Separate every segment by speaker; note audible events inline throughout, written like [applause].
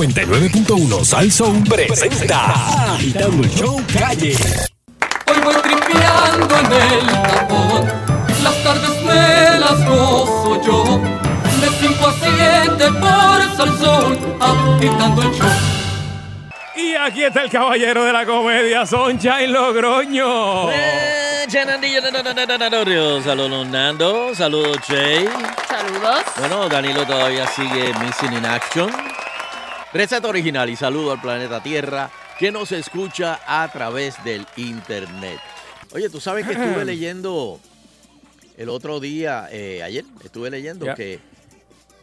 Speaker 1: 99.1 Sal Soul presenta Agitando el Show Calle.
Speaker 2: Hoy voy tripeando en el tapón, las tardes me las gozo yo. De 5 a 7 por Salsón, agitando el show.
Speaker 3: Y aquí está el caballero de la comedia, Sunshine Logroño.
Speaker 4: Eh, Fernandillo, no, no, no, no, no, no, no. Saludos Nando, saludos Jay.
Speaker 5: Saludos.
Speaker 4: Bueno, Danilo todavía sigue Missing in Action. Receta original y saludo al planeta Tierra que nos escucha a través del internet. Oye, tú sabes que estuve leyendo el otro día, eh, ayer, estuve leyendo
Speaker 3: Ya.
Speaker 4: que,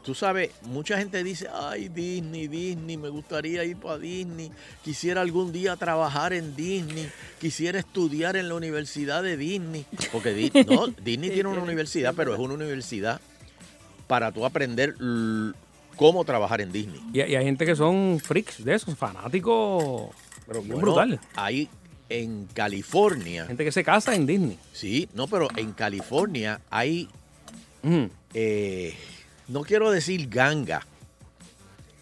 Speaker 4: tú sabes, mucha gente dice, ay, Disney, Disney, me gustaría ir para Disney, quisiera algún día trabajar en Disney, quisiera estudiar en la universidad de Disney. Porque Di- no, Disney tiene una universidad, pero es una universidad para tú aprender l- cómo trabajar en Disney.
Speaker 3: Y, y hay gente que son freaks de esos, fanáticos. Pero
Speaker 4: Bueno,
Speaker 3: brutal.
Speaker 4: Ahí en California,
Speaker 3: Gente que se casa en Disney.
Speaker 4: sí, no, pero en California hay
Speaker 3: Mm.
Speaker 4: eh, no quiero decir ganga,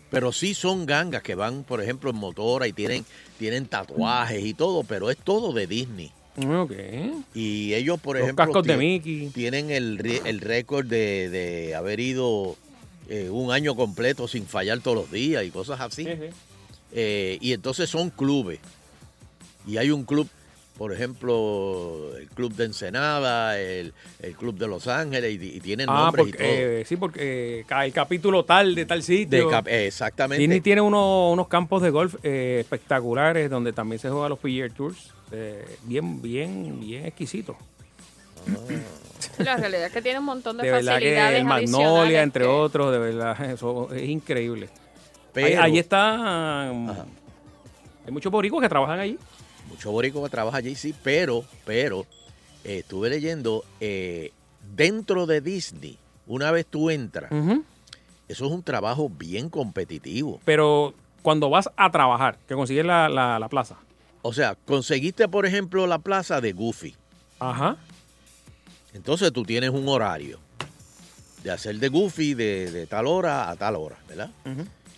Speaker 4: pero sí son gangas que van, por ejemplo, en motora y tienen, tienen tatuajes y todo, pero es todo de Disney.
Speaker 3: Ok.
Speaker 4: Y ellos, por
Speaker 3: Los
Speaker 4: ejemplo,
Speaker 3: cascos de
Speaker 4: tie-
Speaker 3: Mickey.
Speaker 4: tienen el, re- el récord de, de haber ido eh, un año completo sin fallar todos los días y cosas así. Eh, y entonces son clubes. Y hay un club, por ejemplo, el club de Ensenada, el, el club de Los Ángeles, y, y tienen
Speaker 3: Ah,
Speaker 4: nombres y todo.
Speaker 3: porque, eh, sí, porque eh, ca- el capítulo tal de tal
Speaker 4: De
Speaker 3: sitio.
Speaker 4: cap- exactamente.
Speaker 3: Disney tiene uno- unos campos de golf eh, espectaculares donde también se juegan los PGA Tours. eh, bien, bien, bien exquisito.
Speaker 5: La realidad es que tiene un montón de,
Speaker 3: De verdad que
Speaker 5: facilidades
Speaker 3: el Magnolia,
Speaker 5: adicionales
Speaker 3: entre
Speaker 5: que-
Speaker 3: otros, de verdad, [laughs] eso es increíble.
Speaker 4: pero
Speaker 3: Ahí, ahí están. ah, Hay muchos boricuas que trabajan allí.
Speaker 4: mucho boricua trabaja allí, sí, pero, pero, eh, estuve leyendo, eh, dentro de Disney, una vez tú entras, eso es un trabajo bien competitivo.
Speaker 3: Pero cuando vas a trabajar, que consigues la, la- la plaza.
Speaker 4: O sea, conseguiste, por ejemplo, la plaza de Goofy.
Speaker 3: Ajá.
Speaker 4: Entonces tú tienes un horario de hacer de Goofy de, de tal hora a tal hora, ¿verdad?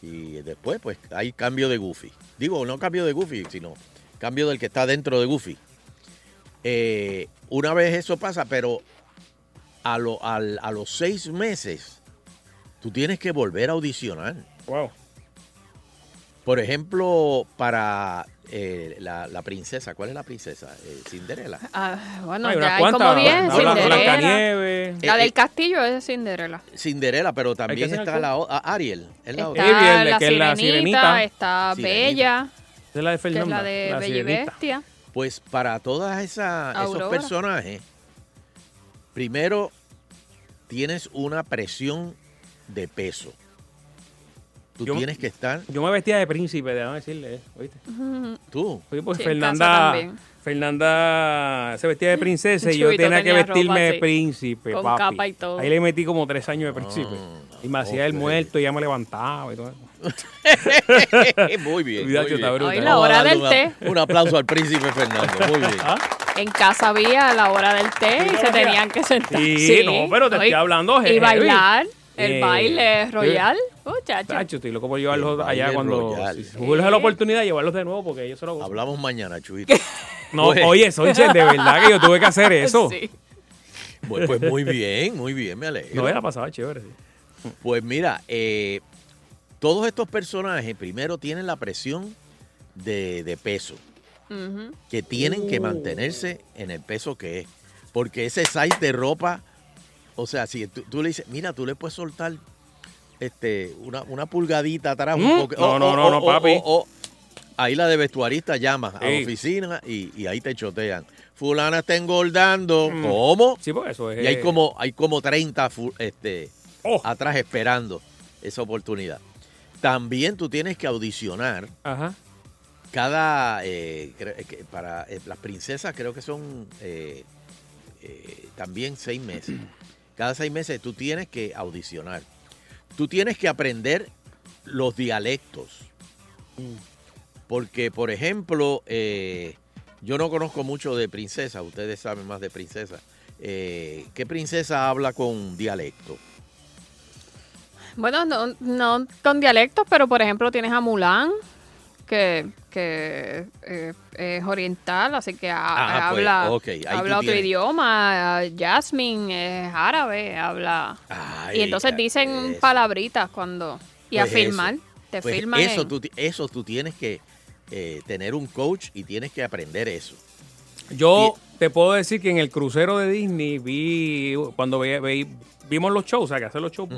Speaker 4: Y después, pues, hay cambio de Goofy. Digo, no cambio de Goofy, sino cambio del que está dentro de Goofy. Eh, una vez eso pasa, pero a, lo- al- a los seis meses, tú tienes que volver a audicionar.
Speaker 3: Wow.
Speaker 4: Por ejemplo, para eh, la, la princesa, ¿cuál es la princesa? Eh, Cinderella.
Speaker 5: Ah, bueno,
Speaker 3: hay
Speaker 5: ya
Speaker 3: unas
Speaker 5: hay como
Speaker 3: cuantas.
Speaker 5: 10.
Speaker 3: Blan- Blan-
Speaker 5: Cinderella.
Speaker 3: Blancanieves.
Speaker 5: La
Speaker 4: Eh, eh.
Speaker 5: del castillo es Cinderella.
Speaker 4: Cinderella, pero también
Speaker 3: hacer
Speaker 4: está
Speaker 3: alcohol.
Speaker 4: la o- a- Ariel. Es la otra.
Speaker 3: Ariel,
Speaker 5: Está
Speaker 3: la
Speaker 5: la
Speaker 3: que es la
Speaker 5: sirenita,
Speaker 3: sirenita.
Speaker 5: está
Speaker 4: Sirenita.
Speaker 5: Bella,
Speaker 3: Esa es la
Speaker 5: que
Speaker 3: de
Speaker 5: es
Speaker 3: Fernanda.
Speaker 5: la de Bella y
Speaker 3: sirenita.
Speaker 5: Bestia.
Speaker 4: Pues para todas esas esos
Speaker 5: Aurora.
Speaker 4: personajes, primero tienes una presión de peso. Tú
Speaker 3: Yo-
Speaker 4: tienes que estar
Speaker 3: Yo me vestía de príncipe, déjame decirle, eh, ¿oíste?
Speaker 4: tú.
Speaker 3: Oye, pues
Speaker 5: Sí, en casa
Speaker 3: Fernanda,
Speaker 5: también.
Speaker 3: Fernanda se vestía
Speaker 5: [laughs]
Speaker 3: de princesa y yo
Speaker 5: Chubito
Speaker 3: tenía que
Speaker 5: tenía ropa
Speaker 3: vestirme de
Speaker 5: así,
Speaker 3: príncipe,
Speaker 5: con
Speaker 3: papi.
Speaker 5: capa y todo.
Speaker 3: Ahí le metí como tres años de príncipe. y me hacía el
Speaker 4: Ah, ok.
Speaker 3: muerto y ya me levantaba y todo. eso.
Speaker 4: muy [laughs] bien.
Speaker 3: Cuidado,
Speaker 4: muy
Speaker 3: está
Speaker 4: bien.
Speaker 3: brutal.
Speaker 5: Hoy la
Speaker 4: Vamos a
Speaker 5: hora
Speaker 4: darle
Speaker 5: del
Speaker 4: una-
Speaker 5: té.
Speaker 4: Un aplauso al príncipe Fernando. Muy bien.
Speaker 3: ¿Ah?
Speaker 5: En casa había la hora del té y se tenían que sentar.
Speaker 3: Sí, no, pero te estoy hablando
Speaker 5: Y
Speaker 3: heavy.
Speaker 5: bailar, el
Speaker 3: Eh,
Speaker 5: baile royal. Muchacho.
Speaker 3: Tacho, estoy loco por llevarlos
Speaker 4: El
Speaker 3: allá
Speaker 4: baile
Speaker 3: cuando
Speaker 4: royal.
Speaker 3: si- si surge la oportunidad de llevarlos de nuevo porque ellos se lo gozan.
Speaker 4: Hablamos mañana,
Speaker 5: [laughs]
Speaker 4: Chuito.
Speaker 3: No,
Speaker 4: Oye.
Speaker 3: oye, Sonche, de verdad que yo tuve que hacer eso.
Speaker 5: Sí.
Speaker 4: Bueno, pues muy bien, muy bien, me alegro.
Speaker 3: No, era pasaba chévere. sí.
Speaker 4: Pues mira, eh, todos estos personajes primero tienen la presión de, de peso,
Speaker 5: Ujú.
Speaker 4: que tienen que mantenerse en el peso que es. Porque ese size de ropa, o sea, si tú, tú le dices, mira, tú le puedes soltar este, una, una pulgadita atrás.
Speaker 3: Mm.
Speaker 4: Un poco,
Speaker 3: No, no, no, no, papi.
Speaker 4: Ahí la de vestuarista llama a la
Speaker 3: Sí.
Speaker 4: oficina y, y ahí te chotean. Fulana está engordando. ¿Cómo?
Speaker 3: Mm. Sí, porque eso es. eh,
Speaker 4: Y hay como, hay como 30 fu- este,
Speaker 3: Oh.
Speaker 4: atrás esperando esa oportunidad. También tú tienes que audicionar
Speaker 3: Ajá.
Speaker 4: cada, eh, cre- que para eh, las princesas creo que son eh, eh, también seis meses. Cada seis meses tú tienes que audicionar. Tú tienes que aprender los dialectos. Porque, por ejemplo, eh, yo no conozco mucho de princesa, ustedes saben más de princesa. Eh, ¿Qué princesa habla con dialecto?
Speaker 5: Bueno, no, no con dialectos, pero por ejemplo tienes a Mulan, que, que eh, es oriental, así que ha-
Speaker 4: Ah, pues,
Speaker 5: habla,
Speaker 4: ok, ahí
Speaker 5: habla
Speaker 4: tú
Speaker 5: otro
Speaker 4: tienes.
Speaker 5: idioma. Jasmine es árabe, habla...
Speaker 4: Ay,
Speaker 5: y entonces
Speaker 4: ya,
Speaker 5: dicen
Speaker 4: eso.
Speaker 5: palabritas cuando... Y
Speaker 4: Pues
Speaker 5: a filmar,
Speaker 4: eso.
Speaker 5: te
Speaker 4: Pues
Speaker 5: filman
Speaker 4: Eso
Speaker 5: en-
Speaker 4: tú, ti- eso tú tienes que eh, tener un coach y tienes que aprender eso.
Speaker 3: Yo te puedo decir que en el crucero de Disney vi, cuando ve- ve- vimos los shows, o sea, que hacer los shows,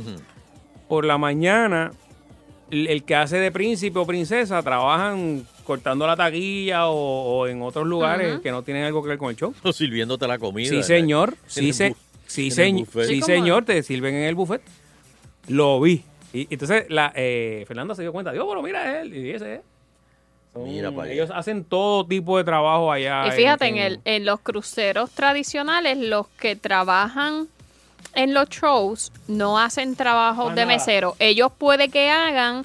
Speaker 3: por la mañana, el, el que hace de príncipe o princesa trabajan cortando la taquilla o, o en otros lugares que no tienen algo que ver con el show.
Speaker 4: O [laughs] sirviéndote la comida.
Speaker 3: Sí,
Speaker 4: ¿verdad?
Speaker 3: señor.
Speaker 4: En
Speaker 3: Sí,
Speaker 4: el
Speaker 3: se-
Speaker 4: bu- en
Speaker 3: sí,
Speaker 4: el
Speaker 3: señor.
Speaker 4: buffet.
Speaker 5: Sí,
Speaker 3: Sí,
Speaker 5: como-
Speaker 3: señor. Te sirven en el buffet. Lo vi. Y entonces la, eh, Fernanda se dio cuenta. Digo, bueno, mira él. Y ese es. Son-
Speaker 4: Mira para allá.
Speaker 3: ellos hacen todo tipo de trabajo allá.
Speaker 5: Y fíjate, en, el, en los cruceros tradicionales, los que trabajan en los shows no hacen trabajo
Speaker 3: Más
Speaker 5: de
Speaker 3: Ah, nada.
Speaker 5: mesero. Ellos puede que hagan,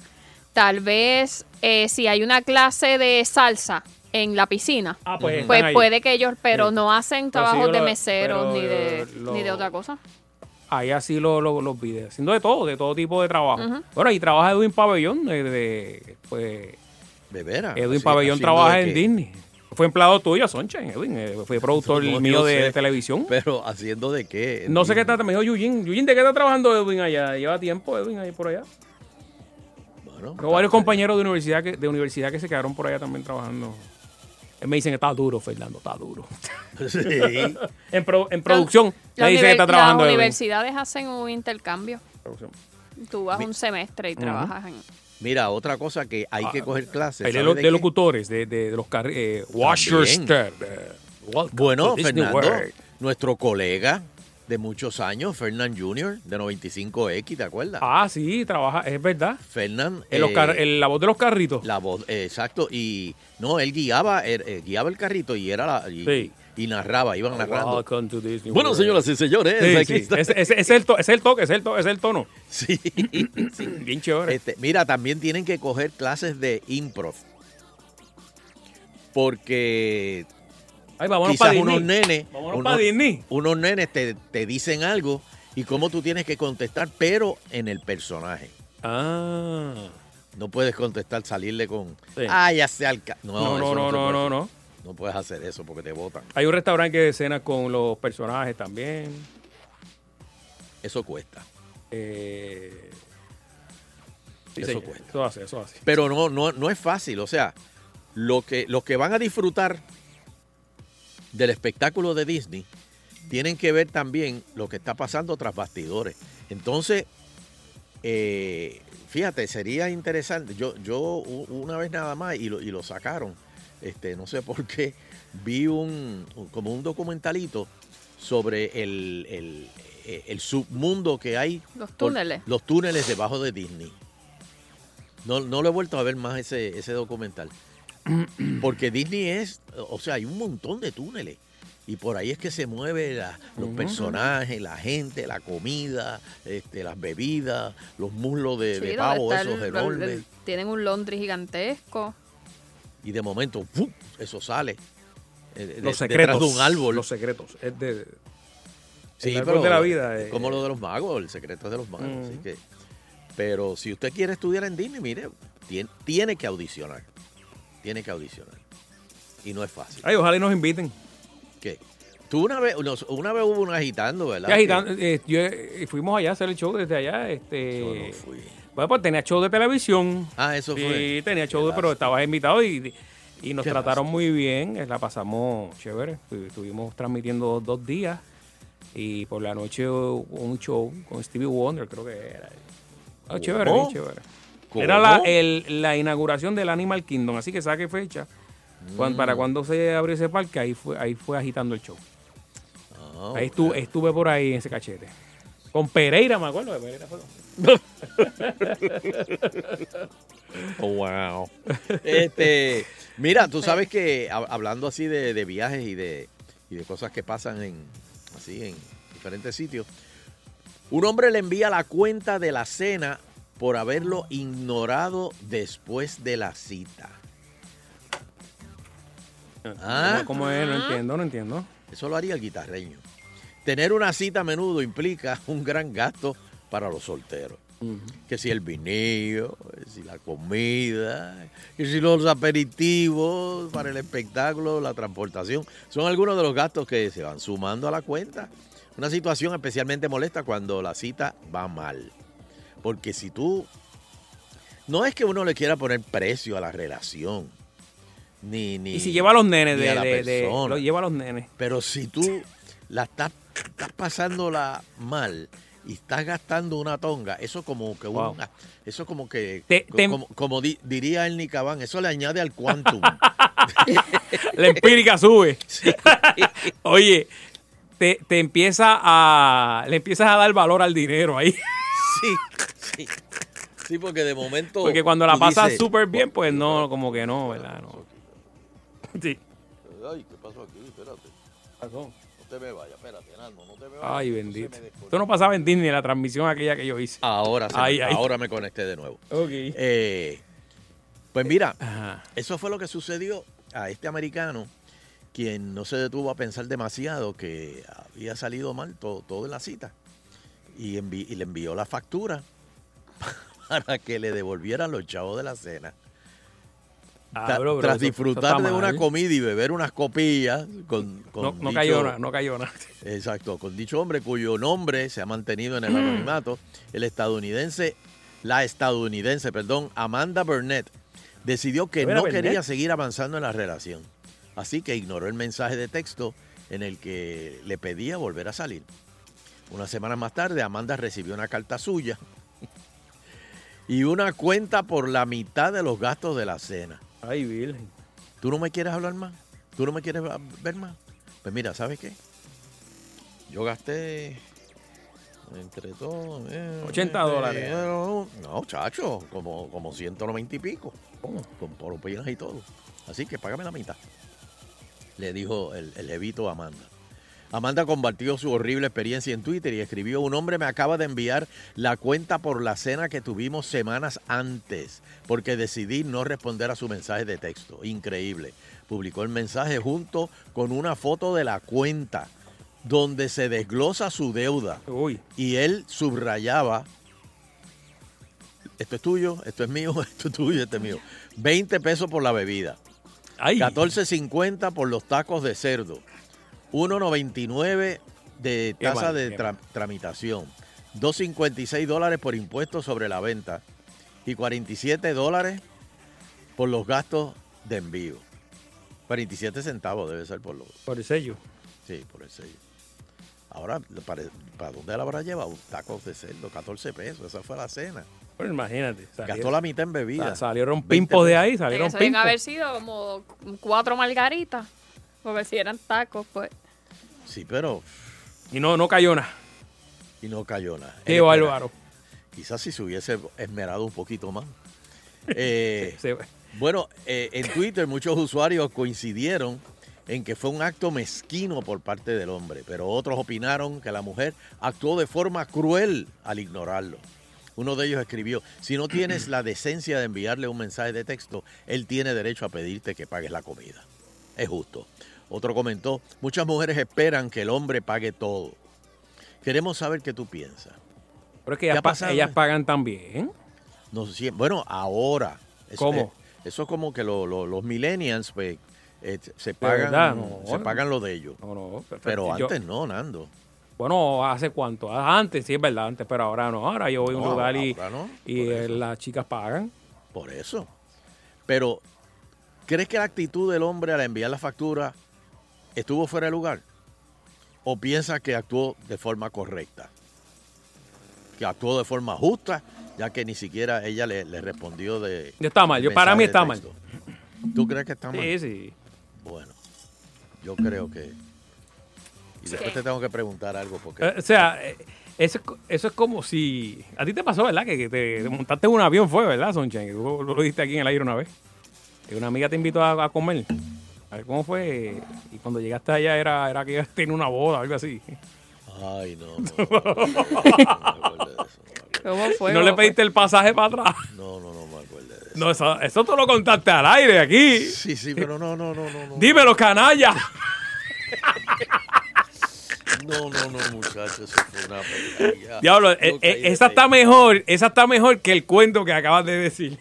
Speaker 5: tal vez, eh, si hay una clase de salsa en la piscina,
Speaker 3: Ah, pues, están
Speaker 5: pues
Speaker 3: ahí.
Speaker 5: puede que ellos, pero
Speaker 3: Sí.
Speaker 5: no hacen
Speaker 3: Pero sí,
Speaker 5: trabajo
Speaker 3: yo
Speaker 5: de
Speaker 3: lo-
Speaker 5: meseros
Speaker 3: pero
Speaker 5: ni,
Speaker 3: yo
Speaker 5: de,
Speaker 3: lo-
Speaker 5: ni de otra cosa.
Speaker 3: Allá sí lo- lo- los videos. Haciendo de todo, de todo tipo de trabajo. Bueno, y trabaja Edwin Pabellón. De, de- pues,
Speaker 4: De veras.
Speaker 3: Edwin
Speaker 4: así-
Speaker 3: Pabellón
Speaker 4: haciendo
Speaker 3: trabaja
Speaker 4: de
Speaker 3: en
Speaker 4: que-
Speaker 3: Disney. Fue empleado tuyo, Soncha, Edwin. eh, Fue productor
Speaker 4: [laughs] No,
Speaker 3: mío
Speaker 4: yo
Speaker 3: de
Speaker 4: sé,
Speaker 3: televisión.
Speaker 4: Pero haciendo de qué.
Speaker 3: No sé qué
Speaker 4: está
Speaker 3: está, me dijo Yujin. Yujin, ¿de qué está trabajando Edwin allá? Lleva tiempo Edwin ahí por allá.
Speaker 4: Bueno,
Speaker 3: Tengo varios compañeros de universidad, que, de universidad que se quedaron por allá también trabajando. Eh, Me dicen, está duro, Fernando, está duro.
Speaker 4: [laughs] Sí.
Speaker 3: [laughs] En, pro- en producción,
Speaker 5: Las
Speaker 3: me dicen que
Speaker 5: univer-
Speaker 3: está trabajando
Speaker 5: Las
Speaker 3: Edwin.
Speaker 5: universidades hacen un intercambio.
Speaker 3: Producción.
Speaker 5: Tú vas
Speaker 4: Mi-
Speaker 5: un semestre y trabajas en...
Speaker 4: Mira, otra cosa que hay que coger clases.
Speaker 3: Hay de,
Speaker 4: ¿sabes
Speaker 3: Ah, lo-
Speaker 4: de
Speaker 3: de
Speaker 4: qué?
Speaker 3: locutores, de, de, de los carriles. Eh, wash your step. eh, welcome
Speaker 4: Bueno,
Speaker 3: to Disney
Speaker 4: Fernando,
Speaker 3: World.
Speaker 4: nuestro colega de muchos años, Fernand Jr., de 95X, ¿te acuerdas?
Speaker 3: Ah, sí, trabaja, es verdad.
Speaker 4: Fernand.
Speaker 3: En los
Speaker 4: eh,
Speaker 3: car- en la voz de los carritos.
Speaker 4: La voz, eh, exacto. Y no, él guiaba, er- eh, guiaba el carrito y era la- y,
Speaker 3: Sí. Oh,
Speaker 4: y narraba, iban narrando.
Speaker 3: Welcome to Disney
Speaker 4: Bueno,
Speaker 3: World.
Speaker 4: señoras y señores,
Speaker 3: Sí,
Speaker 4: aquí
Speaker 3: sí.
Speaker 4: está.
Speaker 3: Ese- ese- ese es el to- ese es el toque, ese es el to- ese es el tono.
Speaker 4: Sí.
Speaker 3: Bien chévere.
Speaker 4: Este, mira, también tienen que coger clases de improv. Porque
Speaker 3: Ay, vámonos
Speaker 4: quizás
Speaker 3: para Disney.
Speaker 4: unos nenes,
Speaker 3: Vámonos
Speaker 4: unos,
Speaker 3: pa' Disney.
Speaker 4: unos nenes te, te dicen algo y cómo tú tienes que contestar, pero en el personaje.
Speaker 3: Ah.
Speaker 4: No puedes contestar, salirle con,
Speaker 3: Sí.
Speaker 4: ah, ya sea el... ca-".
Speaker 3: No,
Speaker 4: eso
Speaker 3: no, no,
Speaker 4: se
Speaker 3: no,
Speaker 4: puede
Speaker 3: no,
Speaker 4: hacer.
Speaker 3: no.
Speaker 4: No puedes hacer eso porque te votan.
Speaker 3: Hay un restaurante que cena con los personajes también.
Speaker 4: Eso cuesta.
Speaker 3: Eh, sí,
Speaker 4: Eso
Speaker 3: señor.
Speaker 4: cuesta.
Speaker 3: Eso hace, eso hace.
Speaker 4: Pero no, no, no es fácil. O sea, lo que, los que van a disfrutar del espectáculo de Disney tienen que ver también lo que está pasando tras bastidores. Entonces, eh, fíjate, sería interesante. Yo, yo u- una vez nada más, y lo, y lo sacaron, este, no sé por qué, vi un, un- como un documentalito sobre el, el- eh, el submundo que hay.
Speaker 5: Los
Speaker 4: por-
Speaker 5: túneles.
Speaker 4: los túneles debajo de Disney. No, no lo he vuelto a ver más ese, ese documental. Porque Disney es, o sea, hay un montón de túneles. Y por ahí es que se mueven los personajes, la gente, la comida, este, las bebidas, los muslos de,
Speaker 5: Sí,
Speaker 4: de
Speaker 5: donde
Speaker 4: pavo,
Speaker 5: está
Speaker 4: esos
Speaker 5: el- el-
Speaker 4: enormes.
Speaker 5: el- tienen un Londres gigantesco.
Speaker 4: Y de momento, ¡fum! eso sale. eh, de-
Speaker 3: Los
Speaker 4: detrás
Speaker 3: secretos.
Speaker 4: de un árbol.
Speaker 3: Los secretos. Es de,
Speaker 4: Sí,
Speaker 3: El árbol de la vida,
Speaker 4: es
Speaker 3: eh. Mm.
Speaker 4: como lo de los magos, el secreto es de los magos.
Speaker 3: Ujú.
Speaker 4: así que, pero si usted quiere estudiar en Disney, mire, tien- tiene, que audicionar. Tiene que audicionar. Y no es fácil.
Speaker 3: Ay, ojalá y nos inviten.
Speaker 4: ¿Qué? Tú una vez, nos- una vez hubo un agitando, ¿verdad?
Speaker 3: Ya, gitano, eh, yo, eh, fuimos allá a hacer el show desde allá. Este,
Speaker 4: Que yo no fui.
Speaker 3: Bueno, pues tenía show de televisión.
Speaker 4: Ah, eso
Speaker 3: sí,
Speaker 4: fue.
Speaker 3: tenía show,
Speaker 4: Qué
Speaker 3: pero
Speaker 4: lástima.
Speaker 3: estabas invitado y, y nos
Speaker 4: Qué
Speaker 3: trataron muy bien. eh, La pasamos chévere. Estu- Estuvimos transmitiendo dos días y por la noche hubo un show con Stevie Wonder, creo que era. Ah, chévere,
Speaker 4: ¿Cómo?
Speaker 3: bien chévere.
Speaker 4: ¿Cómo?
Speaker 3: Era la, el- la inauguración del Animal Kingdom, así que saque fecha. Cuan-
Speaker 4: Mm.
Speaker 3: para cuando se abrió ese parque, ahí fue, ahí fue agitando el show.
Speaker 4: Ah,
Speaker 3: ahí estuve, estuve por ahí en ese cachete. Con Pereira, me acuerdo [laughs] de Pereira. fue.
Speaker 4: wow.
Speaker 3: [laughs]
Speaker 4: Este, mira, tú sabes que hab- hablando así de, de viajes y de, y de cosas que pasan en así en diferentes sitios, un hombre le envía la cuenta de la cena por haberlo ignorado después de la cita. Ah.
Speaker 3: ¿Cómo, cómo es? No entiendo, no entiendo.
Speaker 4: Eso lo haría el [laughs] guitarreño. Tener una cita a menudo implica un gran gasto para los solteros. Que si el vinillo, que si la comida, que si los aperitivos para el espectáculo, la transportación. Son algunos de los gastos que se van sumando a la cuenta. Una situación especialmente molesta cuando la cita va mal. Porque si tú... No es que uno le quiera poner precio a la relación. Ni, ni,
Speaker 3: Y si lleva a los nenes
Speaker 4: ni
Speaker 3: de,
Speaker 4: a la
Speaker 3: de- de-
Speaker 4: persona.
Speaker 3: lo lleva a los nenes.
Speaker 4: Pero si tú la estás, estás pasándola mal y estás gastando una tonga, eso como que
Speaker 3: Wow.
Speaker 4: una- eso como que
Speaker 3: Te-
Speaker 4: co-
Speaker 3: te- em
Speaker 4: como, como di- diría el Nicabán, eso le añade
Speaker 3: [laughs]
Speaker 4: al quantum.
Speaker 3: La empírica sube. [laughs] Oye, te, te empieza a le empiezas a dar valor al dinero ahí. [laughs]
Speaker 4: sí, sí. Sí, porque de momento
Speaker 3: Porque cuando la
Speaker 4: tú
Speaker 3: pasas
Speaker 4: dices,
Speaker 3: súper bien, pues no, como que no, ¿verdad?
Speaker 4: [laughs]
Speaker 3: No. Sí.
Speaker 4: Ay, ¿qué pasó aquí? Espérate. No te me vayas, espérate, Nando, no te me vayas.
Speaker 3: Ay,
Speaker 4: Eso se me
Speaker 3: bendito.
Speaker 4: desconectó.
Speaker 3: Tú no pasaba en Disney la transmisión aquella que yo hice.
Speaker 4: Ahora, se me-
Speaker 3: Ay, ay.
Speaker 4: ahora me conecté de nuevo.
Speaker 3: Ok.
Speaker 4: Eh, pues mira,
Speaker 3: Ajá.
Speaker 4: Eso fue lo que sucedió a este americano, quien no se detuvo a pensar demasiado que había salido mal todo, todo en la cita. Y, envi- y le envió la factura [laughs] para que le devolvieran los chavos de la cena.
Speaker 3: Ah,
Speaker 4: Tra-
Speaker 3: bro, bro,
Speaker 4: Tras
Speaker 3: eso- eso
Speaker 4: disfrutar
Speaker 3: está
Speaker 4: de una
Speaker 3: mal.
Speaker 4: comida y beber unas copillas con, con
Speaker 3: No, no
Speaker 4: dicho-
Speaker 3: cayó nada, no cayó nada.
Speaker 4: [laughs] Exacto, con dicho hombre cuyo nombre se ha mantenido
Speaker 3: Mm.
Speaker 4: en el anonimato, el estadounidense, la estadounidense, perdón, Amanda Burnett, decidió que
Speaker 3: ¿Era
Speaker 4: no
Speaker 3: Burnett?
Speaker 4: quería seguir avanzando en la relación. Así que ignoró el mensaje de texto en el que le pedía volver a salir. Una semana más tarde, Amanda recibió una carta suya y una cuenta por la mitad de los gastos de la cena.
Speaker 3: Ay, virgen.
Speaker 4: ¿Tú no me quieres hablar más? ¿Tú no me quieres va- ver más? Pues mira, ¿sabes qué? Yo gasté entre todo... eh,
Speaker 3: 80
Speaker 4: eh,
Speaker 3: dólares.
Speaker 4: eh, No, chacho, como, como 190 y pico. Con propinas y todo. Así que págame la mitad. Le dijo el, el levito a Amanda. Amanda compartió su horrible experiencia en Twitter y escribió, un hombre me acaba de enviar la cuenta por la cena que tuvimos semanas antes, porque decidí no responder a su mensaje de texto. Increíble. Publicó el mensaje junto con una foto de la cuenta, donde se desglosa su deuda
Speaker 3: Uy.
Speaker 4: y él subrayaba, esto es tuyo, esto es mío, [laughs] esto es tuyo, esto es mío. 20 pesos por la bebida.
Speaker 3: Ay.
Speaker 4: 14.50 por los tacos de cerdo. 1.99 de
Speaker 3: Qué
Speaker 4: tasa
Speaker 3: mal,
Speaker 4: de
Speaker 3: qué
Speaker 4: tra- tramitación. 2.56 dólares por impuestos sobre la venta. Y 47 dólares por los gastos de envío. 47 centavos debe ser por los...
Speaker 3: Por el sello.
Speaker 4: Sí, por el sello. Ahora, ¿para, para dónde la habrá llevado? Tacos de cerdo, 14 pesos. Esa fue la cena.
Speaker 3: Bueno, imagínate.
Speaker 4: Gastó
Speaker 3: salieron-
Speaker 4: la mitad en bebida.
Speaker 3: sa- Salieron
Speaker 4: 20
Speaker 3: pimpos de
Speaker 4: pesos.
Speaker 3: ahí,
Speaker 5: Eso
Speaker 3: salieron
Speaker 5: deben
Speaker 3: pimpos.
Speaker 5: haber sido como cuatro margaritas. Porque si eran tacos, pues.
Speaker 4: Sí, pero...
Speaker 3: Y no, no cayó nada.
Speaker 4: Y no cayó nada.
Speaker 3: Qué
Speaker 4: Espera.
Speaker 3: bárbaro.
Speaker 4: Quizás si se hubiese esmerado un poquito
Speaker 3: [laughs]
Speaker 4: más. Eh,
Speaker 3: Se-
Speaker 4: bueno, eh, en Twitter muchos usuarios coincidieron en que fue un acto mezquino por parte del hombre, pero otros opinaron que la mujer actuó de forma cruel al ignorarlo. Uno de ellos escribió, si no tienes la decencia de enviarle un mensaje de texto, él tiene derecho a pedirte que pagues la comida. Es justo. Otro comentó, muchas mujeres esperan que el hombre pague todo. Queremos saber qué tú piensas.
Speaker 3: Pero es que
Speaker 4: ¿Te ha
Speaker 3: ellas, pa-
Speaker 4: pasado,
Speaker 3: ellas
Speaker 4: eh?
Speaker 3: pagan también.
Speaker 4: No sé si- bueno, ahora. Eso,
Speaker 3: ¿Cómo?
Speaker 4: eh, eso es como que lo- lo- los millennials pues, eh, se,
Speaker 3: verdad,
Speaker 4: pagan,
Speaker 3: no.
Speaker 4: se pagan lo de ellos.
Speaker 3: No, no.
Speaker 4: Pero
Speaker 3: yo-
Speaker 4: antes no, Nando.
Speaker 3: Bueno, ¿hace cuánto? Ah, Antes, sí, es verdad, antes, pero ahora no. Ahora yo voy a un
Speaker 4: No,
Speaker 3: lugar y,
Speaker 4: ahora no,
Speaker 3: y
Speaker 4: por
Speaker 3: eh,
Speaker 4: eso.
Speaker 3: las chicas pagan.
Speaker 4: Por eso. Pero, ¿crees que la actitud del hombre al enviar la factura estuvo fuera de lugar? ¿O piensas que actuó de forma correcta? Que actuó de forma justa, ya que ni siquiera ella le, le respondió de.
Speaker 3: Está mal, yo- para mí
Speaker 4: mensaje de
Speaker 3: está
Speaker 4: texto. ¿Tú crees que está mal?
Speaker 3: Sí, sí.
Speaker 4: Bueno, yo creo que. Y después te tengo que preguntar algo porque.
Speaker 3: Eh, o sea, eh, eso, es co- eso es como si... A ti te pasó, ¿verdad? Que, que te montaste en un avión, fue, ¿verdad, Sonchen? Que tú lo, lo diste aquí en el aire una vez. Que una amiga te invitó a, a comer. A ver cómo fue. Y cuando llegaste allá era, era que tenía una boda o algo así.
Speaker 4: Ay, no. No, no, no, no me acuerdo de eso.
Speaker 5: ¿Cómo fue?
Speaker 3: no le pediste el pasaje para atrás.
Speaker 4: No, no, no me acuerdo de eso.
Speaker 3: No, eso, eso tú lo contaste al aire aquí.
Speaker 4: Sí, sí, pero no, no, no, no. no.
Speaker 3: Dímelo, canalla.
Speaker 4: No, no, no, muchachos, eso fue una porquería.
Speaker 3: Diablo,
Speaker 4: No
Speaker 3: eh,
Speaker 4: caí
Speaker 3: eh,
Speaker 4: de
Speaker 3: esa está
Speaker 4: pecho.
Speaker 3: mejor, esa está mejor que el cuento que acabas de decir.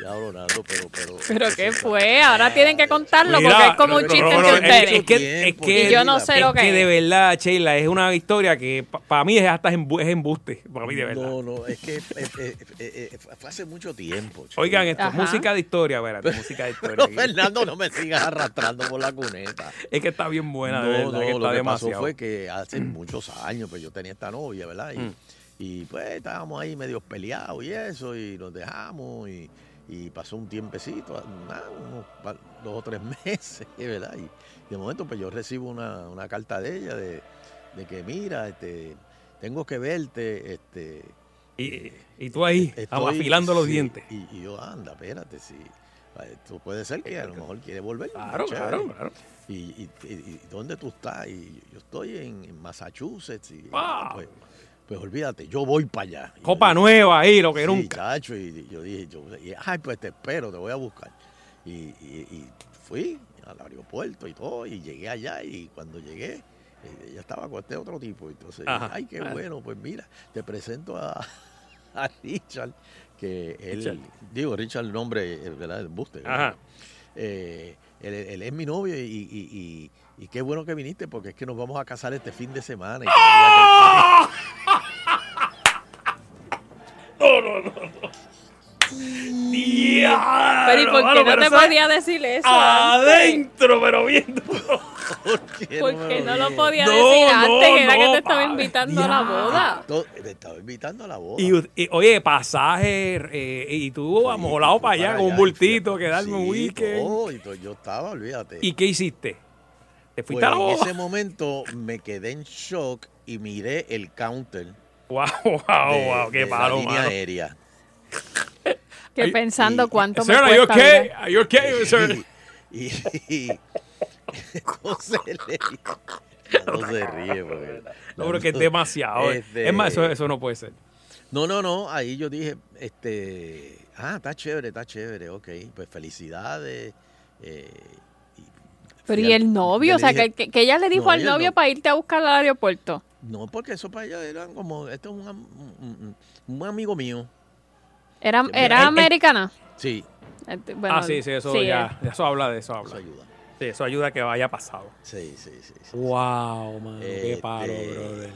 Speaker 4: Diablo, Nando, pero, pero.
Speaker 5: ¿Pero
Speaker 4: eso
Speaker 5: qué
Speaker 4: está-
Speaker 5: fue?
Speaker 4: [laughs]
Speaker 5: Ahora tienen que contarlo
Speaker 3: Mira,
Speaker 5: porque es como un
Speaker 3: pero-
Speaker 5: chiste
Speaker 3: pero-
Speaker 5: entre
Speaker 3: pero- es-
Speaker 5: ustedes.
Speaker 3: es que- es que-
Speaker 5: Y yo no sé
Speaker 3: es
Speaker 5: lo que
Speaker 3: de
Speaker 5: es.
Speaker 3: verdad, Sheila, es una historia que para mí es hasta embu- es embuste. Para mí, de verdad.
Speaker 4: No, no, es que eh, eh, eh, eh, fue hace mucho tiempo. chico.
Speaker 3: Oigan, esto,
Speaker 5: Ajá.
Speaker 3: música de historia, espérate, música de historia.
Speaker 4: [laughs] Pero eh, Fernando, [laughs] no me sigas arrastrando por la cuneta.
Speaker 3: es que está bien buena, de
Speaker 4: no,
Speaker 3: verdad,
Speaker 4: no,
Speaker 3: que
Speaker 4: lo
Speaker 3: está
Speaker 4: que
Speaker 3: demasiado. Mm.
Speaker 4: pasó fue que hace muchos años, pues yo tenía esta novia, ¿verdad? Y, y, pues estábamos ahí medio peleados y eso, y nos dejamos, y, y pasó un tiempecito, nada, unos par- dos o tres [laughs] meses, ¿verdad? Y de momento, pues yo recibo una, una carta de ella de, de que, mira, este, tengo que verte, este,
Speaker 3: Y, y tú ahí,
Speaker 4: Estoy-
Speaker 3: afilando los
Speaker 4: sí,
Speaker 3: dientes.
Speaker 4: Y, y yo, anda, espérate, sí. Esto puede ser que a lo mejor quiere volver.
Speaker 3: Claro,
Speaker 4: chévere.
Speaker 3: claro, claro.
Speaker 4: Y, y- y- y dónde tú estás? Y yo estoy en, en Massachusetts. Y,
Speaker 3: ¡Wow!
Speaker 4: pues, pues olvídate, yo voy para allá. Y
Speaker 3: Ah. Copa
Speaker 4: yo-
Speaker 3: nueva ahí, lo que
Speaker 4: Sí,
Speaker 3: nunca.
Speaker 4: chacho, y yo dije, yo- y, ay, pues te espero, te voy a buscar. Y, y- y fui al aeropuerto y todo, y llegué allá, y cuando llegué, eh, ella estaba con este otro tipo. Entonces,
Speaker 3: Ajá.
Speaker 4: ay, qué
Speaker 3: Ah.
Speaker 4: bueno, pues mira, te presento a, [laughs] a Richard, que él,
Speaker 3: Richard.
Speaker 4: digo, Richard, el nombre, eh, ¿verdad? El buste.
Speaker 3: Ajá.
Speaker 4: Eh, él, él es mi novio y, y- y- y qué bueno que viniste porque es que nos vamos a casar este fin de semana. Y
Speaker 3: ¡Ah!
Speaker 5: Pero ¿y por qué no te podía decir eso? antes?
Speaker 3: Adentro, pero viendo.
Speaker 4: porque
Speaker 5: [laughs] ¿Por qué no lo
Speaker 4: podía
Speaker 5: podía
Speaker 3: No,
Speaker 5: decir antes?
Speaker 3: no,
Speaker 5: que era
Speaker 3: no,
Speaker 5: que te estaba
Speaker 3: padre.
Speaker 5: invitando a la
Speaker 3: Ya.
Speaker 5: boda.
Speaker 4: To- Me estaba invitando a la boda.
Speaker 3: Y, y, oye, pasaje, eh, y tú
Speaker 4: Sí,
Speaker 3: amolado
Speaker 4: fui
Speaker 3: para allá con un
Speaker 4: y
Speaker 3: bultito,
Speaker 4: fui-
Speaker 3: quedarme un
Speaker 4: sí,
Speaker 3: weekend.
Speaker 4: todo, y todo. yo estaba, olvídate.
Speaker 3: ¿Y qué hiciste? ¿Te
Speaker 4: Pues
Speaker 3: fuiste a la
Speaker 4: en
Speaker 3: boda?
Speaker 4: ese momento me quedé en shock y miré el counter. de-
Speaker 3: [laughs] Wow, wow, wow,
Speaker 4: de
Speaker 3: qué
Speaker 4: la
Speaker 3: palo,
Speaker 4: línea
Speaker 3: mano.
Speaker 4: aérea.
Speaker 5: Que
Speaker 3: Ay,
Speaker 5: pensando
Speaker 4: y-
Speaker 5: cuánto me
Speaker 3: Sir, are you
Speaker 5: cuesta
Speaker 3: okay?
Speaker 5: vida.
Speaker 3: Are you
Speaker 4: [laughs]
Speaker 3: okay, sir?
Speaker 4: Y, y- y- [laughs] entonces le digo- Nando se ríe. pues, porque-
Speaker 3: No, pero que es
Speaker 4: Nando-
Speaker 3: demasiado. eh.
Speaker 4: Este-
Speaker 3: Es más, eso, eso no puede ser.
Speaker 4: No, no, no. Ahí yo dije, este, ah, está chévere, está chévere, ok. Pues felicidades. eh, y-
Speaker 5: Pero
Speaker 4: fui
Speaker 5: ¿y
Speaker 4: al-
Speaker 5: el novio?
Speaker 4: yo
Speaker 5: O sea,
Speaker 4: le dije,
Speaker 5: que, que- que ella le dijo
Speaker 4: No,
Speaker 5: al
Speaker 4: ella
Speaker 5: novio
Speaker 4: no.
Speaker 5: para irte a buscar al aeropuerto.
Speaker 4: No, porque eso para ellos eran como, esto es un, am- un- un- un amigo mío.
Speaker 5: ¿Era,
Speaker 4: Mira,
Speaker 5: era
Speaker 3: eh, eh.
Speaker 5: americana?
Speaker 4: Sí,
Speaker 5: Este, bueno,
Speaker 3: ah, sí, sí, eso
Speaker 5: sí, eh.
Speaker 3: ya. Eso habla de eso. Habla.
Speaker 4: eso ayuda.
Speaker 3: Sí, eso ayuda a que vaya pasado.
Speaker 4: Sí, sí, sí. sí.
Speaker 3: Wow, mano, qué palo,
Speaker 4: Este,
Speaker 3: brother.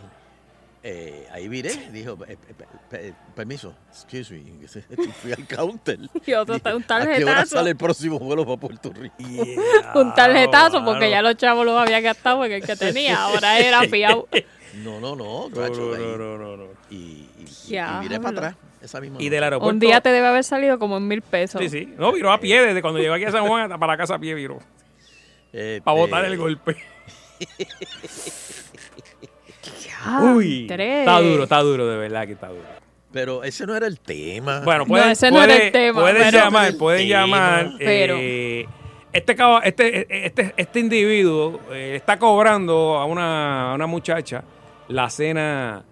Speaker 4: Eh, ahí miré, dijo, eh, eh, pe- eh, permiso, excuse me, [laughs] y fui al counter.
Speaker 5: eh. Y otro
Speaker 4: Dije,
Speaker 5: ta- un
Speaker 4: [laughs] ¿A qué hora
Speaker 5: tarjetazo".
Speaker 4: sale el próximo vuelo para Puerto
Speaker 3: [laughs]
Speaker 4: Rico?
Speaker 5: [laughs] Un tarjetazo
Speaker 3: Ah,
Speaker 5: porque ya los chavos los había gastado porque el que
Speaker 4: [laughs]
Speaker 5: tenía ahora era fiado.
Speaker 4: No, no, no,
Speaker 3: No,
Speaker 4: tacho, ahí.
Speaker 3: no, no, no, no.
Speaker 4: Y, y, y- y
Speaker 5: Ya,
Speaker 4: miré para
Speaker 5: vámonos.
Speaker 4: atrás esa misma
Speaker 3: [laughs] Y
Speaker 4: noche.
Speaker 3: del aeropuerto.
Speaker 5: Un día te debe haber salido como en mil pesos.
Speaker 3: Sí, sí. No,
Speaker 4: [laughs]
Speaker 3: viró a pie desde cuando llegó aquí a San Juan hasta para la casa a pie, viró.
Speaker 4: Este,
Speaker 3: Para botar el golpe.
Speaker 5: Ya,
Speaker 3: Uy.
Speaker 5: Ah, tres.
Speaker 3: Está duro, está duro, de verdad que está duro.
Speaker 4: Pero ese no era el tema.
Speaker 3: Bueno, pueden,
Speaker 5: ese no era
Speaker 3: pueden-
Speaker 5: el tema,
Speaker 3: pueden
Speaker 5: pero-
Speaker 3: llamar, pueden
Speaker 4: Tema.
Speaker 3: llamar. eh, este, caba- este, este, este individuo eh, está cobrando a una, a una muchacha la cena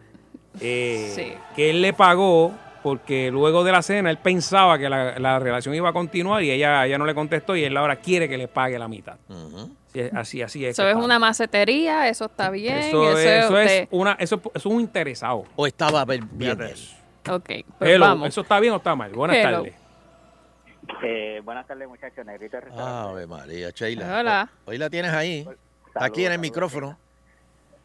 Speaker 3: eh,
Speaker 5: Sí.
Speaker 3: que él le pagó porque luego de la cena él pensaba que la, la relación iba a continuar y ella, ella no le contestó y él ahora quiere que le pague la mitad.
Speaker 4: Ujú.
Speaker 3: Así es- Así, así es.
Speaker 5: Eso
Speaker 3: que
Speaker 5: es
Speaker 3: está.
Speaker 5: una macetería, eso está bien.
Speaker 3: Eso, es, eso es
Speaker 5: usted-
Speaker 3: una, eso, es un interesado.
Speaker 4: O estaba bien, bien
Speaker 3: Fíjate
Speaker 4: él.
Speaker 3: eso.
Speaker 5: Ok, pues
Speaker 3: Hello,
Speaker 5: vamos.
Speaker 3: ¿Eso está bien o está mal? Buenas
Speaker 5: Hello.
Speaker 3: tardes.
Speaker 6: Eh, buenas tardes, muchachos. Negrito
Speaker 3: Ah.
Speaker 6: del restaurante.
Speaker 4: Ave María, Sheila.
Speaker 5: Hola.
Speaker 4: Hoy, hoy la tienes ahí. Está
Speaker 6: Saludos,
Speaker 4: aquí en el
Speaker 6: saludos.
Speaker 4: micrófono.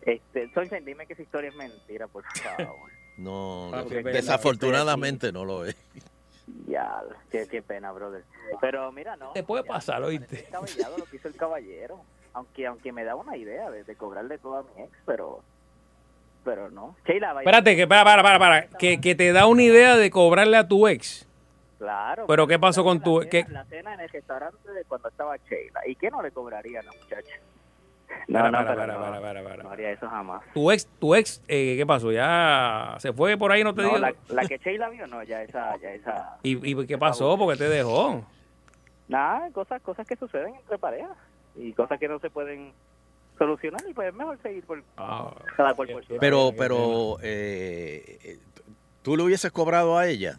Speaker 6: Este, Solsen, dime que esa historia es mentira, por
Speaker 3: [laughs]
Speaker 6: favor.
Speaker 4: No,
Speaker 3: Ah,
Speaker 4: def-
Speaker 3: qué pena.
Speaker 4: desafortunadamente no lo es.
Speaker 6: ya, qué, qué pena, brother. Pero mira, no.
Speaker 3: Te puede
Speaker 6: ya,
Speaker 3: pasar,
Speaker 6: me
Speaker 3: ¿oíste?
Speaker 6: parece descabellado lo que hizo el caballero. Aunque, aunque me da una idea de, de cobrarle todo a mi ex, pero. Pero no. Sheila, vaya-
Speaker 3: Espérate, que para, para, para, para. Que, que te da una idea de cobrarle a tu ex.
Speaker 6: Claro.
Speaker 3: Pero, ¿qué pasó
Speaker 6: la
Speaker 3: con tu-
Speaker 6: cena-
Speaker 3: qué?
Speaker 6: La cena en el restaurante de cuando estaba Sheila. ¿Y qué no le cobraría a la muchacha?
Speaker 3: Para,
Speaker 6: no,
Speaker 3: para,
Speaker 6: pero
Speaker 3: para,
Speaker 6: no.
Speaker 3: para, para, para.
Speaker 6: No haría eso jamás.
Speaker 3: Tu ex, tu ex, eh, ¿qué pasó? Ya se fue por ahí, no te
Speaker 6: No,
Speaker 3: digo.
Speaker 6: la, la que Sheila vio, no, ya esa, ya esa.
Speaker 3: [laughs] ¿Y, ¿Y qué pasó? Porque te dejó.
Speaker 6: Nada, cosas, cosas que suceden entre parejas y cosas que no se pueden solucionar y pues es mejor seguir por
Speaker 3: [laughs] Ah.
Speaker 6: cada cual por su lado.
Speaker 4: Pero, pero, eh, eh, ¿tú le hubieses cobrado a ella?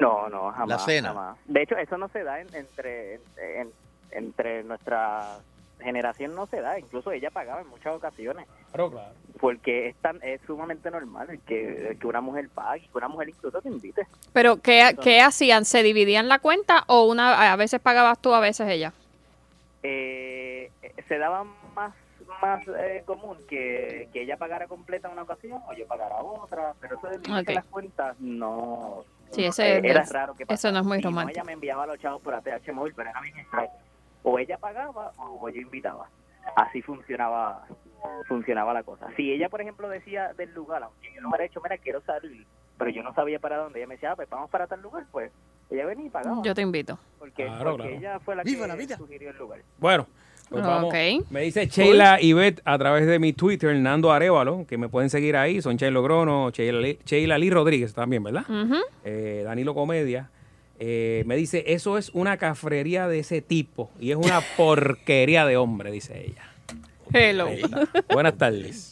Speaker 6: No, no, jamás.
Speaker 4: La cena.
Speaker 6: jamás. De hecho, eso no se da en- entre en- en- entre nuestra generación no se da, incluso ella pagaba en muchas ocasiones,
Speaker 3: Claro, claro.
Speaker 6: porque es, tan, es sumamente normal el que, el que una mujer pague, que una mujer incluso te invite.
Speaker 5: Pero ¿qué, qué hacían? ¿Se dividían la cuenta o una a veces pagabas tú, a veces ella?
Speaker 6: eh, se daba más más eh, común que, que ella pagara completa una ocasión o yo pagara otra, pero eso de dividir
Speaker 5: Ok.
Speaker 6: las cuentas no.
Speaker 5: Sí,
Speaker 6: no,
Speaker 5: ese-
Speaker 6: eh, era
Speaker 5: es-
Speaker 6: raro que
Speaker 5: eso
Speaker 6: pasara.
Speaker 5: no es muy
Speaker 6: Si
Speaker 5: romántico.
Speaker 6: ella me enviaba los chavos por ATH móvil, pero era bien extraño. O ella pagaba o yo invitaba. Así funcionaba funcionaba la cosa. Si ella, por ejemplo, decía del lugar, aunque yo no hubiera hecho, mira, quiero salir, pero yo no sabía para dónde, ella me decía, ah, pues vamos para tal lugar, pues ella venía y pagaba.
Speaker 5: Yo te invito.
Speaker 6: Porque,
Speaker 3: Claro,
Speaker 6: porque
Speaker 3: claro.
Speaker 6: ella fue la
Speaker 4: Viva
Speaker 6: que
Speaker 4: la vida.
Speaker 6: sugirió el lugar.
Speaker 3: Bueno, pues
Speaker 5: Ah, Ok.
Speaker 3: vamos. Me dice Sheila Ibet a través de mi Twitter, Hernando Arevalo, que me pueden seguir ahí. Son Sheila Grono, Sheila Lee- Sheila Lee Rodríguez también, ¿verdad? Eh, Danilo Comedia. Eh, me dice, eso es una cafrería de ese tipo y
Speaker 5: [laughs]
Speaker 3: es una porquería de hombre, dice ella.
Speaker 5: Hello.
Speaker 4: Ahí está.
Speaker 3: Buenas tardes.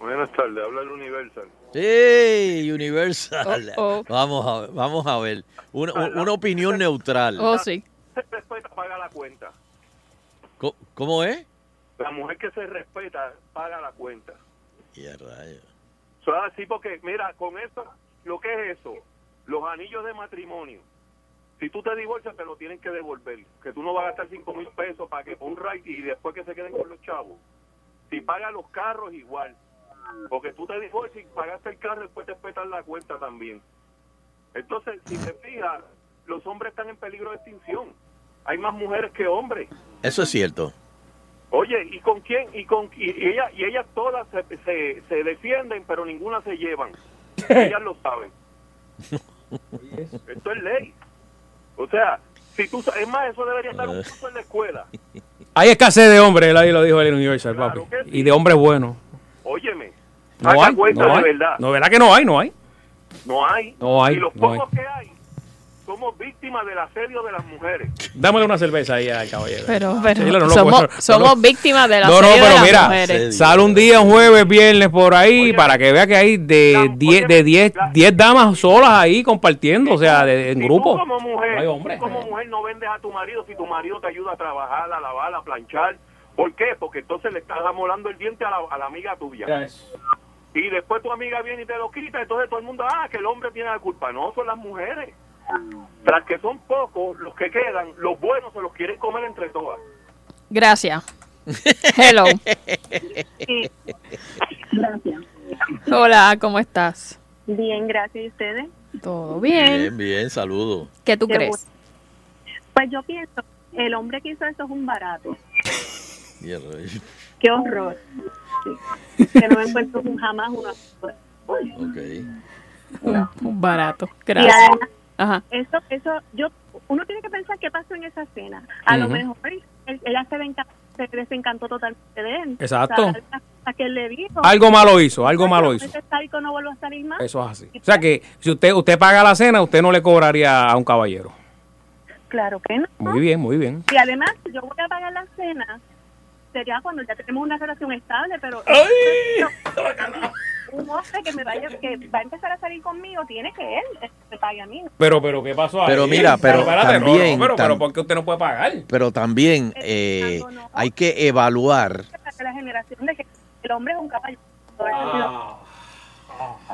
Speaker 7: Buenas tardes, habla el Universal.
Speaker 4: ¡Ey, Universal!
Speaker 5: Oh, oh.
Speaker 4: Vamos a ver, vamos a ver. Una,
Speaker 3: Ah,
Speaker 4: u- una opinión neutral.
Speaker 5: Oh, sí.
Speaker 7: Se respeta, paga la cuenta.
Speaker 4: Co- ¿Cómo es?
Speaker 7: La mujer que se respeta, paga la cuenta.
Speaker 4: Ya, rayo.
Speaker 7: Eso es así porque, mira, con eso, lo que es eso, los anillos de matrimonio. Si tú te divorcias, te lo tienen que devolver. Que tú no vas a gastar cinco mil pesos para que un right y después que se queden con los chavos. Si pagas los carros, igual. Porque tú te divorcias y pagaste el carro, después te petan la cuenta también. Entonces, si te fijas, los hombres están en peligro de extinción. Hay más mujeres que hombres.
Speaker 4: Eso es cierto.
Speaker 7: Oye, ¿y con quién? ¿Y con y y ella, y ellas todas se, se, se defienden, pero ninguna
Speaker 3: [laughs]
Speaker 7: se llevan. Ellas lo saben. Esto es ley. O sea, si tú sa- es más eso debería estar un curso en la escuela.
Speaker 3: [laughs] Hay escasez de hombres, él ahí lo dijo el Universal,
Speaker 7: Claro
Speaker 3: papi.
Speaker 7: que sí.
Speaker 3: Y de hombres buenos.
Speaker 7: Óyeme.
Speaker 3: No
Speaker 7: saca
Speaker 3: hay.
Speaker 7: cuenta
Speaker 3: No
Speaker 7: de
Speaker 3: hay.
Speaker 7: verdad.
Speaker 3: No, ¿verdad que no hay? No hay.
Speaker 7: No hay.
Speaker 3: No hay,
Speaker 7: Y los
Speaker 3: no hay.
Speaker 7: pocos que hay somos víctimas del asedio de las mujeres.
Speaker 3: Dámosle una cerveza ahí al caballero. Ah,
Speaker 5: Pero, pero
Speaker 3: Sheila, no lo
Speaker 5: somos,
Speaker 3: puedo- no
Speaker 5: somos
Speaker 3: lo-
Speaker 5: víctimas de la
Speaker 3: No, no,
Speaker 5: de
Speaker 3: pero
Speaker 5: las
Speaker 3: mira,
Speaker 5: mujeres.
Speaker 4: Sí.
Speaker 3: Sale un día, un jueves, viernes por ahí,
Speaker 7: Oye,
Speaker 3: para que vea que hay de
Speaker 7: la-
Speaker 3: 10
Speaker 7: oye,
Speaker 3: de diez,
Speaker 7: la-
Speaker 3: diez damas solas ahí compartiendo, o sea, de- en
Speaker 7: si
Speaker 3: grupo.
Speaker 7: Tú como mujer,
Speaker 3: No hay hombre.
Speaker 7: tú como mujer no vendes a tu marido si tu marido te ayuda a trabajar, a lavar, a planchar. ¿Por qué? Porque entonces le estás amolando el diente a la, a la amiga tuya. Y después tu amiga viene y te lo quita, entonces todo el mundo, ah, que el hombre tiene la culpa. No, son las mujeres. Tras que son pocos los que quedan, los buenos se los quieren comer entre todas.
Speaker 3: [laughs]
Speaker 5: Gracias. Hello.
Speaker 8: Gracias.
Speaker 5: Hola, ¿cómo estás?
Speaker 8: Bien, gracias. ¿Y ustedes?
Speaker 5: ¿Todo bien?
Speaker 4: Bien, bien, saludo.
Speaker 5: ¿Qué tú
Speaker 8: Qué
Speaker 5: crees?
Speaker 8: Pues yo pienso, el hombre que hizo eso es un barato.
Speaker 4: Ya, rayo.
Speaker 8: Qué horror. Sí. Que no encuentro jamás uno. así.
Speaker 4: Ok.
Speaker 5: Un- un barato.
Speaker 8: Y
Speaker 5: Gracias.
Speaker 8: además,
Speaker 5: Ajá.
Speaker 8: eso, eso, yo, uno tiene que pensar qué pasó en esa cena. A lo
Speaker 3: Ujú.
Speaker 8: mejor él- ella se, venca- se desencantó totalmente de él.
Speaker 3: Exacto.
Speaker 8: O sea, hasta que él le dijo.
Speaker 3: Algo malo hizo, algo
Speaker 8: "Oye,
Speaker 3: malo
Speaker 8: no
Speaker 3: hizo.
Speaker 8: metes talco, no vuelvo a salir más.
Speaker 3: Eso es así. O sea que si usted usted paga la cena, usted no le cobraría a un caballero.
Speaker 8: Claro que no.
Speaker 3: Muy bien, muy bien.
Speaker 8: Y además, si yo voy a pagar la cena, sería cuando ya tenemos una relación estable, pero un hombre que me vaya, que va a empezar a salir conmigo, tiene que él eh, me pague a mí. ¿no?
Speaker 3: Pero pero qué pasó ahí?
Speaker 4: Pero mira, pero
Speaker 3: espérate, no, no,
Speaker 4: también,
Speaker 3: pero, pero
Speaker 4: tam-
Speaker 3: ¿por qué usted no puede pagar?
Speaker 4: Pero también eh, hay que evaluar,
Speaker 8: Para la generación de que el hombre es un caballero.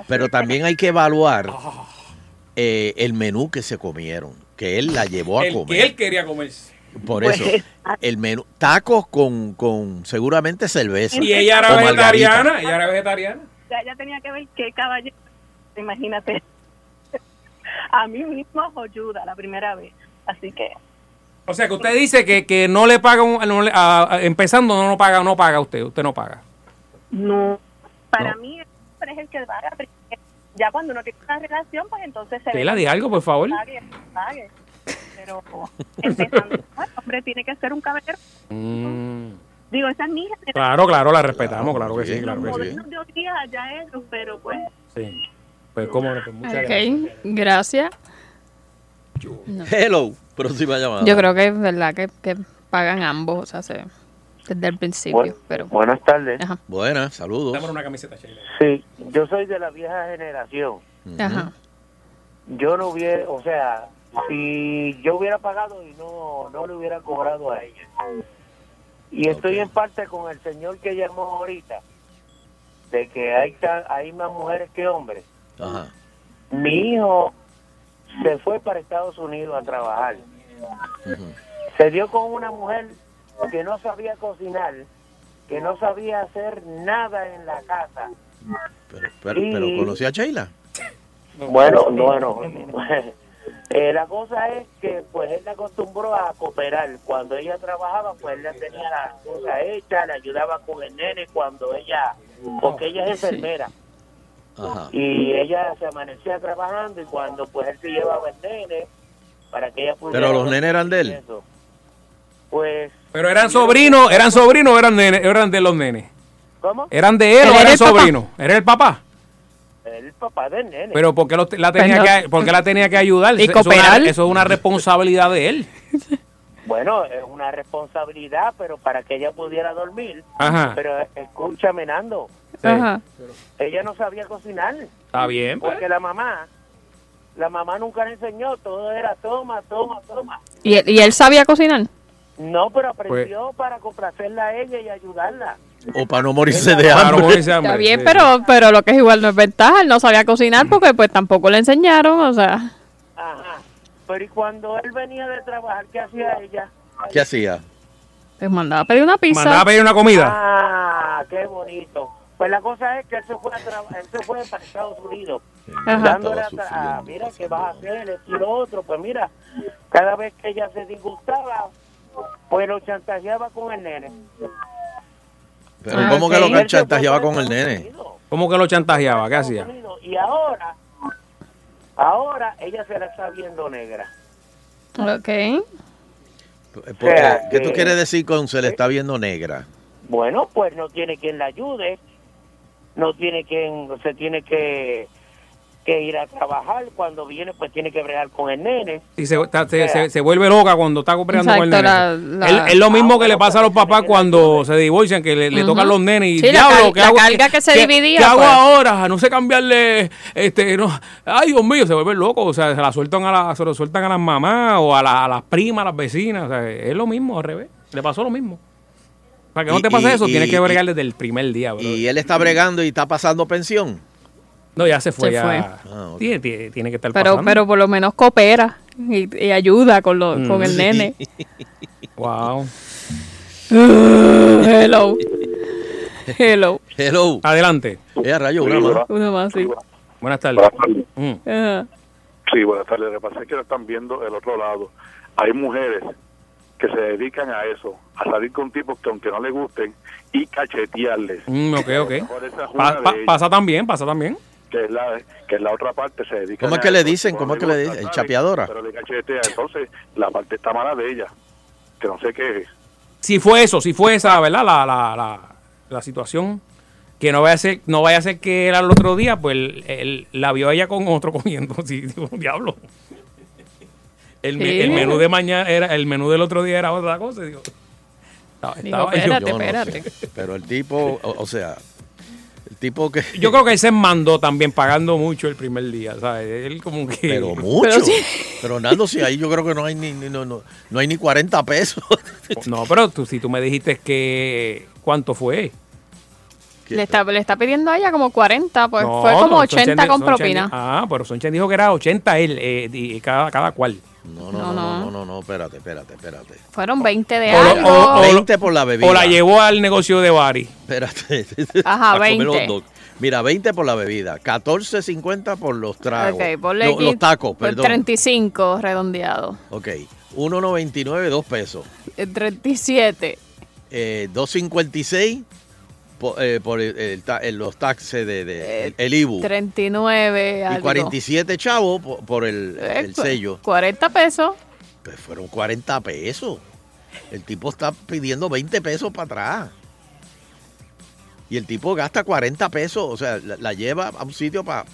Speaker 4: pero también hay que evaluar eh, el menú que se comieron, que él la llevó a
Speaker 3: El Pues, ah. que él
Speaker 4: comer.
Speaker 3: quería comerse.
Speaker 4: Por
Speaker 7: Pues, [laughs]
Speaker 4: eso, el menú, tacos con, con seguramente cerveza.
Speaker 3: Y ella era
Speaker 4: o margarita.
Speaker 3: vegetariana, ella era vegetariana.
Speaker 8: Ya, ya tenía que ver qué caballero. Imagínate. [laughs] A mí mismo joyuda la primera vez. Así que
Speaker 3: O sea, que usted dice que, que no le paga, un- no le- a- a- empezando no, no paga, no paga usted, usted no paga.
Speaker 8: no. Para
Speaker 4: No.
Speaker 8: mí el hombre es el que paga. primero. Ya cuando uno tiene una relación, pues entonces se
Speaker 3: Tela, di algo, por favor.
Speaker 8: pague, pague. Pero empezando, el hombre tiene que ser un caballero.
Speaker 3: Mm,
Speaker 8: Digo, esa es mi generación.
Speaker 3: claro, claro, la respetamos, claro, que
Speaker 4: Bien,
Speaker 3: sí, claro
Speaker 8: Los
Speaker 3: que sí.
Speaker 8: modernos de hoy día ya es, pero pues.
Speaker 3: Sí. Pues cómo no, pues muchas
Speaker 5: Ok,
Speaker 3: gracias.
Speaker 5: gracias.
Speaker 4: Hello, próxima llamada.
Speaker 5: Yo creo que es verdad que, que pagan ambos, o sea, se- desde el principio. pero
Speaker 9: Buenas tardes.
Speaker 5: Ajá,
Speaker 4: Buenas, saludos.
Speaker 3: Dame una camiseta, Sheila.
Speaker 9: Sí, yo soy de la vieja generación.
Speaker 4: Ujú.
Speaker 5: ajá.
Speaker 9: Yo no hubiera, o sea, si yo hubiera pagado y no, no le hubiera cobrado a ella. Y estoy
Speaker 4: Ok.
Speaker 9: en parte con el señor que llamó ahorita, de que hay, tan- hay más mujeres que hombres.
Speaker 4: Ajá.
Speaker 9: Mi hijo se fue para Estados Unidos a trabajar. Se dio con una mujer que no sabía cocinar, que no sabía hacer nada en la casa. [laughs]
Speaker 4: Pero, pero, pero
Speaker 9: Y-
Speaker 4: conocí a Sheila.
Speaker 9: Bueno, bueno. Eh, la cosa es que pues él la acostumbró a cooperar. Cuando ella trabajaba, pues él le tenía las cosas hechas, le ayudaba con el nene cuando ella, porque ella es enfermera.
Speaker 4: Ajá.
Speaker 9: Y ella se amanecía trabajando y cuando pues él se llevaba el nene para que ella pudiera...
Speaker 4: Pero los nenes eran de él.
Speaker 9: Eso. Pues...
Speaker 3: Pero eran sobrinos, eran sobrinos, o eran nene- eran de los nenes.
Speaker 9: ¿Cómo?
Speaker 3: Eran de
Speaker 5: Él
Speaker 3: él o
Speaker 5: era
Speaker 3: eran
Speaker 5: el papá.
Speaker 3: sobrinos. Era el papá.
Speaker 9: El papá del nene.
Speaker 3: Pero ¿por qué, lo- la tenía
Speaker 5: Pues no.
Speaker 3: que, por qué la tenía que ayudar?
Speaker 5: Y
Speaker 3: Eso- eso es una-
Speaker 5: cooperar.
Speaker 3: eso es una responsabilidad de él.
Speaker 9: Bueno, es una responsabilidad, pero para que ella pudiera dormir.
Speaker 3: Ajá.
Speaker 9: Pero eh, escúchame, Nando,
Speaker 3: Sí.
Speaker 5: Ajá.
Speaker 9: ella no sabía cocinar.
Speaker 3: Está bien. pues.
Speaker 9: Porque la mamá, la mamá nunca le enseñó, todo era toma, toma, toma.
Speaker 5: ¿Y, él- y él sabía cocinar?
Speaker 9: No, pero aprendió
Speaker 3: Pues-
Speaker 9: para complacerla a ella y ayudarla.
Speaker 4: O para no morirse de
Speaker 3: Claro,
Speaker 4: hambre.
Speaker 3: Mauricio, hombre,
Speaker 5: Está bien,
Speaker 3: sí, sí. Mm.
Speaker 5: pero, pero lo que es igual no es ventaja. Él no sabía cocinar porque pues tampoco le enseñaron, o sea...
Speaker 9: Ajá. Pero y cuando él venía de trabajar, ¿qué hacía ella?
Speaker 4: ¿Qué hacía?
Speaker 5: Pues mandaba a pedir una pizza.
Speaker 3: Mandaba a pedir una comida.
Speaker 9: Ah, qué bonito. Pues la cosa es que él se fue, a traba- él se fue para Estados Unidos.
Speaker 5: Ajá.
Speaker 9: dándole
Speaker 4: Estaba
Speaker 9: a, tra-
Speaker 4: sufriendo,
Speaker 9: ah, mira qué
Speaker 4: pasando
Speaker 9: vas a
Speaker 4: hambre.
Speaker 9: hacer esto y lo otro pues mira cada vez que ella se disgustaba pues lo chantajeaba con el nene
Speaker 4: Pero
Speaker 5: Ah,
Speaker 4: ¿cómo que
Speaker 5: ok.
Speaker 4: lo
Speaker 9: Y él se
Speaker 4: chantajeaba
Speaker 9: fue
Speaker 4: con
Speaker 9: para
Speaker 4: el
Speaker 9: Estados
Speaker 4: nene?
Speaker 9: Unidos,
Speaker 3: ¿Cómo que lo chantajeaba? ¿Qué
Speaker 9: Estados
Speaker 3: hacía?
Speaker 9: Unidos. y ahora ahora ella se la está viendo negra
Speaker 5: Ok.
Speaker 4: Eh, Porque,
Speaker 9: sea,
Speaker 4: ¿Qué tú
Speaker 9: que-
Speaker 4: quieres decir con se le está viendo negra?
Speaker 9: bueno pues no tiene quien la ayude no tiene quien se tiene que que ir a trabajar cuando viene pues tiene que bregar con el nene
Speaker 3: Y se, está- se- se- se vuelve loca cuando está cooperando con el nene.
Speaker 5: Exacto, la-
Speaker 3: Es-
Speaker 5: la-
Speaker 3: es, lo mismo que le
Speaker 9: Ah,
Speaker 3: pasa a los
Speaker 9: bueno,
Speaker 3: papás
Speaker 9: pero
Speaker 3: cuando se divorcian, que le, le
Speaker 5: Ujú.
Speaker 3: tocan los nenes y
Speaker 5: Sí, la
Speaker 3: diablo,
Speaker 5: cal-
Speaker 3: ¿qué
Speaker 5: la
Speaker 3: hago?
Speaker 5: carga que se
Speaker 3: ¿Qué-
Speaker 5: dividía,
Speaker 3: ¿Qué hago
Speaker 5: pues?
Speaker 3: ahora? No sé cambiarle, este, no. Ay, Dios mío, se vuelve loco. O sea, se la sueltan a la, se lo sueltan a las mamás o a, la- a las primas, a las vecinas. O sea, es lo mismo, al revés. Le pasó lo mismo. Para que no
Speaker 4: Y-
Speaker 3: te pase
Speaker 4: y-
Speaker 3: eso,
Speaker 4: y-
Speaker 3: tienes que
Speaker 4: y-
Speaker 3: bregar desde el primer día, bro.
Speaker 4: Y él está bregando y está pasando pensión.
Speaker 3: No, ya se fue.
Speaker 5: Se
Speaker 3: ya.
Speaker 5: fue.
Speaker 4: Ah, ok.
Speaker 3: tiene, tiene- tiene que estar
Speaker 5: Pero,
Speaker 3: pasando.
Speaker 5: pero por lo menos coopera y, y ayuda con, lo, con
Speaker 3: Mm.
Speaker 5: el nene.
Speaker 3: [laughs]
Speaker 5: [laughs]
Speaker 3: Wow.
Speaker 5: Hello. Hello.
Speaker 4: Hello.
Speaker 3: Adelante.
Speaker 4: Ella rayo una más.
Speaker 5: Uno más, sí.
Speaker 3: Buenas tardes.
Speaker 10: Buenas tardes.
Speaker 3: Mm.
Speaker 5: Ajá.
Speaker 10: Sí, buenas tardes. Lo que pasa es que lo están viendo el otro lado. Hay mujeres que se dedican a eso, a salir con tipos que aunque no les gusten y cachetearles.
Speaker 3: Mm, ok, ok.
Speaker 10: Por esa es
Speaker 3: Pa-
Speaker 10: una
Speaker 3: pa-
Speaker 10: de ellas,
Speaker 3: pasa también, pasa también.
Speaker 10: que es la que es la otra parte se dedica.
Speaker 4: ¿Cómo es que le dicen? ¿Cómo es que le dicen? ¿Chapeadora?
Speaker 10: Pero le cachetea. Entonces la parte está mala de ella, que no sé qué es.
Speaker 3: Si fue eso, si fue esa, ¿verdad? La, la, la, la situación. Que no vaya a ser, no vaya a ser que era el otro día, pues él, él la vio a ella con otro comiendo. [laughs] Sí, digo, diablo. El, me-
Speaker 5: Sí.
Speaker 3: el menú de mañana era, el menú del otro día era otra cosa. Digo, Estaba-
Speaker 5: Digo,
Speaker 3: estaba- yo-
Speaker 5: espérate.
Speaker 4: Yo no sé.
Speaker 5: espérate.
Speaker 4: Pero el tipo, o, o sea, el tipo que.
Speaker 3: yo, creo que él se mandó también pagando mucho el primer día, ¿sabes? Él como que. [laughs]
Speaker 4: Pero mucho. Pero, Nando, si ahí yo creo que no hay ni, ni- no, no, no hay ni 40 pesos.
Speaker 3: [laughs] No, pero tú, si tú me dijiste que. ¿Cuánto fue?
Speaker 5: Le está, le está pidiendo a ella como 40, pues
Speaker 3: No,
Speaker 5: fue como
Speaker 3: son
Speaker 5: 80
Speaker 3: Chen-
Speaker 5: con
Speaker 3: son
Speaker 5: propina.
Speaker 3: Chen- ah, pero Sonchen dijo que era 80 él, eh, y cada, cada cual.
Speaker 4: No, no,
Speaker 5: No, no.
Speaker 4: no, no, no, no, no, espérate, espérate, espérate.
Speaker 5: Fueron 20 de
Speaker 3: O lo-
Speaker 5: algo.
Speaker 3: o- o-
Speaker 4: 20 por la bebida.
Speaker 3: O la llevó al negocio de Bari.
Speaker 4: Espérate. [laughs]
Speaker 5: Ajá,
Speaker 4: Para
Speaker 5: 20.
Speaker 4: comer hot dog. Mira, 20 por la bebida, 14.50 por los tragos.
Speaker 5: Ok, ponle
Speaker 4: No,
Speaker 5: aquí,
Speaker 4: los tacos,
Speaker 5: pues,
Speaker 4: perdón.
Speaker 5: 35 redondeado.
Speaker 4: Ok, 1.99, 2 pesos.
Speaker 5: Eh, 37.
Speaker 4: Eh, 2.56 por, eh, por el- el ta- el- los taxes de, de- el, el IBU.
Speaker 5: 39
Speaker 4: Uh. Y
Speaker 5: Eh, algo.
Speaker 4: 47 chavos por, por el,
Speaker 5: Eh,
Speaker 4: el
Speaker 5: cu-
Speaker 4: sello.
Speaker 5: 40 pesos.
Speaker 4: Pues fueron 40 pesos. El tipo está pidiendo 20 pesos para atrás. Y el tipo gasta 40 pesos. O sea, la, la lleva a un sitio para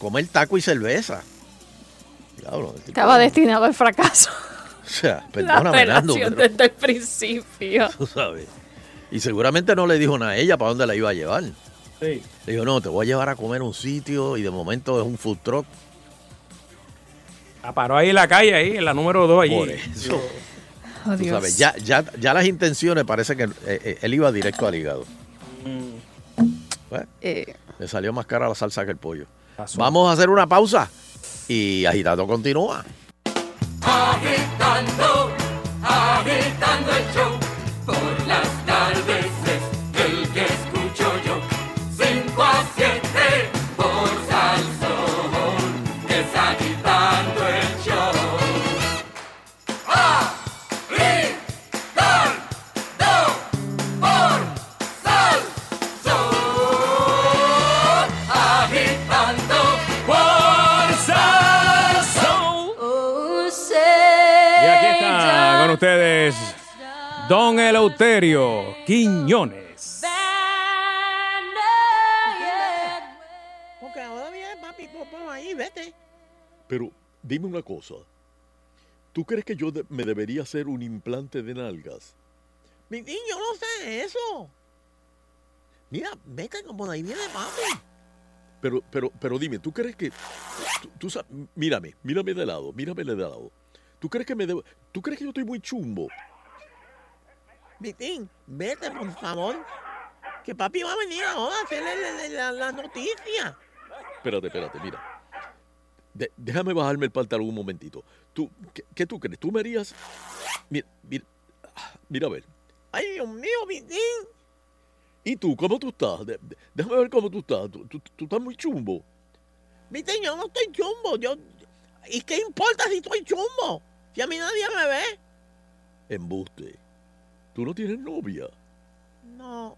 Speaker 4: comer taco y cerveza. Diablo, el tipo-
Speaker 5: Estaba destinado al fracaso. [laughs]
Speaker 4: [laughs] O sea,
Speaker 5: la
Speaker 4: perdóname, Nando,
Speaker 5: relación
Speaker 4: pero
Speaker 5: desde el principio.
Speaker 4: tú sabes. Y seguramente no le dijo nada a ella para dónde la iba a llevar. Le dijo, no, te voy a llevar a comer a un sitio y de momento es un food truck.
Speaker 3: Ah, La paró ahí en la calle, ahí, en la número 2 allí.
Speaker 4: Por eso.
Speaker 5: Oh,
Speaker 4: Tú
Speaker 5: Dios.
Speaker 4: sabes, ya, ya, ya las intenciones parece que eh, eh, él iba directo al hígado. Bueno,
Speaker 5: Eh,
Speaker 4: le salió más cara la salsa que el pollo.
Speaker 3: Pasó.
Speaker 4: Vamos a hacer una pausa y agitando continúa.
Speaker 2: Agitando, agitando el show. Por las tardes es el que escucho yo. 5 a 7 por Salsón. Es agitando el show. Agitando por Salsón. Agitando por Salsón.
Speaker 3: Y aquí está con ustedes Don Eleuterio Quiñones.
Speaker 4: Porque ahora bien, papi, papá, ahí, vete. Pero dime una cosa. ¿Tú crees que yo de- me debería hacer un implante de nalgas? Mi niño, no sé eso. Mira, vete como de ahí viene papi. Pero, pero, pero dime, ¿tú crees que... Tú, tú sa- mírame, mírame de lado, mírame de lado. ¿Tú crees que me debo... ¿Tú crees que yo estoy muy chumbo? Vitín, vete, por favor. Que papi va a venir ahora a hacerle la, noticia. Espérate, espérate, mira. De- déjame bajarme el pantalón un momentito. ¿Tú, qué, qué tú crees? ¿Tú me harías? Mira, mira, ah, mira a ver. Ay, Dios mío, Vitín. ¿Y tú? ¿Cómo tú estás? De- de- déjame ver cómo tú estás. Tú, tú- tú estás muy chumbo. Vitín, yo no estoy chumbo. Yo, ¿Y qué importa si estoy chumbo? Si a mí nadie me ve. Embuste. ¿Tú no tienes novia? No.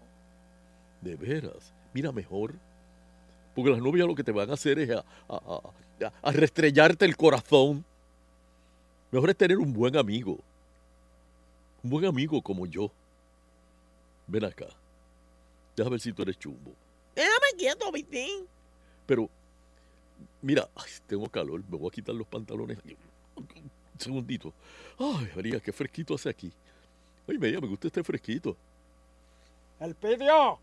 Speaker 4: De veras. Mira mejor. Porque las novias lo que te van a hacer es a, a- a- a restrellarte el corazón. Mejor es tener un buen amigo. Un buen amigo como yo. Ven acá. Déjame ver si tú eres chumbo. Déjame quieto, Vitín. Pero, mira, ay, tengo calor. Me voy a quitar los pantalones. Un segundito. Ay, María, qué fresquito hace aquí. Ay, María, me gusta este fresquito.
Speaker 11: El pidió.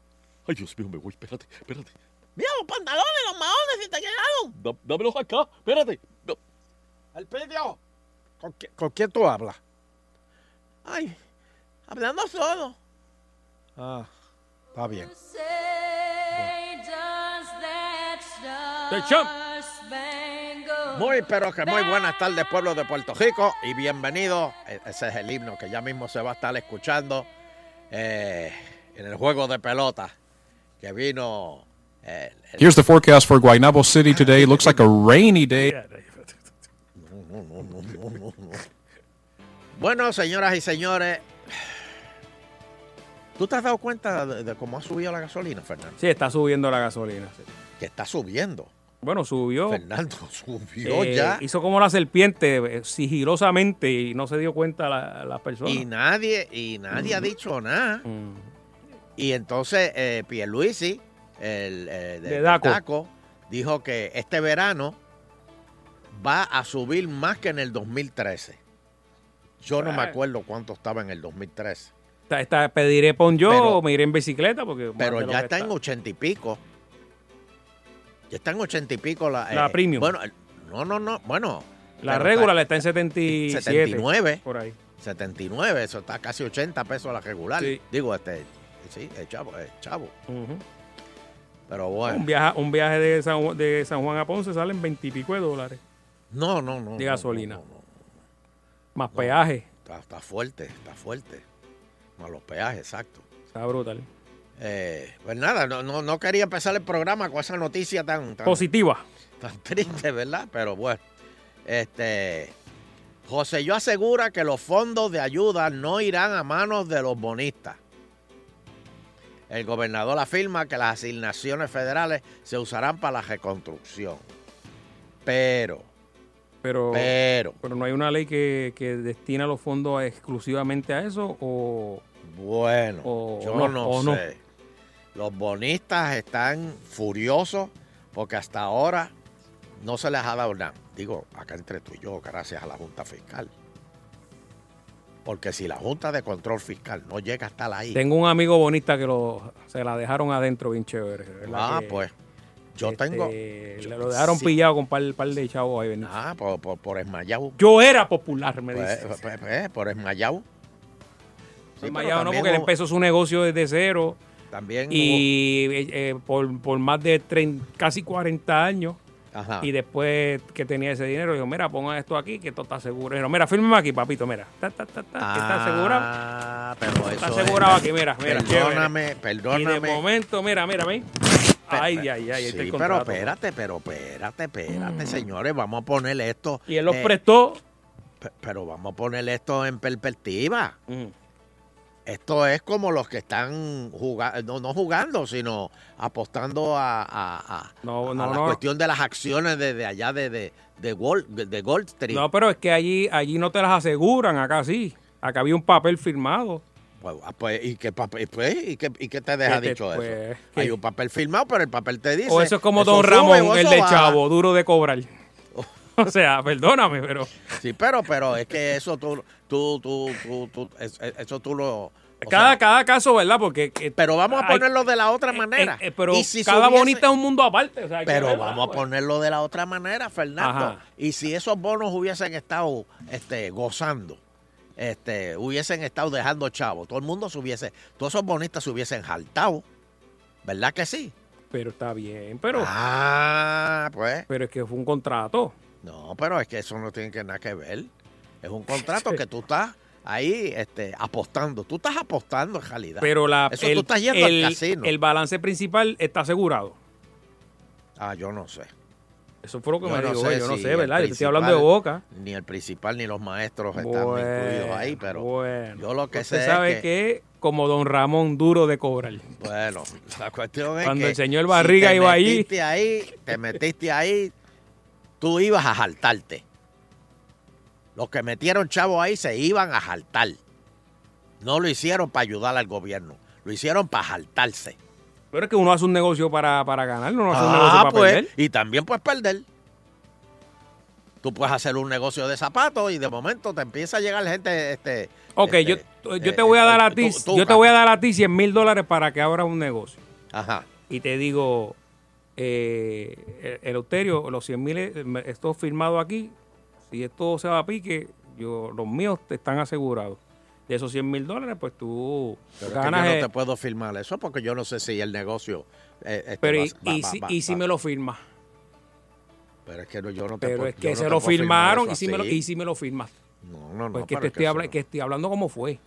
Speaker 4: Ay, Dios mío, me voy. Espérate, espérate.
Speaker 11: Mira los pantalones, los maones se te quedaron.
Speaker 4: Da- dámelos acá. Espérate. No.
Speaker 11: El pidió. ¿Con, qui- con quién tú hablas?
Speaker 9: Ay, hablando solo.
Speaker 11: Ah, está bien.
Speaker 3: The Champ.
Speaker 11: Muy, pero que muy buenas tardes, pueblo de Puerto Rico, y bienvenido. E- Ese es el himno que ya mismo se va a estar escuchando eh, en el juego de pelota que vino. eh, el-
Speaker 12: Here's the forecast for Guaynabo City today. Looks like a rainy day.
Speaker 11: No, no, no, no, no, no. Bueno, señoras y señores,
Speaker 4: ¿Tú te has dado cuenta de, de cómo ha subido la gasolina, Fernando?
Speaker 3: Sí, está subiendo la gasolina. sí.
Speaker 4: Que está subiendo.
Speaker 3: Bueno, subió.
Speaker 4: Fernando [laughs] subió
Speaker 3: Eh,
Speaker 4: ya.
Speaker 3: Hizo como la serpiente eh, sigilosamente y no se dio cuenta la, la persona.
Speaker 4: Y nadie, y nadie ha dicho nada.
Speaker 3: Mm.
Speaker 4: Y entonces eh, Pierluisi, el eh, de,
Speaker 3: De Daco.
Speaker 4: de Daco, dijo que este verano va a subir más que en el 2013. Yo no me
Speaker 3: Ah.
Speaker 4: acuerdo cuánto estaba en el 2013.
Speaker 3: Está, está- pediré pon yo
Speaker 4: Pero-
Speaker 3: o me iré en bicicleta porque... más de
Speaker 4: Pero
Speaker 3: lo
Speaker 4: ya
Speaker 3: que
Speaker 4: está en ochenta y pico. Ya está en ochenta y pico la... eh,
Speaker 3: La premium.
Speaker 4: Bueno, el- no, no, no. Bueno.
Speaker 3: La
Speaker 4: pero
Speaker 3: regular
Speaker 4: está-
Speaker 3: está en 77.
Speaker 4: 79.
Speaker 3: Por ahí.
Speaker 4: 79, eso está casi 80 pesos la regular.
Speaker 3: Sí.
Speaker 4: Digo, este, sí, el chavo, el chavo.
Speaker 3: Ujú.
Speaker 4: Pero
Speaker 3: un,
Speaker 4: bueno.
Speaker 3: viaje, un viaje de San, Ju- de San Juan a Ponce salen 20 y pico de dólares.
Speaker 4: No, no, no.
Speaker 3: de
Speaker 4: no,
Speaker 3: gasolina.
Speaker 4: no, no.
Speaker 3: Más peaje.
Speaker 4: Está, está fuerte, está fuerte. Más los peajes, exacto.
Speaker 3: Está brutal.
Speaker 4: Eh, pues nada, no, no, no quería empezar el programa con esa noticia tan, tan,
Speaker 3: Positiva.
Speaker 4: tan triste, ¿verdad? Pero bueno. Este. José, yo asegura que los fondos de ayuda no irán a manos de los bonistas. El gobernador afirma que las asignaciones federales se usarán para la reconstrucción. Pero,
Speaker 3: Pero, pero,
Speaker 4: pero,
Speaker 3: no hay una ley que, que destina los fondos exclusivamente a eso o...
Speaker 4: Bueno,
Speaker 3: O
Speaker 4: yo
Speaker 3: no,
Speaker 4: no,
Speaker 3: o no.
Speaker 4: sé. Los bonistas están furiosos porque hasta ahora no se les ha dado nada. Digo, acá entre tú y yo, gracias a la Junta Fiscal. Porque si la Junta de Control Fiscal no llega hasta la I,
Speaker 3: Tengo un amigo bonita que lo, se la dejaron adentro bien chévere. ¿verdad?
Speaker 4: ah,
Speaker 3: Que,
Speaker 4: pues yo
Speaker 3: este,
Speaker 4: tengo.
Speaker 3: le
Speaker 4: yo-
Speaker 3: lo dejaron
Speaker 4: sí.
Speaker 3: pillado con un par, par de chavos ahí. bendito.
Speaker 4: Ah, por, por, por Esmayau.
Speaker 3: Yo era popular, me
Speaker 4: Pues,
Speaker 3: dice.
Speaker 4: pues, pues, por Esmayau.
Speaker 3: en
Speaker 4: pero
Speaker 3: Mayagüez no,
Speaker 4: también
Speaker 3: porque él
Speaker 4: hubo-
Speaker 3: empezó su negocio desde cero.
Speaker 4: También
Speaker 3: Y eh, eh, por, por más de trein- casi 40 años.
Speaker 4: Ajá.
Speaker 3: Y después que tenía ese dinero, dijo, mira, ponga esto aquí, que esto está seguro. Dijo, mira, fírmeme aquí, papito, mira. Ta, ta, ta, ta, que está asegurado.
Speaker 4: Ah, pero
Speaker 3: Está
Speaker 4: eso es-
Speaker 3: asegurado aquí, mira, mira,
Speaker 4: Perdóname,
Speaker 3: Y de
Speaker 4: perdóname.
Speaker 3: momento, mira, mira, ven. Ay, ay, ay, ahí
Speaker 4: Sí,
Speaker 3: está el
Speaker 4: pero
Speaker 3: contrato. Mm.
Speaker 4: espérate, pero espérate, espérate, señores, vamos a poner esto.
Speaker 3: Y él los
Speaker 4: eh,
Speaker 3: prestó.
Speaker 4: pe- Pero vamos a poner esto en perspectiva.
Speaker 3: Mm.
Speaker 4: Esto es como los que están jugando, no, no jugando, sino apostando a, a- a- a
Speaker 3: no,
Speaker 4: la
Speaker 3: no.
Speaker 4: cuestión de las acciones desde allá de, de, de, Wall- de- de Gold Street.
Speaker 3: No, pero es que allí, allí no te las aseguran, acá sí. Acá había un papel firmado.
Speaker 4: Pues, ah, pues, ¿y, qué papel, pues, ¿y, qué, y qué te deja
Speaker 3: Que te-
Speaker 4: dicho
Speaker 3: pues,
Speaker 4: eso? Hay un papel firmado, pero el papel te dice.
Speaker 3: o eso es como Don
Speaker 4: sube
Speaker 3: Ramón,
Speaker 4: o
Speaker 3: el
Speaker 4: eso
Speaker 3: de
Speaker 4: baja.
Speaker 3: Chavo, duro de cobrar. [laughs] O sea, perdóname, pero...
Speaker 4: Sí, pero, pero es que eso tú, tú, tú, tú, tú- es- es- eso tú lo. o
Speaker 3: Cada,
Speaker 4: sea,
Speaker 3: cada caso, ¿verdad? Porque... eh,
Speaker 4: pero vamos a ponerlo de la otra manera.
Speaker 3: pero
Speaker 4: Y si
Speaker 3: cada
Speaker 4: subiese-
Speaker 3: bonita es un mundo aparte. o sea, hay que
Speaker 4: pero
Speaker 3: verla,
Speaker 4: vamos a
Speaker 3: pues.
Speaker 4: ponerlo de la otra manera, Fernando.
Speaker 3: Ajá.
Speaker 4: Y si esos bonos hubiesen estado este, gozando, este, hubiesen estado dejando chavo, todo el mundo se hubiese, todos esos bonistas se hubiesen jaltado, ¿verdad que sí?
Speaker 3: Pero está bien, pero.
Speaker 4: Ah, pues.
Speaker 3: Pero es que fue un contrato.
Speaker 4: No, pero es que eso no tiene que nada que ver.
Speaker 3: [laughs]
Speaker 4: Es un contrato que tú estás ahí este, apostando. Tú estás apostando en realidad.
Speaker 3: Pero la,
Speaker 4: Eso
Speaker 3: el-
Speaker 4: tú estás yendo
Speaker 3: el-
Speaker 4: al casino.
Speaker 3: el balance principal está asegurado.
Speaker 4: Ah, yo no sé.
Speaker 3: Eso fue lo que me dijo, yo no
Speaker 4: si
Speaker 3: sé,
Speaker 4: el
Speaker 3: ¿verdad? Yo te estoy hablando de
Speaker 4: principal,
Speaker 3: boca.
Speaker 4: Ni el principal ni los maestros están
Speaker 3: Bueno,
Speaker 4: incluidos ahí, pero yo lo que
Speaker 3: Usted
Speaker 4: sé
Speaker 3: sabe
Speaker 4: es que,
Speaker 3: que... como don Ramón, duro de cobrar.
Speaker 4: bueno, [laughs] la cuestión es
Speaker 3: Cuando
Speaker 4: que
Speaker 3: el señor Barriga
Speaker 4: si te
Speaker 3: iba ahí-
Speaker 4: metiste ahí, te metiste ahí, tú ibas a jaltarte. Los que metieron chavo ahí se iban a jaltar. No lo hicieron para ayudar al gobierno, lo hicieron para jaltarse.
Speaker 3: Pero es que uno hace un negocio para, para ganar, no hace un negocio
Speaker 4: Ah,
Speaker 3: para
Speaker 4: pues,
Speaker 3: perder.
Speaker 4: y también puedes perder. Tú puedes hacer un negocio de zapatos y de momento te empieza a llegar gente, este,
Speaker 3: Ok,
Speaker 4: este,
Speaker 3: yo, yo te
Speaker 4: eh,
Speaker 3: voy a dar a
Speaker 4: tú-
Speaker 3: ti,
Speaker 4: tú,
Speaker 3: yo te
Speaker 4: Tuca.
Speaker 3: voy a dar a ti 100 mil dólares para que abras un negocio.
Speaker 4: Ajá.
Speaker 3: Y te digo, eh, el- Eleuterio, los 100 mil, eh, esto firmado aquí, si esto se va a pique, yo, los míos te están asegurados. De esos 100 mil dólares, pues tú
Speaker 4: Pero es que
Speaker 3: ganas...
Speaker 4: yo
Speaker 3: eh,
Speaker 4: no te puedo firmar eso porque yo no sé si el negocio. eh, este,
Speaker 3: pero
Speaker 4: va-
Speaker 3: y,
Speaker 4: va-
Speaker 3: y
Speaker 4: va-
Speaker 3: si,
Speaker 4: va-
Speaker 3: y si
Speaker 4: va-
Speaker 3: me lo firmas.
Speaker 4: Pero es que no- yo no te
Speaker 3: Pero
Speaker 4: puedo-
Speaker 3: es
Speaker 4: yo
Speaker 3: que
Speaker 4: no
Speaker 3: se
Speaker 4: te
Speaker 3: lo
Speaker 4: puedo firmar
Speaker 3: firmaron
Speaker 4: eso
Speaker 3: y si, me lo,
Speaker 4: así.
Speaker 3: y si me lo firmas.
Speaker 4: No, no, no.
Speaker 3: Pues que
Speaker 4: pero
Speaker 3: te
Speaker 4: es
Speaker 3: estoy,
Speaker 4: eso
Speaker 3: habla- que estoy hablando como fue.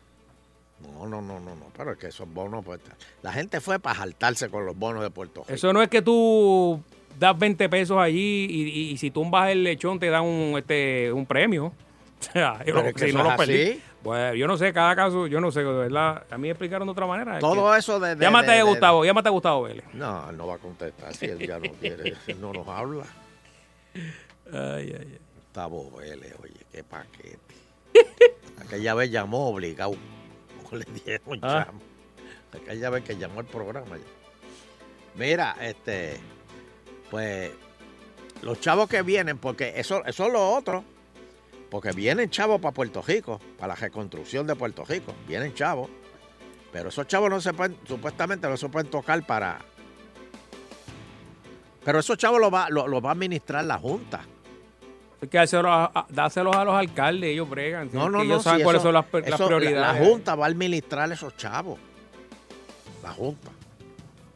Speaker 4: No, no, no, no, no. Pero es que esos bonos. pues, la gente fue para saltarse con los bonos de Puerto Rico.
Speaker 3: Eso no es que tú das 20 pesos allí y, y- y si tumbas el lechón te dan un, este, un premio. [laughs] O sea, yo
Speaker 4: Pero
Speaker 3: no-
Speaker 4: es que
Speaker 3: si
Speaker 4: eso
Speaker 3: no
Speaker 4: es
Speaker 3: lo perdí.
Speaker 4: así.
Speaker 3: Bueno, yo no sé, cada caso, yo no sé, de verdad. A mí me explicaron de otra manera. Es
Speaker 4: Todo
Speaker 3: que-
Speaker 4: eso de. de-
Speaker 3: llámate a
Speaker 4: de- de-
Speaker 3: Gustavo, llámate a Gustavo Vélez.
Speaker 4: No, él no va a contestar si él ya no
Speaker 3: [laughs]
Speaker 4: quiere, si no nos habla.
Speaker 3: Ay, ay, ay.
Speaker 4: Gustavo Vélez, oye, qué paquete. Aquella vez llamó obligado. No le dieron
Speaker 3: Ah.
Speaker 4: chamo. Aquella vez que llamó al programa. Mira, este, pues, los chavos que vienen, porque eso, eso es lo otro. Porque vienen chavos para Puerto Rico, para la reconstrucción de Puerto Rico. Vienen chavos. Pero esos chavos no se pueden, supuestamente no se pueden tocar para. Pero esos chavos los va, lo- lo va a administrar la Junta.
Speaker 3: Hay que dárselos a, a- dárselos a los alcaldes, ellos bregan.
Speaker 4: No,
Speaker 3: que
Speaker 4: no, no.
Speaker 3: ellos saben
Speaker 4: sí,
Speaker 3: cuáles
Speaker 4: eso-
Speaker 3: son las, pr- las
Speaker 4: eso, la-
Speaker 3: prioridades.
Speaker 4: La, Junta va a administrar esos chavos. La Junta.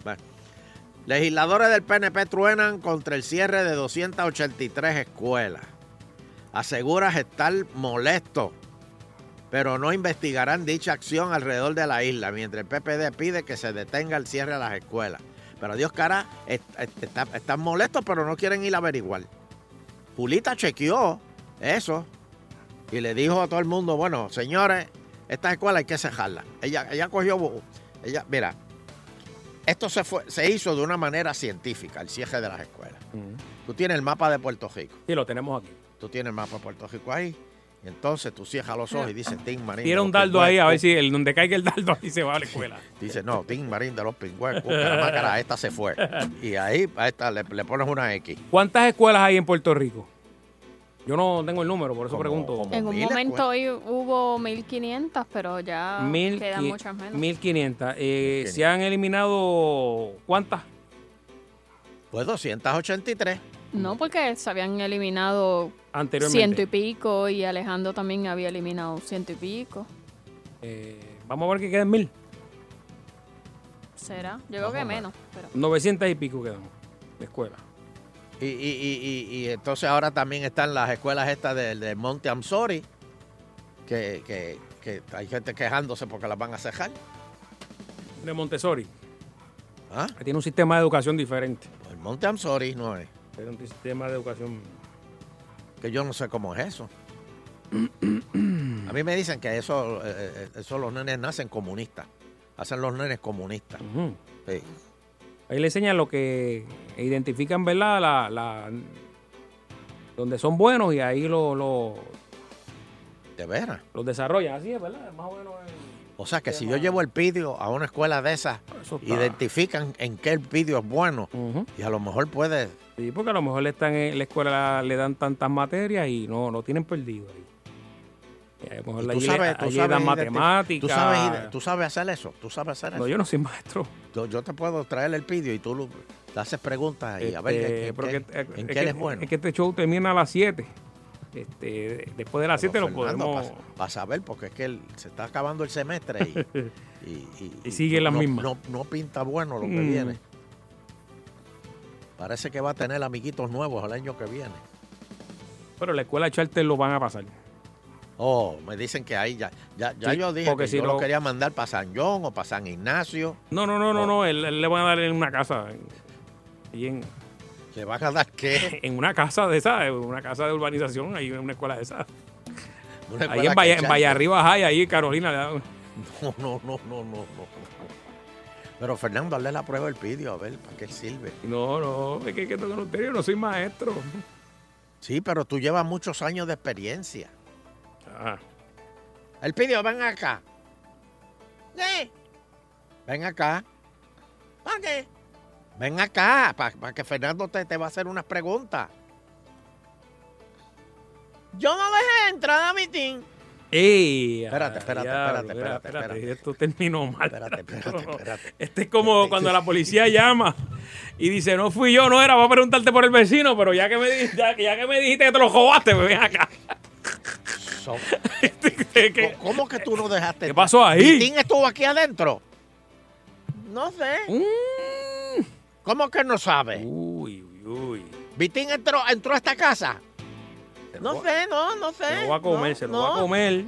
Speaker 4: Bueno. Legisladores del PNP truenan contra el cierre de 283 escuelas. Aseguras estar molesto, pero no investigarán dicha acción alrededor de la isla, mientras el PPD pide que se detenga el cierre de las escuelas. Pero Dios cara, est- est- está- están molestos, pero no quieren ir a averiguar. Julita chequeó eso y le dijo a todo el mundo, bueno, señores, esta escuela hay que cerrarla. Ella, ella cogió, bu- ella, mira, esto se, fue, se hizo de una manera científica, el cierre de las escuelas.
Speaker 3: Mm.
Speaker 4: Tú tienes el mapa de Puerto Rico,
Speaker 3: Sí, lo tenemos aquí.
Speaker 4: tú tienes el mapa de Puerto Rico ahí, y entonces tú cierras los ojos y dices, Tim Marín.
Speaker 3: Tira
Speaker 4: de
Speaker 3: un
Speaker 4: los
Speaker 3: dardo ahí, a
Speaker 4: pingües,
Speaker 3: ver si el, donde caiga el dardo ahí se va a la escuela.
Speaker 4: Dice, no, Tim Marín de los pingües, cara, esta
Speaker 3: [laughs]
Speaker 4: se fue. Y ahí a esta le, le pones una X.
Speaker 3: ¿Cuántas escuelas hay en Puerto Rico? Yo no tengo el número, por eso pregunto.
Speaker 5: En un momento hoy hubo 1500, pero ya
Speaker 3: Mil
Speaker 5: quedan
Speaker 3: qui-
Speaker 5: muchas menos.
Speaker 3: 1500. Eh, ¿Se han eliminado cuántas?
Speaker 4: Pues 283.
Speaker 5: No, porque se habían eliminado
Speaker 3: Anteriormente.
Speaker 5: ciento y pico y Alejandro también había eliminado ciento y pico.
Speaker 3: Eh, vamos a ver que queden mil.
Speaker 5: ¿Será? Yo creo que menos. Pero...
Speaker 3: 900 y pico quedamos de escuela.
Speaker 4: Y, y, y, y, y entonces ahora también están las escuelas estas del de Monte Amsori, que, que, que hay gente quejándose porque las van a cejar.
Speaker 3: De Montessori. Que Tiene un sistema de educación diferente.
Speaker 4: ¿ah? El Monte Amsori no es.
Speaker 3: Tiene un sistema de educación.
Speaker 4: Que yo no sé cómo es eso.
Speaker 3: Mm.
Speaker 4: A mí me dicen que eso, eh, eso los nenes nacen comunistas. Hacen los nenes comunistas. Sí.
Speaker 3: Ahí le enseñan lo que identifican, ¿verdad? La, la- donde son buenos y ahí lo, lo-
Speaker 4: De veras.
Speaker 3: los desarrollan. Así es, ¿verdad? Más o menos.
Speaker 4: O sea que si yo llevo el vídeo a una escuela de esas,
Speaker 3: está-
Speaker 4: identifican en qué el vídeo es bueno. Y a lo mejor puede.
Speaker 3: Sí, porque a lo mejor le están en la escuela le dan tantas materias y no lo tienen perdido ahí. Y a lo mejor
Speaker 4: Y
Speaker 3: allí le- allí le dan
Speaker 4: identif-
Speaker 3: matemáticas.
Speaker 4: Tú sabes, ide- tú sabes hacer eso. Tú sabes hacer eso.
Speaker 3: No, yo no soy maestro.
Speaker 4: Yo, yo te puedo traer el vídeo y tú lo- le haces preguntas y a ver
Speaker 3: Este,
Speaker 4: qué- qué-
Speaker 3: pero
Speaker 4: qué-
Speaker 3: que- eh,
Speaker 4: en
Speaker 3: es
Speaker 4: qué
Speaker 3: que-
Speaker 4: eres bueno.
Speaker 3: Es que este show termina a las 7. Este, después de las 7 lo podemos.
Speaker 4: Para, saber, porque es que el- se está acabando el semestre y, y,
Speaker 3: [laughs] Y sigue la
Speaker 4: no-
Speaker 3: misma.
Speaker 4: No, no pinta bueno lo que
Speaker 3: Mm.
Speaker 4: viene. Parece que va a tener amiguitos nuevos el año que viene.
Speaker 3: Pero la [laughs] escuela de charter lo van a pasar.
Speaker 4: Oh, me dicen que ahí ya, ya, ya
Speaker 3: Sí,
Speaker 4: yo dije
Speaker 3: porque
Speaker 4: que
Speaker 3: si
Speaker 4: yo lo
Speaker 3: no-
Speaker 4: quería mandar para San John o para San Ignacio.
Speaker 3: No, no, no,
Speaker 4: Oh.
Speaker 3: no, no. Él, él le van a dar en una casa. en- Ahí en,
Speaker 4: ¿Le van a dar qué?
Speaker 3: [laughs] En una casa de esa, en una casa de urbanización, ahí en una escuela de esa.
Speaker 4: Una
Speaker 3: ahí
Speaker 4: escuela
Speaker 3: en, Valle,
Speaker 4: que
Speaker 3: en
Speaker 4: ya-
Speaker 3: Valle Arriba High, ahí en Carolina. le dan-
Speaker 4: No, no, no, no, no, no. Pero Fernando, hazle la prueba del vídeo, a ver, ¿para qué sirve?
Speaker 3: No, no, es que, que no, yo no soy maestro.
Speaker 4: Sí, pero tú llevas muchos años de experiencia.
Speaker 3: Ah.
Speaker 4: El pidio, ven acá. Sí. Ven acá. ¿Para qué? Ven acá, para que Fernando te, te va a hacer unas preguntas. Yo no dejé entrar a mi team.
Speaker 3: ¡Ey!
Speaker 4: Espérate, espérate,
Speaker 3: diablo,
Speaker 4: espérate,
Speaker 3: mira,
Speaker 4: espérate, espérate.
Speaker 3: Esto terminó mal.
Speaker 4: Espérate,
Speaker 3: [laughs]
Speaker 4: espérate, espérate.
Speaker 3: Este es como cuando la policía llama y dice, no fui yo, no era, voy a preguntarte por el vecino, pero ya que me, di- ya, que- ya que me dijiste que te lo jobaste, me ven acá.
Speaker 4: So-
Speaker 3: [laughs] ¿Qué, qué-
Speaker 4: ¿Cómo que tú no dejaste
Speaker 3: qué pasó
Speaker 4: ¿Mi
Speaker 3: ahí?
Speaker 4: team estuvo aquí adentro? No sé.
Speaker 3: ¿Eh?
Speaker 4: Mm. ¿Cómo que no sabe?
Speaker 3: Uy, uy, uy.
Speaker 4: ¿Vitín entró, entró a esta casa? No sé, no, no sé.
Speaker 3: Se lo va a comer, se lo
Speaker 4: no.
Speaker 3: va a comer.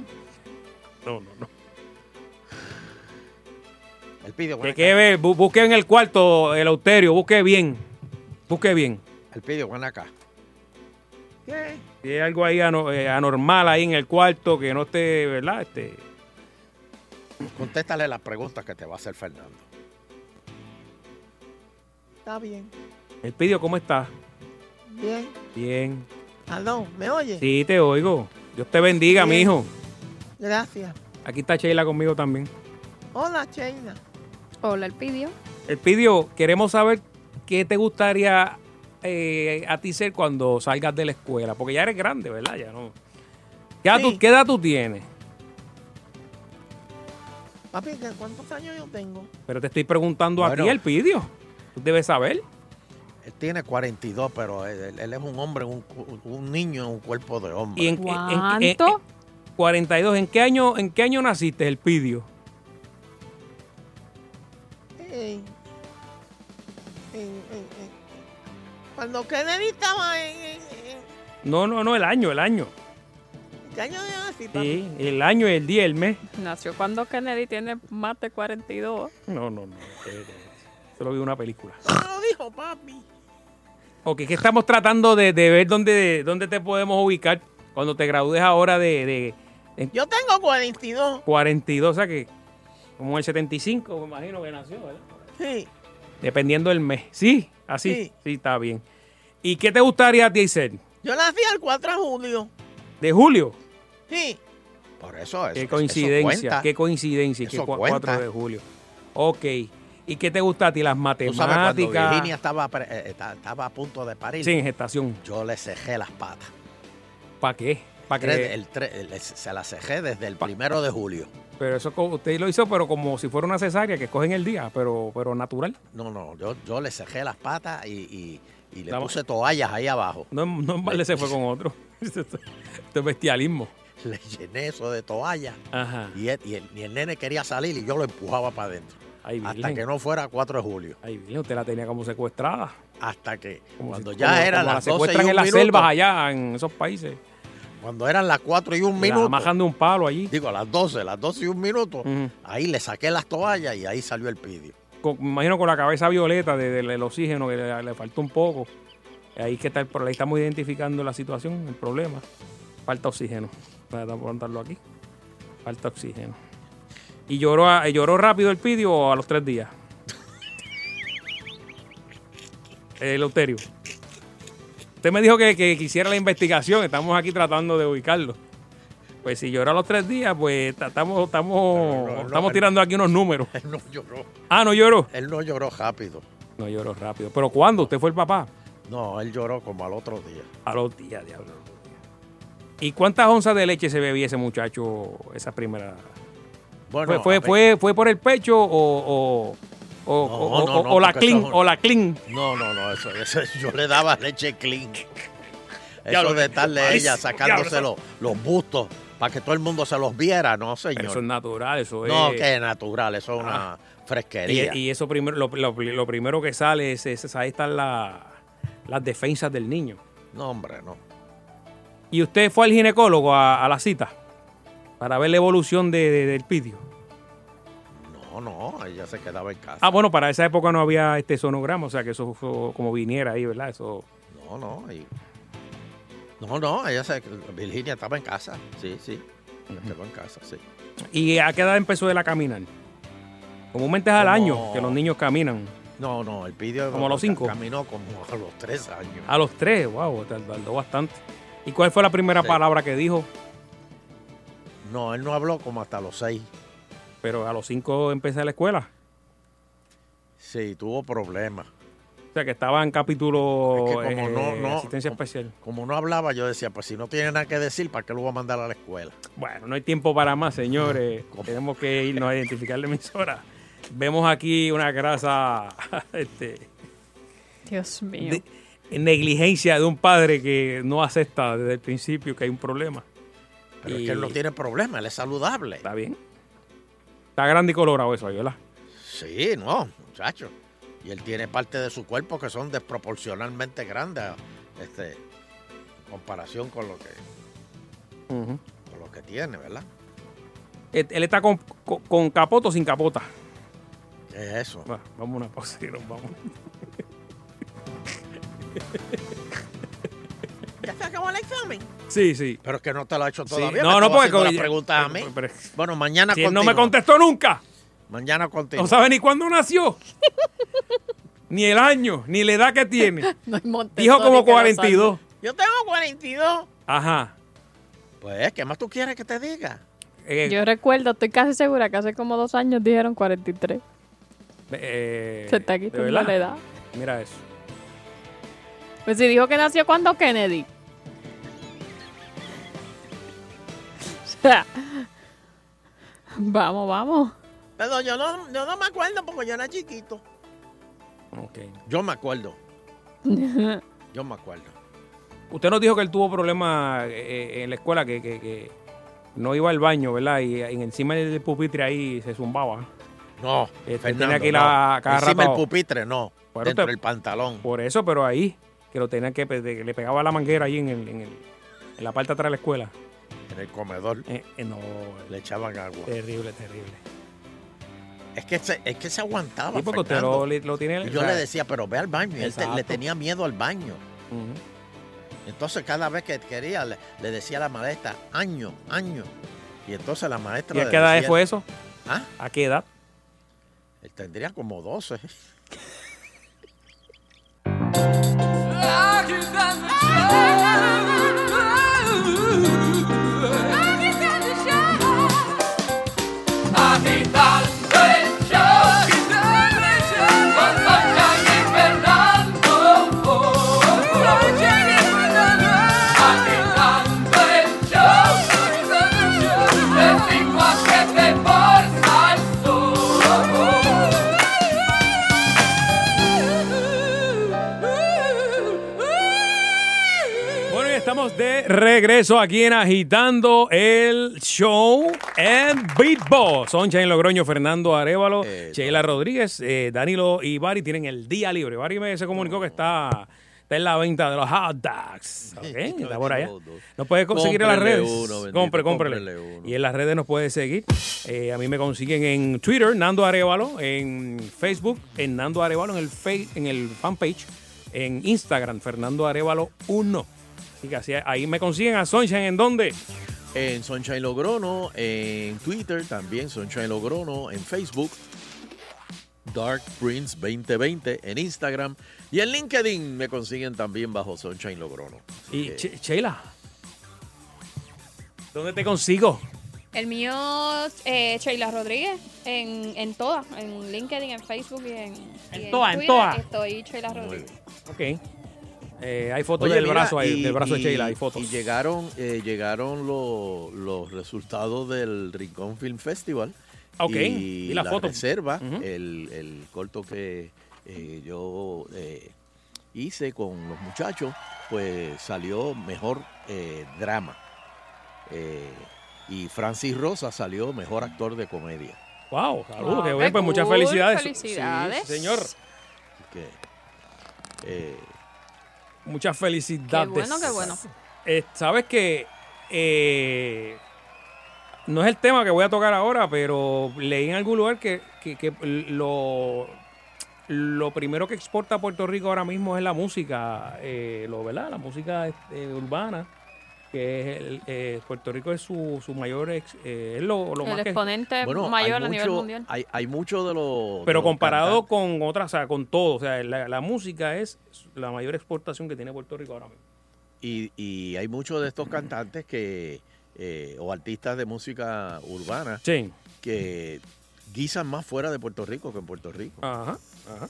Speaker 3: No, no, no.
Speaker 4: El pidio,
Speaker 3: Que
Speaker 4: buenas
Speaker 3: quede, bu- busque en el cuarto, el auterio, busque bien. Busque bien.
Speaker 4: El pidio, ven acá. ¿Qué?
Speaker 3: Si hay algo ahí ano- eh, anormal ahí en el cuarto que no esté, ¿verdad? Este,
Speaker 4: Contéstale las preguntas que te va a hacer Fernando. Está bien,
Speaker 3: el pidió, ¿cómo estás?
Speaker 4: bien.
Speaker 3: Bien.
Speaker 4: Aló, ¿me oye?
Speaker 3: Sí, te oigo. Dios te bendiga,
Speaker 4: Bien.
Speaker 3: mi hijo.
Speaker 4: Gracias.
Speaker 3: Aquí está Sheila conmigo también.
Speaker 4: Hola, Cheina.
Speaker 5: Hola, el pidió.
Speaker 3: El pidió, queremos saber qué te gustaría eh, a ti ser cuando salgas de la escuela, porque ya eres grande, ¿verdad? Ya no. ¿Qué edad, tú, qué edad tú tienes?
Speaker 4: Papi, ¿de ¿cuántos años yo tengo?
Speaker 3: Pero te estoy preguntando a
Speaker 4: Bueno.
Speaker 3: ti, el pidió. Tú debes saber.
Speaker 4: Él tiene 42, pero él, él es un hombre, un, cu- un niño en un cuerpo de hombre.
Speaker 3: ¿Y en, en- en- en- 42. ¿En qué año, en qué año naciste, el pidió?
Speaker 9: en- en- en- en- cuando Kennedy estaba en, en, en-
Speaker 3: No, no, no, el año, el año.
Speaker 9: ¿qué año yo nací, papi?
Speaker 3: Sí, el año, el día, el mes.
Speaker 5: Nació cuando Kennedy tiene más de 42.
Speaker 3: No, no, no. eh, eh, Solo vi una película.
Speaker 9: Lo dijo papi.
Speaker 3: Ok, que estamos tratando de, de ver dónde, dónde te podemos ubicar cuando te gradúes ahora de, de- en
Speaker 9: Yo tengo 42.
Speaker 3: 42, o sea que como en el 75, me imagino que nació, ¿verdad?
Speaker 9: Sí.
Speaker 3: Dependiendo del mes. Sí, así. Sí,
Speaker 9: Sí.
Speaker 3: está bien. ¿Y qué te gustaría a ti ser?
Speaker 9: Yo nací el 4 de julio.
Speaker 3: ¿De julio?
Speaker 9: Sí.
Speaker 4: Por eso es.
Speaker 3: Qué
Speaker 4: eso
Speaker 3: coincidencia,
Speaker 4: cuenta.
Speaker 3: qué coincidencia, que
Speaker 4: Eso
Speaker 3: cua-
Speaker 4: cuenta.
Speaker 3: 4 de julio. Ok. ¿Y qué te gusta a ti? Las
Speaker 4: Tú sabes, cuando Virginia
Speaker 3: matemáticas.
Speaker 4: estaba, pre- eh, esta- estaba a punto de parir,
Speaker 3: Sí, en gestación.
Speaker 4: yo le cejé las patas.
Speaker 3: ¿Para qué? ¿Para
Speaker 4: Tres-
Speaker 3: qué?
Speaker 4: el tre- el- se las cejé desde el primero de julio.
Speaker 3: Pero eso co- usted lo hizo, pero como si fuera una cesárea que escogen el día, pero, pero natural.
Speaker 4: No, no, yo, yo le cejé las patas y, y- y le
Speaker 3: La-
Speaker 4: puse toallas ahí abajo.
Speaker 3: [laughs] No, no en balde se fue con otro. Esto es bestialismo.
Speaker 4: le llené eso de toalla
Speaker 3: Ajá.
Speaker 4: y el, y el- y el nene quería salir y yo lo empujaba para adentro.
Speaker 3: Ay,
Speaker 4: Hasta
Speaker 3: Virgen.
Speaker 4: que no fuera 4 de julio.
Speaker 3: Ay, Virgen, usted la tenía como secuestrada.
Speaker 4: Hasta que
Speaker 3: Como-
Speaker 4: cuando ya eran
Speaker 3: como la
Speaker 4: las 12 y
Speaker 3: secuestran
Speaker 4: un
Speaker 3: en las
Speaker 4: minuto,
Speaker 3: selvas allá, en esos países.
Speaker 4: Cuando eran las 4 y un
Speaker 3: La
Speaker 4: minuto.
Speaker 3: amajan de un palo allí.
Speaker 4: Digo, a las 12, las 12 y un minuto. Ahí le saqué las toallas y ahí salió el pidio.
Speaker 3: Con- me imagino con la cabeza violeta de- del oxígeno que le, le faltó un poco. Ahí es que está el pro- ahí estamos identificando la situación, el problema. Falta oxígeno. Voy a apuntarlo aquí. Falta oxígeno. Y lloró, a- lloró rápido el pidio a los tres días. El Euterio. Usted me dijo que, que quisiera la investigación. Estamos aquí tratando de ubicarlo. Pues si lloró a los tres días, pues ta- estamos, estamos,
Speaker 4: no, no,
Speaker 3: estamos
Speaker 4: él-
Speaker 3: tirando aquí unos números.
Speaker 4: Él [laughs] no lloró.
Speaker 3: Ah, no lloró.
Speaker 4: Él no lloró rápido.
Speaker 3: No lloró rápido. ¿Pero cuándo? ¿Usted fue el papá?
Speaker 4: No, él lloró como al otro día.
Speaker 3: A los días, diablo. ¿Y cuántas onzas de leche se bebía ese muchacho esa primera?
Speaker 4: Bueno,
Speaker 3: ¿Fue,
Speaker 4: a
Speaker 3: fue,
Speaker 4: ver.
Speaker 3: fue, fue por el pecho o, o, o, o-
Speaker 4: Oh, no,
Speaker 3: o-
Speaker 4: no,
Speaker 3: o la
Speaker 4: porque
Speaker 3: clean?
Speaker 4: eso es un-
Speaker 3: O la clean.
Speaker 4: No, no, no, eso, eso- yo le daba leche clean.
Speaker 3: Diablo,
Speaker 4: Eso de estarle a ella
Speaker 3: malísimo,
Speaker 4: sacándose
Speaker 3: diablo,
Speaker 4: los, los bustos para que todo el mundo se los viera, no, señor.
Speaker 3: Eso es natural, eso es. Ah.
Speaker 4: no, que es natural, eso es una fresquería.
Speaker 3: Y, y eso primero, lo, lo- lo primero que sale es, es- ahí están la- las defensas del niño.
Speaker 4: No, hombre, no.
Speaker 3: ¿Y usted fue al ginecólogo a, a la cita? Para ver la evolución de- de- del pidio.
Speaker 4: No, Oh, no, ella se quedaba en casa.
Speaker 3: Ah, bueno, para esa época no había este sonograma, o sea que eso fue como viniera ahí, ¿verdad? Eso.
Speaker 4: No, Oh, no. y- No, no, ella se... Virginia estaba en casa, sí, sí. Ella Quedó en casa, sí.
Speaker 3: ¿Y a qué edad empezó él a caminar? Comúnmente es al
Speaker 4: Como-
Speaker 3: año que los niños caminan.
Speaker 4: No, no, el pidió...
Speaker 3: Como a los cinco. Ah,
Speaker 4: Caminó como a los tres años.
Speaker 3: A los tres, wow, tard- tardó bastante. ¿Y cuál fue la primera
Speaker 4: Sí.
Speaker 3: palabra que dijo?
Speaker 4: No, él no habló como hasta los seis.
Speaker 3: Pero a los cinco empecé la escuela.
Speaker 4: Sí, tuvo problemas.
Speaker 3: O sea que estaba en capítulo
Speaker 4: Es que como
Speaker 3: eh,
Speaker 4: no- no-
Speaker 3: asistencia especial.
Speaker 4: Como no hablaba, yo decía, pues si no tiene nada que decir, ¿para qué lo voy a mandar a la escuela?
Speaker 3: Bueno, no hay tiempo para más,
Speaker 4: [laughs]
Speaker 3: señores. Tenemos que irnos a identificar la emisora. Vemos aquí una grasa, [laughs] este,
Speaker 5: Dios mío.
Speaker 3: de- negligencia de un padre que no acepta desde el principio que hay un problema.
Speaker 4: Pero es que él no tiene problema, él es saludable.
Speaker 3: Está bien. Está grande y colorado eso ahí, ¿verdad?
Speaker 4: Sí, no, muchacho. Y él tiene partes de su cuerpo que son desproporcionalmente grandes este, en comparación con lo que,
Speaker 3: Ujú.
Speaker 4: con lo que tiene, ¿verdad?
Speaker 3: él, él está con, con, con capota o sin capota.
Speaker 4: Es eso.
Speaker 3: Va, vamos a una pausa y nos vamos.
Speaker 13: ¿Ya se acabó el examen?
Speaker 3: Sí, sí.
Speaker 4: Pero es que no te lo ha hecho
Speaker 3: Sí.
Speaker 4: todavía.
Speaker 3: No, no, porque
Speaker 4: Las
Speaker 3: con-
Speaker 4: preguntas a mí.
Speaker 3: pero- pero-
Speaker 4: bueno, mañana
Speaker 3: Si él no me
Speaker 4: continúa.
Speaker 3: contestó nunca.
Speaker 4: Mañana contigo.
Speaker 3: No sabe ni cuándo
Speaker 4: [laughs]
Speaker 3: nació. ni el año, ni la edad que tiene.
Speaker 13: [laughs]
Speaker 3: Dijo como 42.
Speaker 13: Yo tengo 42.
Speaker 3: Ajá.
Speaker 4: Pues, ¿qué más tú quieres que te diga?
Speaker 3: Eh,
Speaker 5: Yo recuerdo, estoy casi segura que hace como dos años dijeron 43.
Speaker 3: eh,
Speaker 5: Se está
Speaker 3: de
Speaker 5: quitando
Speaker 3: verdad.
Speaker 5: la edad.
Speaker 3: Mira eso.
Speaker 5: Pues si dijo que nació cuando Kennedy. O sea, vamos, vamos.
Speaker 13: Pero yo no, yo no me acuerdo porque yo era chiquito.
Speaker 4: Yo
Speaker 13: [laughs]
Speaker 4: me acuerdo. Yo me acuerdo.
Speaker 3: Usted nos dijo que él tuvo problemas eh, eh, en la escuela, que, que- que no iba al baño, ¿verdad? Y, eh, encima del pupitre ahí se zumbaba.
Speaker 4: No,
Speaker 3: Este,
Speaker 4: Fernando,
Speaker 3: tenía que ir
Speaker 4: no.
Speaker 3: a cada
Speaker 4: Encima
Speaker 3: rato-
Speaker 4: el pupitre, no.
Speaker 3: Bueno,
Speaker 4: dentro
Speaker 3: usted-
Speaker 4: del pantalón.
Speaker 3: Por eso, pero ahí, que lo tenía que, pe- de- que le pegaba la manguera ahí en, el- en el- en la parte de atrás de la escuela. Eh,
Speaker 4: En el comedor.
Speaker 3: no.
Speaker 4: Le echaban agua.
Speaker 3: Terrible, terrible.
Speaker 4: Es que se, es que se aguantaba.
Speaker 3: Sí, porque usted
Speaker 4: Fernando.
Speaker 3: lo- le- lo tiene-
Speaker 4: Y yo
Speaker 3: o sea-
Speaker 4: le decía, pero ve al baño. Y él te- le
Speaker 3: Exacto.
Speaker 4: tenía miedo al baño.
Speaker 3: Ujú.
Speaker 4: Entonces, cada vez que quería, le, le decía a la maestra, año, año. Y entonces la maestra.
Speaker 3: ¿Y a
Speaker 4: le
Speaker 3: qué edad
Speaker 4: decía-
Speaker 3: fue eso?
Speaker 4: ¿Ah?
Speaker 3: ¿A qué edad?
Speaker 4: Él tendría como 12.
Speaker 2: Agitando el show, con Sonia y Fernando. Agitando el show, de 5 a 7 por Salsón.
Speaker 3: regreso aquí en Agitando el Show en Beatbox. Son Chain Logroño, Fernando Arevalo, Sheila Rodríguez, eh, Danilo y Bari tienen el día libre. Bari me se comunicó que está, está en la venta de los hot dogs. ¿ok? Está por allá. Nos puede conseguir en las
Speaker 4: Cómprele
Speaker 3: redes.
Speaker 4: uno, bendito,
Speaker 3: Compre, cómprele. Y en las redes nos puede seguir. Eh, a mí me consiguen en Twitter, Nando Arevalo, en Facebook, en Nando Arevalo, en el, fa- en el fanpage, en Instagram, Fernando Arevalo 1. Así que así- ahí me consiguen a Sunshine, ¿en dónde?
Speaker 4: En Sunshine Logrono, en Twitter también, Sunshine Logrono, en Facebook, Dark Prince 2020, en Instagram y en LinkedIn me consiguen también bajo Sunshine Logrono.
Speaker 3: Y Che- Sheila, ¿dónde te consigo?
Speaker 14: El mío, eh, Sheila Rodríguez, en, en todas, en LinkedIn, en Facebook y en, y en
Speaker 3: todas, en
Speaker 14: Twitter
Speaker 3: todas.
Speaker 14: Estoy Sheila Rodríguez.
Speaker 3: Ok. Eh, hay fotos
Speaker 4: Oye,
Speaker 3: del
Speaker 4: mira,
Speaker 3: brazo ahí,
Speaker 4: y-
Speaker 3: del brazo de
Speaker 4: y-
Speaker 3: Sheila, hay fotos.
Speaker 4: Y llegaron, eh, llegaron lo- los resultados del Rincón Film Festival.
Speaker 3: Ok,
Speaker 4: Y
Speaker 3: vi
Speaker 4: la,
Speaker 3: la foto.
Speaker 4: reserva, el, el corto que eh, yo eh, hice con los muchachos, pues salió mejor eh, drama. Eh, y Francis Rosa salió mejor actor de comedia.
Speaker 5: Wow,
Speaker 3: ¡Wow!
Speaker 5: qué bueno, pues, qué muchas cool, felicidades. felicidades.
Speaker 3: señor.
Speaker 4: Que, eh,
Speaker 3: Muchas felicidades.
Speaker 5: Qué bueno, qué bueno.
Speaker 3: Eh, Sabes que eh, no es el tema que voy a tocar ahora, pero leí en algún lugar que, que- que lo, lo primero que exporta Puerto Rico ahora mismo es la música, eh, lo, ¿verdad? La música este, urbana, que es el- eh, Puerto Rico es su, su mayor ex- eh, es lo, lo
Speaker 5: El
Speaker 3: más que-
Speaker 5: exponente
Speaker 4: bueno,
Speaker 5: mayor
Speaker 4: hay
Speaker 5: a nivel
Speaker 4: mucho-
Speaker 5: mundial.
Speaker 4: Hay, hay mucho de
Speaker 3: Pero
Speaker 4: los. de los
Speaker 3: comparado con otras, o sea, con todo, o sea, la, la música es la mayor exportación que tiene Puerto Rico ahora mismo.
Speaker 4: Y, y hay muchos de estos cantantes que eh, o artistas de música urbana que guisan más fuera de Puerto Rico que en Puerto Rico.
Speaker 3: Ajá, ajá.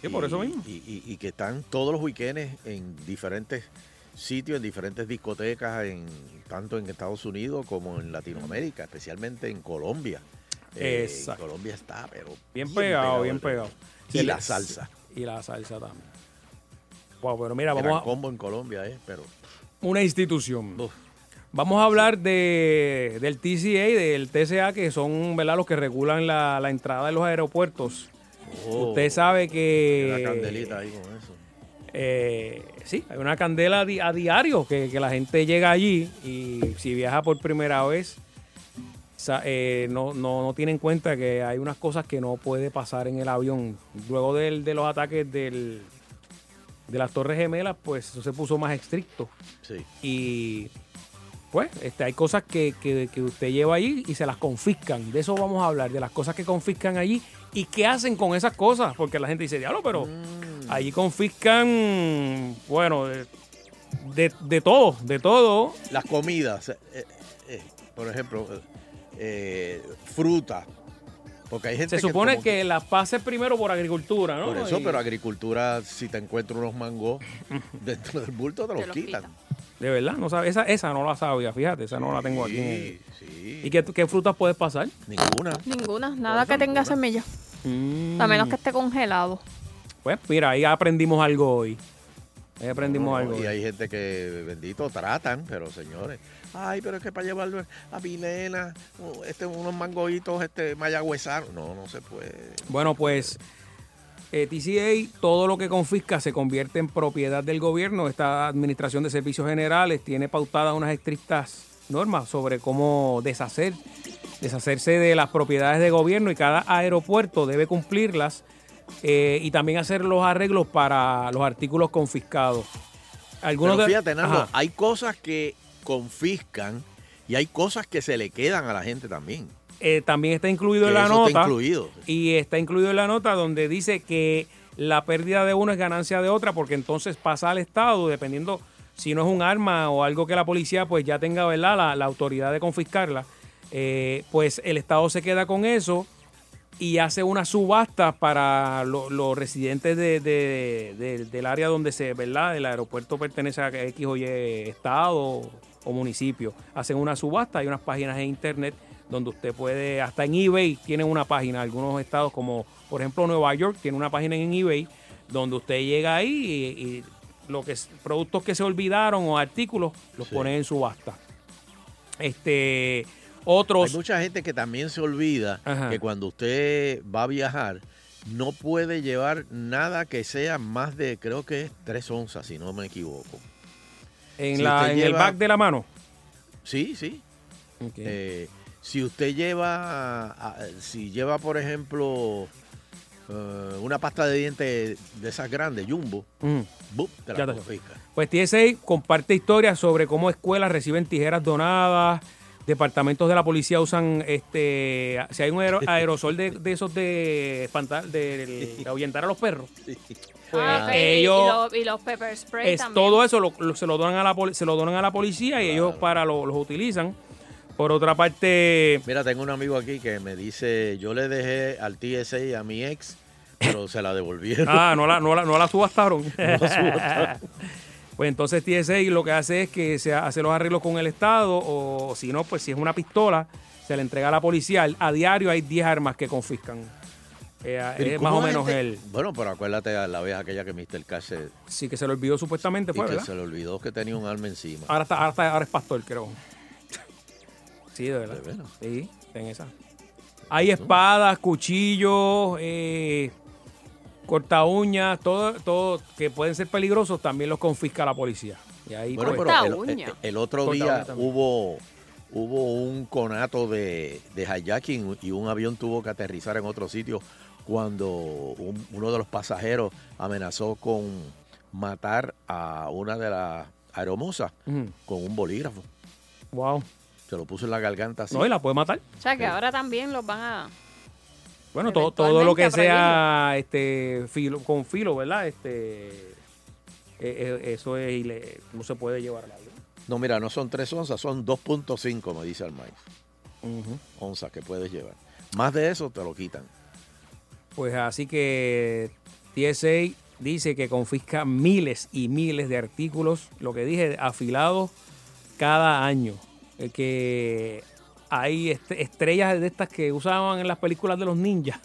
Speaker 3: Sí, por eso mismo.
Speaker 4: Y, y- y que están todos los weekends en diferentes sitios, en diferentes discotecas, en, tanto en Estados Unidos como en Latinoamérica, especialmente en Colombia. Eh, en
Speaker 3: Exacto.
Speaker 4: Colombia está, pero
Speaker 3: Bien pegado, bien
Speaker 4: el-
Speaker 3: pegado.
Speaker 4: Y
Speaker 3: Se
Speaker 4: la
Speaker 3: le-
Speaker 4: salsa.
Speaker 3: Y la salsa también. Wow, pero mira,
Speaker 4: Gran
Speaker 3: vamos a
Speaker 4: combo en Colombia, eh, pero
Speaker 3: una institución. Vamos a hablar de, del TCA y del TCA, que son ¿verdad? los que regulan la, la entrada de los aeropuertos.
Speaker 4: Oh,
Speaker 3: Usted sabe que...
Speaker 4: la candelita ahí con eso.
Speaker 3: Eh, sí, hay una candela di- a diario que, que la gente llega allí y si viaja por primera vez, sa- eh, no, no, no tiene en cuenta que hay unas cosas que no puede pasar en el avión. Luego del- de los ataques del, de las Torres Gemelas, pues eso se puso más estricto.
Speaker 4: Sí.
Speaker 3: Y pues este, hay cosas que, que- que usted lleva allí y se las confiscan. De eso vamos a hablar, de las cosas que confiscan allí y qué hacen con esas cosas. Porque la gente dice, diablo, pero allí confiscan, bueno, de, de- de todo, de todo.
Speaker 4: Las comidas, eh, eh, por ejemplo, eh, eh, fruta. Porque hay gente
Speaker 3: Se
Speaker 4: que
Speaker 3: supone
Speaker 4: como
Speaker 3: que las pase primero por agricultura, ¿no?
Speaker 4: Por eso,
Speaker 3: Y-
Speaker 4: pero agricultura, si te encuentras
Speaker 3: [laughs]
Speaker 4: unos mangos dentro del bulto, te los, quitan.
Speaker 3: De verdad, no sabe, esa, esa no la sabía, fíjate, esa no la tengo aquí.
Speaker 4: Sí,
Speaker 3: ¿Y qué, qué frutas puedes pasar?
Speaker 4: Ninguna.
Speaker 5: Ninguna, nada que tenga semilla. A menos que esté congelado.
Speaker 3: Mm. Pues mira, ahí aprendimos algo hoy. Ahí aprendimos
Speaker 4: No, no,
Speaker 3: algo.
Speaker 4: Y
Speaker 3: hoy.
Speaker 4: hay gente que, bendito, tratan, pero señores. Ay, pero es que para llevarlo a Vilena, u- este, unos mangoitos este, mayagüezanos. No, no se puede.
Speaker 3: Bueno, pues eh, TCA, todo lo que confisca se convierte en propiedad del gobierno. Esta Administración de Servicios Generales tiene pautadas unas estrictas normas sobre cómo deshacer, deshacerse de las propiedades de gobierno y cada aeropuerto debe cumplirlas eh, y también hacer los arreglos para los artículos confiscados. Algunos
Speaker 4: pero
Speaker 3: de-
Speaker 4: fíjate, Nando,
Speaker 3: Ajá.
Speaker 4: hay cosas que confiscan y hay cosas que se le quedan a la gente también.
Speaker 3: Eh, también está incluido en
Speaker 4: Que
Speaker 3: la
Speaker 4: eso
Speaker 3: nota.
Speaker 4: está incluido.
Speaker 3: Y está incluido en la nota donde dice que la pérdida de uno es ganancia de otra, porque entonces pasa al Estado, dependiendo si no es un arma o algo que la policía pues ya tenga ¿verdad? La, la autoridad de confiscarla, eh, pues el Estado se queda con eso y hace una subasta para lo- los residentes de- de- de- del área donde se, ¿verdad? El aeropuerto pertenece a X o Y estado o municipio. Hacen una subasta, hay unas páginas en internet donde usted puede, hasta en eBay tienen una página, algunos estados como por ejemplo Nueva York tiene una página en eBay donde usted llega ahí y, y lo que es- productos que se olvidaron o artículos los
Speaker 4: Sí.
Speaker 3: ponen en subasta. Este, otros.
Speaker 4: Hay mucha gente que también se olvida que cuando usted va a viajar no puede llevar nada que sea más de, creo que es 3 onzas, si no me equivoco.
Speaker 3: en
Speaker 4: si
Speaker 3: la,
Speaker 4: usted
Speaker 3: en el
Speaker 4: lleva-
Speaker 3: back de la mano.
Speaker 4: Sí, sí. Eh, si usted lleva, ah, si lleva, por ejemplo, eh, una pasta de dientes de esas grandes, Jumbo,
Speaker 3: Mm.
Speaker 4: ¡bup! te
Speaker 3: Ya
Speaker 4: la
Speaker 3: te-
Speaker 4: confisca.
Speaker 3: Pues TSA comparte historias sobre cómo escuelas reciben tijeras donadas, departamentos de la policía usan, este, si hay un
Speaker 4: [laughs]
Speaker 3: aero- aerosol de, de esos de, espanta- de, de ahuyentar a los perros. Pues
Speaker 14: Ah, ok, y-
Speaker 3: ellos,
Speaker 14: y, los, y los pepper spray
Speaker 3: es,
Speaker 14: también.
Speaker 3: todo eso lo- lo- se, lo donan a la, poli- se lo donan a la policía y ellos para lo- los utilizan. Por otra
Speaker 4: [laughs]
Speaker 3: parte...
Speaker 4: Mira, tengo un amigo aquí que me dice, yo le dejé al TSA a mi ex, pero se la devolvieron.
Speaker 3: Ah, no la, no la, no la subastaron.
Speaker 4: [laughs] No la subastaron.
Speaker 3: pues entonces TSA lo que hace es que se hace los arreglos con el Estado o si no, pues si es una pistola, se la entrega a la policía. A diario hay 10 armas que confiscan. Eh, [laughs]
Speaker 4: Pero
Speaker 3: es
Speaker 4: ¿cómo
Speaker 3: más o
Speaker 4: la
Speaker 3: menos
Speaker 4: gente-
Speaker 3: él.
Speaker 4: Bueno, pero acuérdate a la vez aquella que Mr. K se...
Speaker 3: Sí, que se lo olvidó supuestamente,
Speaker 4: Y
Speaker 3: fue,
Speaker 4: que
Speaker 3: ¿verdad?
Speaker 4: se le olvidó que tenía un arma encima.
Speaker 3: Ahora, está, ahora, está- ahora es pastor, creo. Sí, de verdad. Sí, en esa. Hay espadas, cuchillos, eh, corta uñas, todo, todo que pueden ser peligrosos, también los confisca la policía. Y ahí,
Speaker 4: Bueno,
Speaker 3: pues,
Speaker 4: pero el, el- el otro
Speaker 3: Corta uña
Speaker 4: día
Speaker 3: también.
Speaker 4: hubo, hubo un conato de, de hijacking y un avión tuvo que aterrizar en otro sitio cuando un- uno de los pasajeros amenazó con matar a una de las aeromosas
Speaker 3: Ujú.
Speaker 4: con un bolígrafo.
Speaker 3: Wow.
Speaker 4: Se lo puso en la garganta así.
Speaker 3: No, y la puede matar.
Speaker 5: O sea, que ahora también los van a...
Speaker 3: Bueno, todo, todo lo que
Speaker 5: Eventualmente
Speaker 3: sea este filo, con filo, ¿verdad? Este eh, eh, eso es ile- no se puede llevar al avión.
Speaker 4: No, mira, no son 3 onzas, son 2.5, me dice el maíz. Onzas que puedes llevar. Más de eso te lo quitan.
Speaker 3: Pues así que TSA dice que confisca miles y miles de artículos, lo que dije, afilados cada año. Eh, Que hay est- estrellas de estas que usaban en las películas de los ninjas.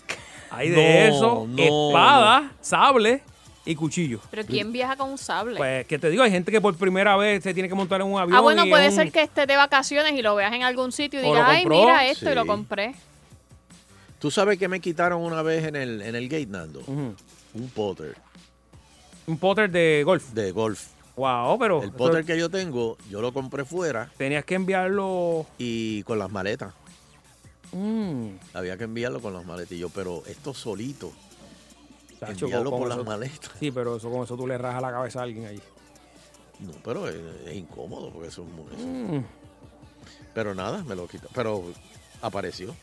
Speaker 3: Hay de
Speaker 4: No,
Speaker 3: eso,
Speaker 4: no,
Speaker 3: espadas, sables y cuchillos.
Speaker 5: Pero ¿quién viaja con un sable?
Speaker 3: Pues que te digo, hay gente que por primera vez se tiene que montar en un avión.
Speaker 5: ah, bueno,
Speaker 3: y
Speaker 5: puede
Speaker 3: un-
Speaker 5: ser que estés de vacaciones y lo veas en algún sitio y
Speaker 4: O lo
Speaker 5: digas, ay,
Speaker 4: compró".
Speaker 5: mira esto y lo
Speaker 4: Sí.
Speaker 5: compré.
Speaker 4: Tú sabes que me quitaron una vez en el, en el gate, Nando. Un Potter.
Speaker 3: Un Potter de golf.
Speaker 4: De golf.
Speaker 3: Wow, pero.
Speaker 4: El Potter que yo tengo, yo lo compré fuera.
Speaker 3: Tenías que enviarlo.
Speaker 4: Y con las maletas.
Speaker 3: Mm.
Speaker 4: Había que enviarlo con las maletas. Y yo, pero esto solito.
Speaker 3: Tacho,
Speaker 4: enviarlo
Speaker 3: con-
Speaker 4: por
Speaker 3: con
Speaker 4: las
Speaker 3: eso-
Speaker 4: maletas.
Speaker 3: Sí, pero eso con eso tú le rajas la cabeza a alguien ahí.
Speaker 4: No, pero es, es incómodo porque eso es muy. eso-
Speaker 3: Mm.
Speaker 4: Pero nada, me lo quitó. Pero apareció.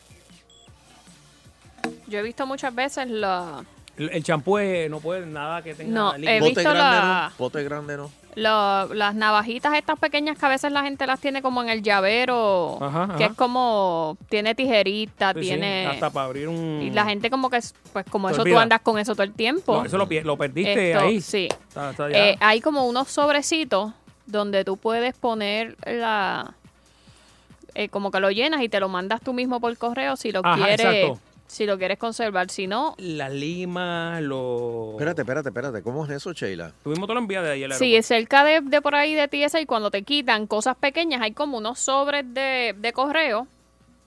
Speaker 5: Yo he visto muchas veces la...
Speaker 3: El el champú eh, no puede nada que tenga.
Speaker 5: No,
Speaker 3: líquido.
Speaker 5: he Bote visto grande la- no,
Speaker 4: bote grande no.
Speaker 5: la- las navajitas estas pequeñas que a veces la gente las tiene como en el llavero,
Speaker 3: Ajá, ajá.
Speaker 5: que es como, tiene tijerita,
Speaker 3: Sí, sí,
Speaker 5: tiene...
Speaker 3: hasta para abrir un.
Speaker 5: Y la gente como que, es- pues como
Speaker 3: Te
Speaker 5: eso tú
Speaker 3: olvida.
Speaker 5: andas con eso todo el tiempo.
Speaker 3: No, eso lo, pi- lo perdiste
Speaker 5: Esto,
Speaker 3: ahí.
Speaker 5: sí.
Speaker 3: Está- está ya.
Speaker 5: Eh, hay como unos sobrecitos donde tú puedes poner la... eh, como que lo llenas y te lo mandas tú mismo por correo si lo
Speaker 3: Ajá,
Speaker 5: quieres
Speaker 3: exacto.
Speaker 5: si lo quieres conservar. Si no,
Speaker 3: Las limas, los.
Speaker 4: Espérate, espérate, espérate. ¿Cómo es eso, Sheila?
Speaker 3: Tú mismo te lo envías de ahí. al
Speaker 5: sí, cerca de, de por ahí de ti esa y cuando te quitan cosas pequeñas hay como unos sobres de, de correo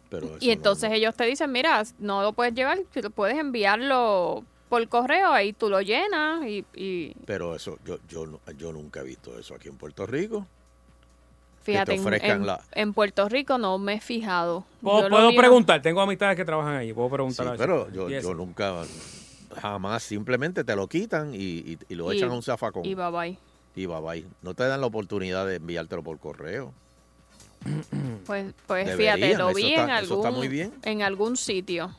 Speaker 4: Pero
Speaker 5: y entonces ellos te dicen, mira, no lo puedes llevar, si lo puedes enviarlo por correo, ahí tú lo llenas y, y
Speaker 4: Pero eso, yo, yo, no- yo nunca he visto eso aquí en Puerto Rico.
Speaker 5: fíjate,
Speaker 4: que te
Speaker 5: en-
Speaker 4: ofrezcan
Speaker 5: en,
Speaker 4: la.
Speaker 5: en Puerto Rico no me he fijado. Yo
Speaker 3: Puedo,
Speaker 5: lo
Speaker 3: Oh, puedo
Speaker 5: vi en-
Speaker 3: preguntar, tengo amistades que trabajan ahí, puedo preguntar.
Speaker 4: Sí,
Speaker 3: a ver
Speaker 4: pero
Speaker 3: si-
Speaker 4: yo,
Speaker 3: Yes.
Speaker 4: yo nunca, jamás, simplemente te lo quitan y, y- y lo
Speaker 5: y-
Speaker 4: echan a un zafacón.
Speaker 5: Y bye bye.
Speaker 4: Y bye bye. No te dan la oportunidad de enviártelo por correo.
Speaker 5: Pues, pues
Speaker 4: Mm. Deberían,
Speaker 5: fíjate, lo
Speaker 4: eso
Speaker 5: vi
Speaker 4: está-
Speaker 5: en,
Speaker 4: eso
Speaker 5: algún,
Speaker 4: está muy bien.
Speaker 5: en algún sitio.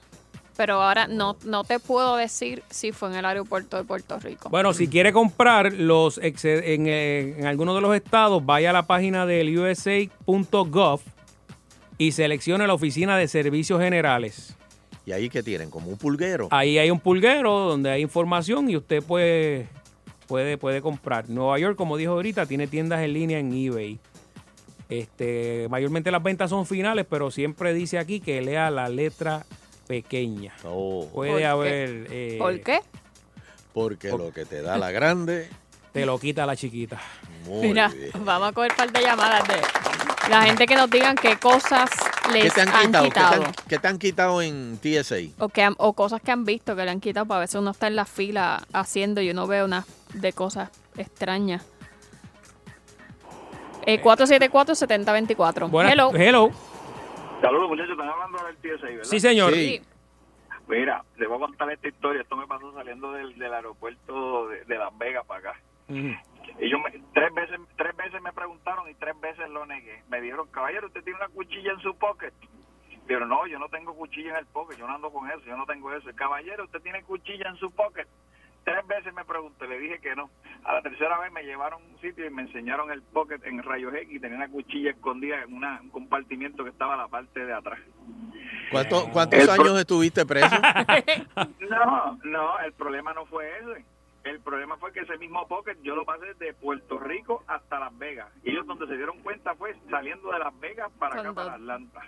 Speaker 5: Pero ahora no, no te puedo decir si fue en el aeropuerto de Puerto Rico.
Speaker 3: Bueno, si quiere comprar los exce- en, eh, en alguno de los estados, vaya a la página del USA.gov y seleccione la oficina de servicios generales.
Speaker 4: ¿Y ahí que tienen? Como un pulguero.
Speaker 3: Ahí hay un pulguero donde hay información y usted pues, puede, puede comprar. Nueva York, como dijo ahorita, tiene tiendas en línea en eBay. Este, mayormente las ventas son finales, pero siempre dice aquí que lea la letra pequeña.
Speaker 4: Oh.
Speaker 3: Puede
Speaker 4: ¿Por qué?
Speaker 3: haber... eh,
Speaker 5: ¿Por qué?
Speaker 4: Porque lo que te da la grande,
Speaker 3: [laughs] Te lo quita la chiquita.
Speaker 5: Mira, vamos a coger par de llamadas de la gente que nos digan qué cosas les
Speaker 4: ¿Qué te han
Speaker 5: quitado.
Speaker 4: quitado? ¿Qué te han, qué te han quitado en TSA?
Speaker 5: O, que han- o cosas que han visto que le han quitado, para a veces uno está en la fila haciendo y uno ve unas de cosas extrañas. Eh, 474-7024.
Speaker 3: Buenas-
Speaker 5: Hello.
Speaker 3: Hello.
Speaker 10: Saludos, muchachos. Están hablando del TSA, ¿verdad?
Speaker 3: Sí, señor.
Speaker 10: Mira, les voy a contar esta historia. Esto me pasó saliendo del, del aeropuerto de, de Las Vegas para acá. Ellos me- tres veces tres veces me preguntaron y tres veces lo negué. Me dijeron, caballero, ¿usted tiene una cuchilla en su pocket? Pero no, yo no tengo cuchilla en el pocket, yo no ando con eso, yo no tengo eso. Caballero, ¿usted tiene cuchilla en su pocket? Tres veces me pregunté, le dije que no. A la tercera vez me llevaron a un sitio y me enseñaron el pocket en rayos X y tenía una cuchilla escondida en una- un compartimiento que estaba a la parte de atrás. Eh,
Speaker 4: ¿Cuánto- ¿Cuántos años
Speaker 10: [laughs]
Speaker 4: estuviste preso?
Speaker 10: No, no, el problema no fue ese. El problema fue que ese mismo pocket yo lo pasé de Puerto Rico hasta Las Vegas. Y ellos donde se dieron cuenta fue saliendo de Las Vegas para acá, para Atlanta.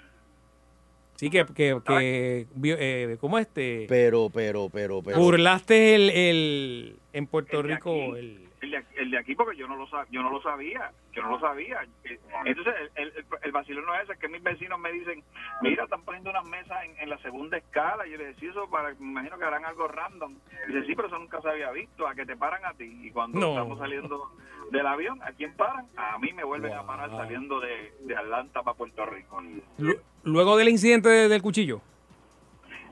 Speaker 3: Sí, que, que, que vio- eh, ¿cómo este?
Speaker 4: Pero, pero, pero, pero.
Speaker 3: Burlaste el, el en Puerto
Speaker 10: El de
Speaker 3: Rico
Speaker 10: aquí.
Speaker 3: el
Speaker 10: El de, aquí- el de aquí porque yo no lo sabía, yo no lo sabía, yo no lo sabía. Eh, Entonces el, el, el vacilón no es ese, es que mis vecinos me dicen, mira, están poniendo unas mesas en, en la segunda escala. Y yo les decía eso para, me imagino que harán algo random. Y dice, sí, pero eso nunca se había visto, a que te paran a ti. Y cuando
Speaker 3: No.
Speaker 10: estamos saliendo del avión, ¿a quién paran? A mí me vuelven a parar saliendo de, de Atlanta para Puerto Rico.
Speaker 3: lu- luego del incidente de- del cuchillo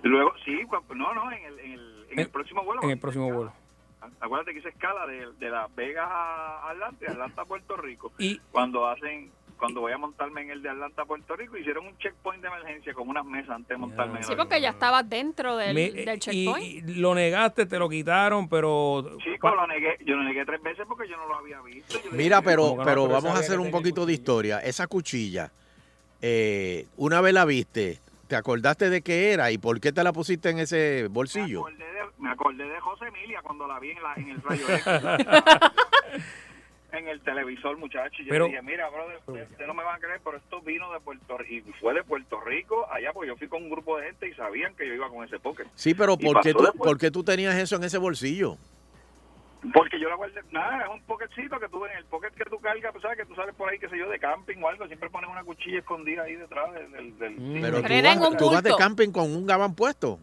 Speaker 10: Luego, sí, pues, no, no, en el, en el, en el próximo vuelo.
Speaker 3: Eh, en el próximo vuelo.
Speaker 10: Acuérdate que hice escala de, de Las Vegas a Atlanta, de Atlanta a Puerto Rico.
Speaker 3: Y-
Speaker 10: cuando hacen, cuando voy a montarme en el de Atlanta a Puerto Rico, hicieron un checkpoint de emergencia con unas mesas antes de montarme. en
Speaker 5: Sí,
Speaker 10: el
Speaker 5: porque ya estabas dentro del,
Speaker 3: Me-
Speaker 5: del
Speaker 3: y,
Speaker 5: checkpoint.
Speaker 3: y lo negaste, te lo quitaron, pero
Speaker 10: avión. Chico, lo negué, yo lo negué tres veces porque yo no lo había visto. Yo le
Speaker 4: Mira,
Speaker 10: dije,
Speaker 4: pero,
Speaker 10: "Como que no,
Speaker 4: pero
Speaker 10: pero
Speaker 4: vamos a
Speaker 10: sabía
Speaker 4: hacer
Speaker 10: que
Speaker 4: un
Speaker 10: tenía
Speaker 4: poquito de historia. Esa cuchilla, eh, una vez la viste, ¿te acordaste de qué era y por qué te la pusiste en ese bolsillo?
Speaker 10: Me acordé de José Emilia cuando la vi en, la- en el rayo X. en el televisor, muchacho. Y yo
Speaker 3: Pero-
Speaker 10: dije, mira, brother, ustedes ustedes no me van a creer, pero esto vino de Puerto Rico. Y fue de Puerto Rico allá, porque yo fui con un grupo de gente y sabían que yo iba con ese pocket.
Speaker 4: Sí, pero
Speaker 10: Y
Speaker 4: ¿por qué,
Speaker 10: pasó
Speaker 4: tú,
Speaker 10: de Puerto-
Speaker 4: por qué tú tenías eso en ese bolsillo?
Speaker 10: Porque yo la guardé, nada, es un pocketcito que tú en el pocket que tú cargas, pues, sabes que tú sales por ahí, qué sé yo, de camping o algo, siempre pones una cuchilla escondida ahí detrás del... del- del-
Speaker 4: Mm, Pero tú,
Speaker 10: Pero era en
Speaker 4: vas,
Speaker 10: un
Speaker 4: tú vas de
Speaker 10: bulto.
Speaker 4: camping con un gabán puesto.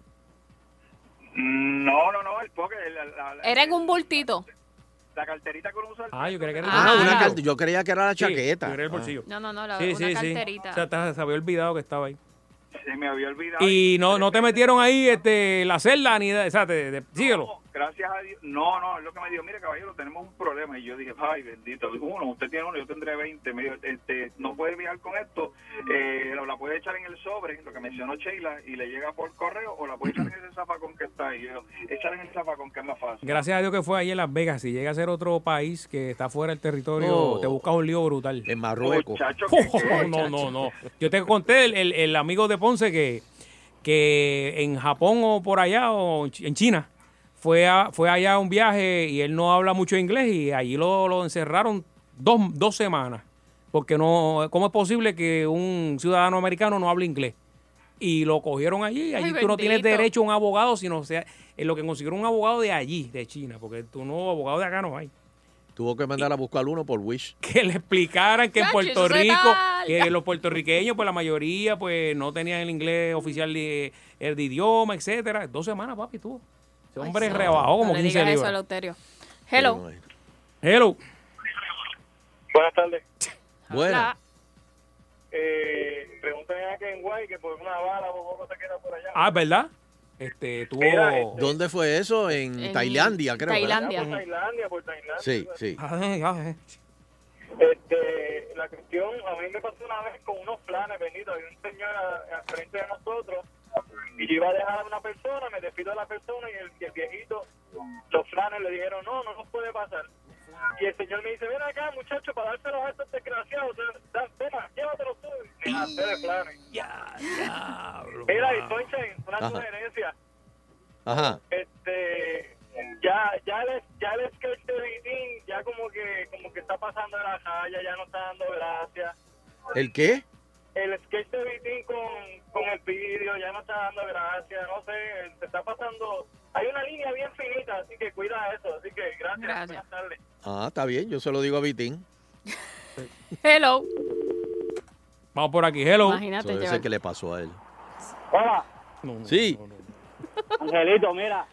Speaker 10: Mm, No, no, no, el pocket, la, la- la-
Speaker 5: Era en un bultito.
Speaker 10: la carterita que uno usa.
Speaker 3: Ah, yo creía que era
Speaker 4: Ah, una
Speaker 3: bolsillo.
Speaker 4: cal- yo creía que era la
Speaker 3: Sí,
Speaker 4: chaqueta.
Speaker 3: yo creía el
Speaker 4: Ah.
Speaker 3: bolsillo.
Speaker 5: No, no, no, la-
Speaker 3: Sí,
Speaker 5: una
Speaker 3: sí, sí.
Speaker 5: carterita.
Speaker 3: O sea, te- se había olvidado que estaba ahí.
Speaker 10: Se me había olvidado.
Speaker 3: Y no, no te metieron ahí este, la celda ni da- o sea, te- te- síguelo.
Speaker 10: Gracias a Dios. No, no, es lo que me dijo, mire caballero, tenemos un problema. Y yo dije, ay, bendito, uno, usted tiene uno, yo tendré 20. Me dijo, este, no puede viajar con esto, eh, la, la puede echar en el sobre, lo que mencionó Sheila, y le llega por correo, o la puede echar en ese zafacón que está ahí. Yo, echar en el zafacón que es más fácil.
Speaker 3: Gracias a Dios que fue ahí en Las Vegas. Si llega a ser otro país que está fuera del territorio,
Speaker 4: No.
Speaker 3: te buscas un lío brutal.
Speaker 4: En Marruecos.
Speaker 10: Muchacho,
Speaker 3: Oh, no, no, no. Yo te conté el, el- el amigo de Ponce que, que en Japón o por allá o en Chi- en China fue, a- fue allá a un viaje y él no habla mucho inglés y allí lo, lo encerraron dos, dos semanas. Porque no, ¿cómo es posible que un ciudadano americano no hable inglés? Y lo cogieron allí. Allí tú no tienes
Speaker 5: bendito.
Speaker 3: derecho a un abogado, sino sea, en lo que consiguieron un abogado de allí, de China, porque tú no, abogado de acá no hay
Speaker 4: Tuvo que mandar a buscar uno por Wish.
Speaker 3: [laughs] que le explicaran que en
Speaker 4: Chacho,
Speaker 3: Puerto
Speaker 4: eso se
Speaker 3: Rico,
Speaker 4: tarda.
Speaker 3: que los puertorriqueños, pues la mayoría, pues no tenían el inglés oficial de, el de idioma, etcétera. Dos semanas, papi, tú. Ese hombre
Speaker 5: Ay,
Speaker 3: rebajó como
Speaker 5: no le
Speaker 3: 15
Speaker 5: digas eso,
Speaker 3: libras.
Speaker 5: Eleuterio. Hello.
Speaker 3: Hello.
Speaker 4: [laughs]
Speaker 15: Buenas tardes.
Speaker 4: Buena.
Speaker 15: Eh, pregúntale a Ken White que por una bala o algo te queda por allá.
Speaker 3: Ah, ¿verdad? Este, tuvo...
Speaker 4: ¿Dónde fue eso? En,
Speaker 15: En
Speaker 4: Mm, Tailandia, creo. ¿verdad?
Speaker 15: Por Tailandia, por Tailandia.
Speaker 4: Sí, sí.
Speaker 15: Este, la cuestión, a mí me pasó una vez con unos planes, bendito, había un señor a- al frente de nosotros y yo iba a dejar a una persona, me despido de la persona y el, y el viejito, los planes le dijeron, no, no nos puede pasar. Y el señor me dice, ven acá, muchacho, para dárselos a estos desgraciados, da- da- toma, llévatelos tú. Y me hacer el planes. Mira, y Sonchen, una
Speaker 4: Ajá.
Speaker 15: sugerencia.
Speaker 4: Ajá.
Speaker 15: Este, ya, ya les, ya les que este Vitín ya como que, como que está pasando de la raya, ya no está dando gracia.
Speaker 4: ¿El qué?
Speaker 15: el sketch de Vitín con, con el vídeo ya no está dando gracia, no sé, se está pasando. Hay una línea bien finita, así que cuida eso. Así que gracias. Buenas tardes.
Speaker 4: Ah, está bien, yo se lo digo a Vitín.
Speaker 5: Hello.
Speaker 3: Vamos por aquí, hello.
Speaker 5: Imagínate,
Speaker 4: Eso
Speaker 5: yo.
Speaker 4: es el que le pasó a él.
Speaker 15: Hola,
Speaker 4: sí.
Speaker 15: Angelito, mira.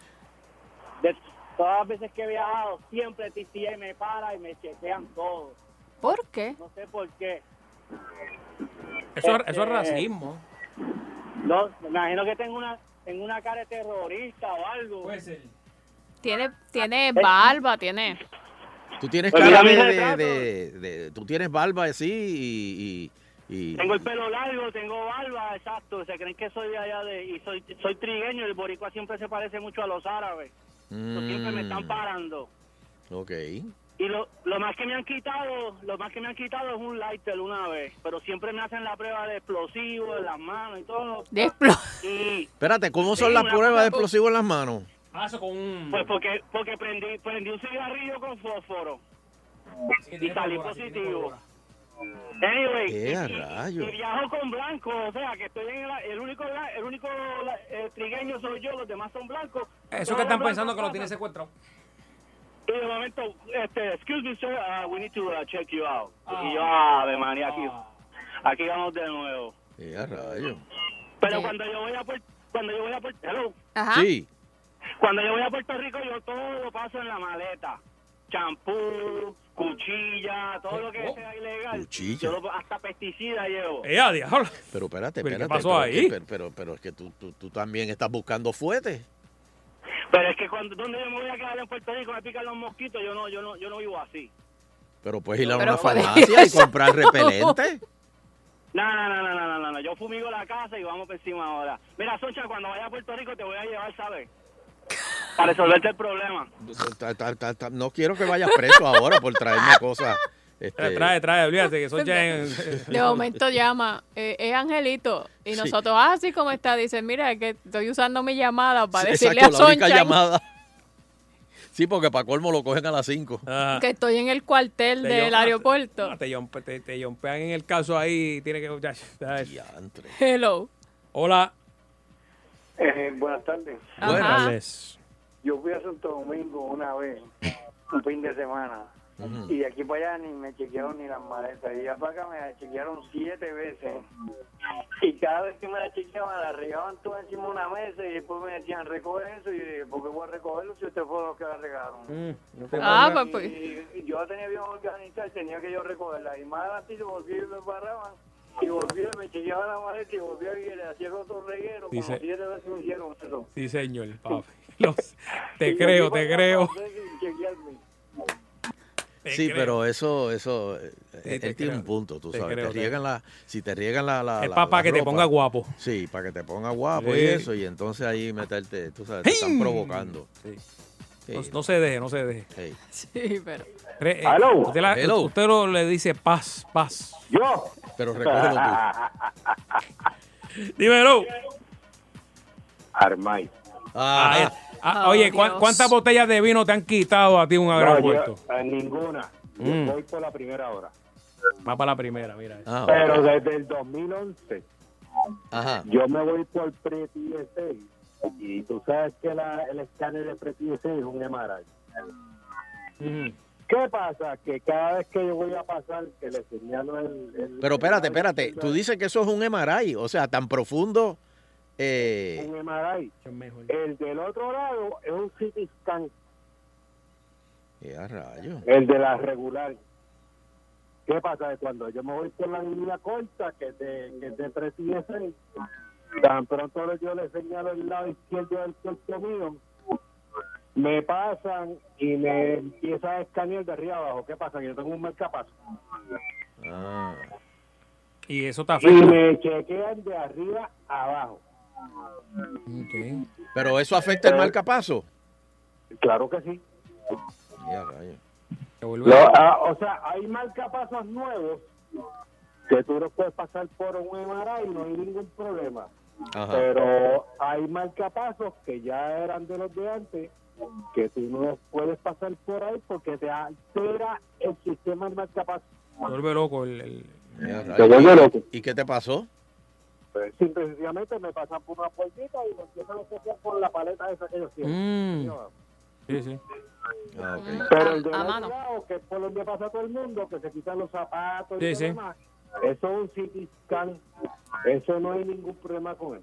Speaker 15: De todas las veces que he viajado, siempre TCA me para y me chequean todo.
Speaker 5: ¿Por qué?
Speaker 15: No sé por qué.
Speaker 3: Eso, es-
Speaker 15: Este,
Speaker 16: Eh,
Speaker 3: eso es racismo.
Speaker 15: No, me imagino que tengo una, tengo una cara de terrorista o algo.
Speaker 3: Puede ser.
Speaker 5: Tiene,
Speaker 10: Eh.
Speaker 5: tiene barba, tiene.
Speaker 4: Tú tienes
Speaker 15: Pero
Speaker 4: cara de,
Speaker 15: mira mi retrato.
Speaker 4: de- de- de- Tú tienes barba así y... y- y-
Speaker 15: Tengo el pelo largo, tengo barba, exacto. Se creen que soy de allá de, y soy, soy trigueño y el boricua siempre se parece mucho a los árabes. Siempre me están
Speaker 4: Mm,
Speaker 15: parando.
Speaker 4: Ok.
Speaker 15: Y lo, lo más que me han quitado, lo más que me han quitado es un lighter una vez, pero siempre me hacen la prueba de explosivo en las manos y todo.
Speaker 5: De
Speaker 15: Y
Speaker 4: Espérate, ¿cómo
Speaker 15: Sí,
Speaker 4: son las
Speaker 15: una
Speaker 4: pruebas
Speaker 15: cosa-
Speaker 4: de explosivo en las manos?
Speaker 3: Paso con un.
Speaker 15: pues porque porque prendí prendí un cigarrillo con fósforo y salí positivo. Anyway,
Speaker 4: ¡Eh, a
Speaker 15: y- y-
Speaker 4: rayos!
Speaker 15: y viajo con blanco, o sea que estoy en la- el único la- el único la- eh, trigueño soy yo, los demás son blancos.
Speaker 3: Eso
Speaker 15: Todos
Speaker 3: que están
Speaker 15: los blancos
Speaker 3: pensando que lo
Speaker 15: pasan.
Speaker 3: tiene secuestrado.
Speaker 15: Y de momento, este, excuse me sir, uh, we need to uh, check you out.
Speaker 3: Ah.
Speaker 15: Y yo, ave María, aquí, aquí vamos de nuevo.
Speaker 4: ¡Eh, a rayos!
Speaker 15: Pero cuando yo voy a Puerto, cuando yo voy a Puerto, hello.
Speaker 4: Sí.
Speaker 15: Cuando yo voy a Puerto Rico, yo todo lo paso en la maleta. Champú, cuchilla, todo lo que sea ilegal.
Speaker 4: Cuchilla.
Speaker 15: Yo lo- hasta pesticida llevo.
Speaker 3: ¡Eh, a diablo!
Speaker 4: Pero espérate,
Speaker 3: ¿Pero qué
Speaker 4: espérate.
Speaker 3: pasó
Speaker 4: pero,
Speaker 3: ahí?
Speaker 4: es que- Pero, pero- pero es que tú, tú, tú también estás buscando fuete.
Speaker 15: Pero es que cuando donde yo me voy a quedar en Puerto Rico me pican los mosquitos, yo no yo no yo no vivo así.
Speaker 4: Pero puedes ir a
Speaker 15: Pero
Speaker 4: una
Speaker 15: puede-
Speaker 4: farmacia y comprar repelente.
Speaker 15: No, no, no, no, no, no, no, no, yo fumigo la casa y vamos por encima ahora. Mira, Socha, cuando vaya a Puerto Rico te voy a llevar, ¿sabes? [laughs] Para resolverte el problema.
Speaker 4: Ta- ta- ta- ta- No quiero que vayas preso ahora por traerme cosas.
Speaker 3: Trae,
Speaker 4: Este,
Speaker 3: trae, trae, olvídate que son ya en.
Speaker 5: [laughs] De momento llama, eh, es Angelito. Y
Speaker 4: Sí.
Speaker 5: nosotros, ah, así como está, dice, mira, es que estoy usando mi llamada para
Speaker 4: Sí,
Speaker 5: decirle
Speaker 4: exacto,
Speaker 5: a
Speaker 4: la única
Speaker 5: Soncha
Speaker 4: llamada. Sí, porque para colmo lo cogen a las 5.
Speaker 5: que estoy en el cuartel
Speaker 3: Te
Speaker 5: del
Speaker 3: llama-
Speaker 5: aeropuerto.
Speaker 3: Ah, Te, yompe- te, te yompean en el caso ahí. Tiene que. ya, ya.
Speaker 5: Hello.
Speaker 3: Hola.
Speaker 16: Eh, buenas tardes.
Speaker 3: Buenas tardes.
Speaker 16: Yo fui a Santo Domingo una vez, un fin de semana, y de aquí para allá ni me chequearon ni las maletas. Y ya para acá me las chequearon siete veces. Y cada vez que me las chequeaban, las regaban todas encima de una mesa y después me decían, recoge eso. Y yo dije, ¿por qué voy a recogerlo si ustedes fueron los que las regaron?
Speaker 3: Mm,
Speaker 5: Ah, pues, pues.
Speaker 16: Este Y yo la tenía bien organizada y tenía que yo recogerla. Y más adelante yo volví y me paraban. Y volví, me chequeaban la maleta y volví y le hacía otro reguero.
Speaker 3: Dice-
Speaker 16: Como siete veces me hicieron eso.
Speaker 3: Sí, señor, papi. Los- te creo, te creo. Te
Speaker 4: Sí,
Speaker 3: creo.
Speaker 4: pero eso, eso, eh, él
Speaker 3: te
Speaker 4: tiene
Speaker 3: creo.
Speaker 4: un punto, tú
Speaker 3: Te
Speaker 4: sabes.
Speaker 3: creo,
Speaker 4: te
Speaker 3: te-
Speaker 4: riegan la, si te riegan la, la
Speaker 3: Es
Speaker 4: la-
Speaker 3: pa- pa'
Speaker 4: la
Speaker 3: que te
Speaker 4: ropa.
Speaker 3: ponga guapo.
Speaker 4: Sí, para que te ponga guapo
Speaker 3: Sí.
Speaker 4: y eso, y entonces ahí meterte, tú sabes, te están
Speaker 3: ¡Hey!
Speaker 4: provocando. Sí.
Speaker 3: No, no se deje, no se deje.
Speaker 5: Sí, pero.
Speaker 3: Re- eh,
Speaker 16: Ah,
Speaker 4: Hello.
Speaker 3: Usted, la-
Speaker 4: Hello.
Speaker 3: usted lo- le dice paz, paz.
Speaker 16: Yo.
Speaker 4: Pero recógelo tú.
Speaker 3: [laughs] Dímelo.
Speaker 16: Armay.
Speaker 3: Ah, ah, oye, ¿cuán-
Speaker 16: Dios.
Speaker 3: ¿cuántas botellas de vino te han quitado a ti en un aeropuerto?
Speaker 16: ninguna.
Speaker 3: Mm.
Speaker 16: Yo voy por la primera hora.
Speaker 3: Más para la primera, mira.
Speaker 4: Ah,
Speaker 16: Pero desde el 2011,
Speaker 4: Ajá.
Speaker 16: yo me voy por pre Y tú sabes que la, el escáner de pre es un MRI.
Speaker 4: Mm.
Speaker 16: ¿Qué pasa? Que cada vez que yo voy a pasar, que le señalo el... el-
Speaker 4: Pero espérate, espérate, tú dices que eso es un MRI, o sea, tan profundo. Eh,
Speaker 16: un MRI. El del otro lado es un CT scan.
Speaker 4: ya, rayo.
Speaker 16: El de la regular. ¿Qué pasa? Que Cuando yo me voy por la línea corta, que es de, que es de 316, tan pronto yo le señalo el lado izquierdo del cuerpo mío, me pasan y me empieza a escanear de arriba abajo. ¿Qué pasa? Que yo tengo un mercapaso.
Speaker 4: Ah.
Speaker 3: Y eso te
Speaker 16: Y
Speaker 3: afecta.
Speaker 16: me chequean de arriba abajo.
Speaker 4: Pero eso afecta el marcapaso.
Speaker 16: Claro que sí.
Speaker 4: Ya, rayo.
Speaker 16: Lo- ah, o sea, hay marcapasos nuevos que tú los puedes pasar por un MRI y no hay ningún problema.
Speaker 4: Ajá.
Speaker 16: Pero hay marcapasos que ya eran de los de antes que tú no los puedes pasar por ahí porque te altera el sistema del marcapasos.
Speaker 3: Vuelve loco el. el-
Speaker 4: Ya,
Speaker 16: Te
Speaker 4: rayo.
Speaker 16: vuelve loco.
Speaker 4: ¿Y qué te pasó?
Speaker 17: Simple y sencillamente me pasan por una puertita y me empiezan a chequear con la paleta esa que ellos tienen.
Speaker 3: Mm. Sí, sí.
Speaker 17: Pero el de otro lado, que es por donde pasa todo el mundo, que se quitan los zapatos
Speaker 3: Sí,
Speaker 17: y
Speaker 3: sí.
Speaker 17: todo demás, eso es un city scan, eso no hay ningún problema con él.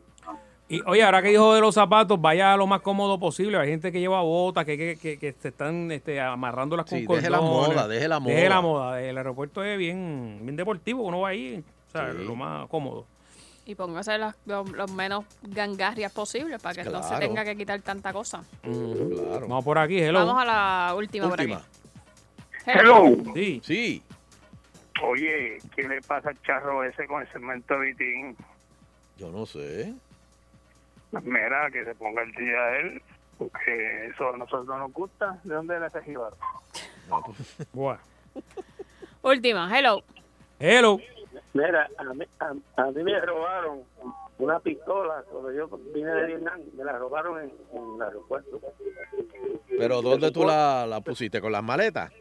Speaker 3: Y oye, ahora que dijo de los zapatos, vaya lo más cómodo posible. Hay gente que lleva botas, que, que, que, que se están este, amarrándolas con
Speaker 4: Sí, deje la
Speaker 3: cordones.
Speaker 4: moda, deje la moda.
Speaker 3: Deje la moda. El aeropuerto es bien, bien deportivo, uno va ahí, o sea, lo más cómodo.
Speaker 5: Y póngase las, los, los menos gangarrias posibles para que no se
Speaker 3: Claro.
Speaker 5: tenga que quitar tanta cosa.
Speaker 3: Claro. Vamos por aquí, hello.
Speaker 5: Vamos a la última, por aquí.
Speaker 3: Sí.
Speaker 4: Sí.
Speaker 18: Oye, ¿qué le pasa al charro ese con el cemento vitín?
Speaker 4: Yo no sé.
Speaker 18: Mira, que se ponga el día él, porque eso a nosotros no nos gusta. ¿De dónde era ese jíbaro?
Speaker 16: eh.
Speaker 3: Buah.
Speaker 5: Última, hello.
Speaker 3: Hello.
Speaker 16: Mira, a mí, a, a mí me robaron una pistola cuando yo vine de Vietnam, me la robaron en, en el aeropuerto.
Speaker 4: Pero ¿dónde tú la, la pusiste? ¿Con las maletas?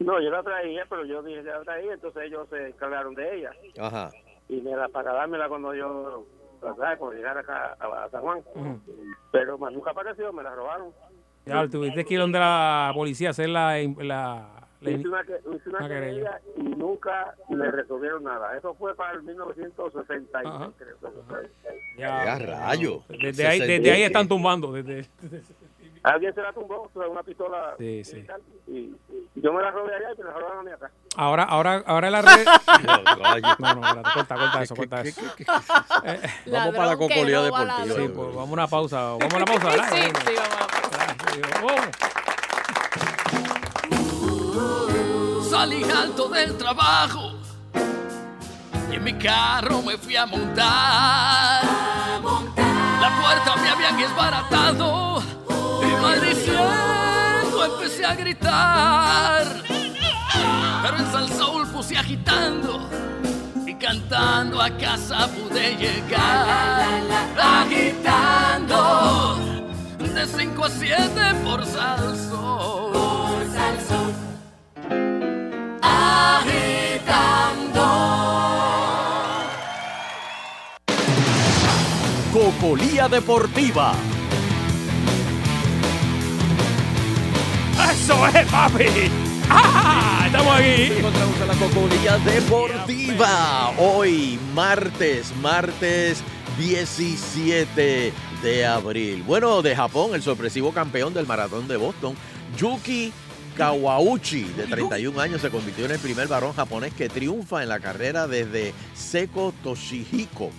Speaker 16: No, yo la traía, pero yo dije, la traía, entonces ellos se encargaron de ella.
Speaker 4: Ajá.
Speaker 16: Y me la para dármela cuando yo, ¿sabes? Por llegar acá a, a San Juan. Pero más nunca apareció, me la robaron.
Speaker 3: Ya, tuviste que ir donde la policía a hacer la... la, la-
Speaker 16: Hice una, que- hice una
Speaker 3: una querella.
Speaker 16: querella y nunca me resolvieron nada. Eso fue para el 1960, creo.
Speaker 3: Ya,
Speaker 4: Ya, rayo.
Speaker 3: Desde ahí, desde ahí están tumbando. Desde,
Speaker 16: Alguien se la tumbó, se la- una pistola.
Speaker 3: Sí, sí.
Speaker 16: Y, y yo me la robé allá y me la robaron a mí acá.
Speaker 3: Ahora, ahora, ahora la
Speaker 4: [laughs]
Speaker 3: red.
Speaker 4: rayo.
Speaker 3: No, no, espérate, corta, corta eso, corta eso. Eh,
Speaker 4: Vamos para la cocolía deportiva.
Speaker 3: Sí, pues, vamos a una pausa. Vamos a una pausa, ¿verdad?
Speaker 5: Sí, sí, vamos a la
Speaker 2: Salí alto del trabajo y en mi carro me fui a montar. La puerta me habían esbaratado y maldiciendo empecé a gritar. Pero en San Saúl puse agitando y cantando a casa pude llegar. Agitando de 5 a 7 por Salsón. Por Salsón. Agitando.
Speaker 1: Cocolía Deportiva.
Speaker 3: ¡Eso es, papi! ¡Ah! Estamos aquí.
Speaker 4: Encontramos a la Cocolía Deportiva. Hoy, martes, martes 17 de abril. Bueno, de Japón, el sorpresivo campeón del maratón de Boston, Yuki Kawauchi, de 31 años, se convirtió en el primer varón japonés que triunfa en la carrera desde Seiko Toshihiko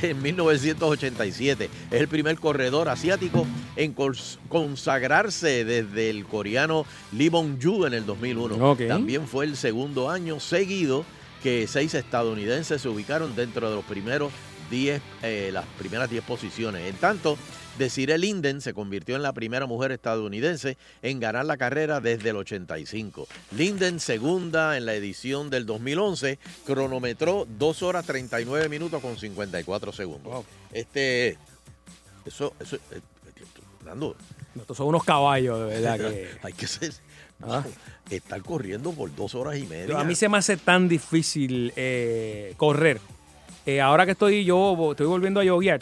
Speaker 4: de 1987. Es el primer corredor asiático en cons- consagrarse desde el coreano Lee Bong-ju en el 2001.
Speaker 3: Ok.
Speaker 4: También fue el segundo año seguido que seis estadounidenses se ubicaron dentro de los primeros 10, eh, las primeras 10 posiciones. En tanto, Desiree Linden se convirtió en la primera mujer estadounidense en ganar la carrera desde el 85. Linden, segunda en la edición del 2011, cronometró 2 horas 39 minutos con 54 segundos. Este, eso, eso, eh, eh, Nando,
Speaker 3: Estos son unos caballos, de
Speaker 4: [laughs]
Speaker 3: verdad. Que...
Speaker 4: hay que ser,
Speaker 3: Ah.
Speaker 4: estar corriendo por dos horas y media.
Speaker 3: A mí se me hace tan difícil eh, correr. Eh, ahora que estoy yo, estoy volviendo a lloviar,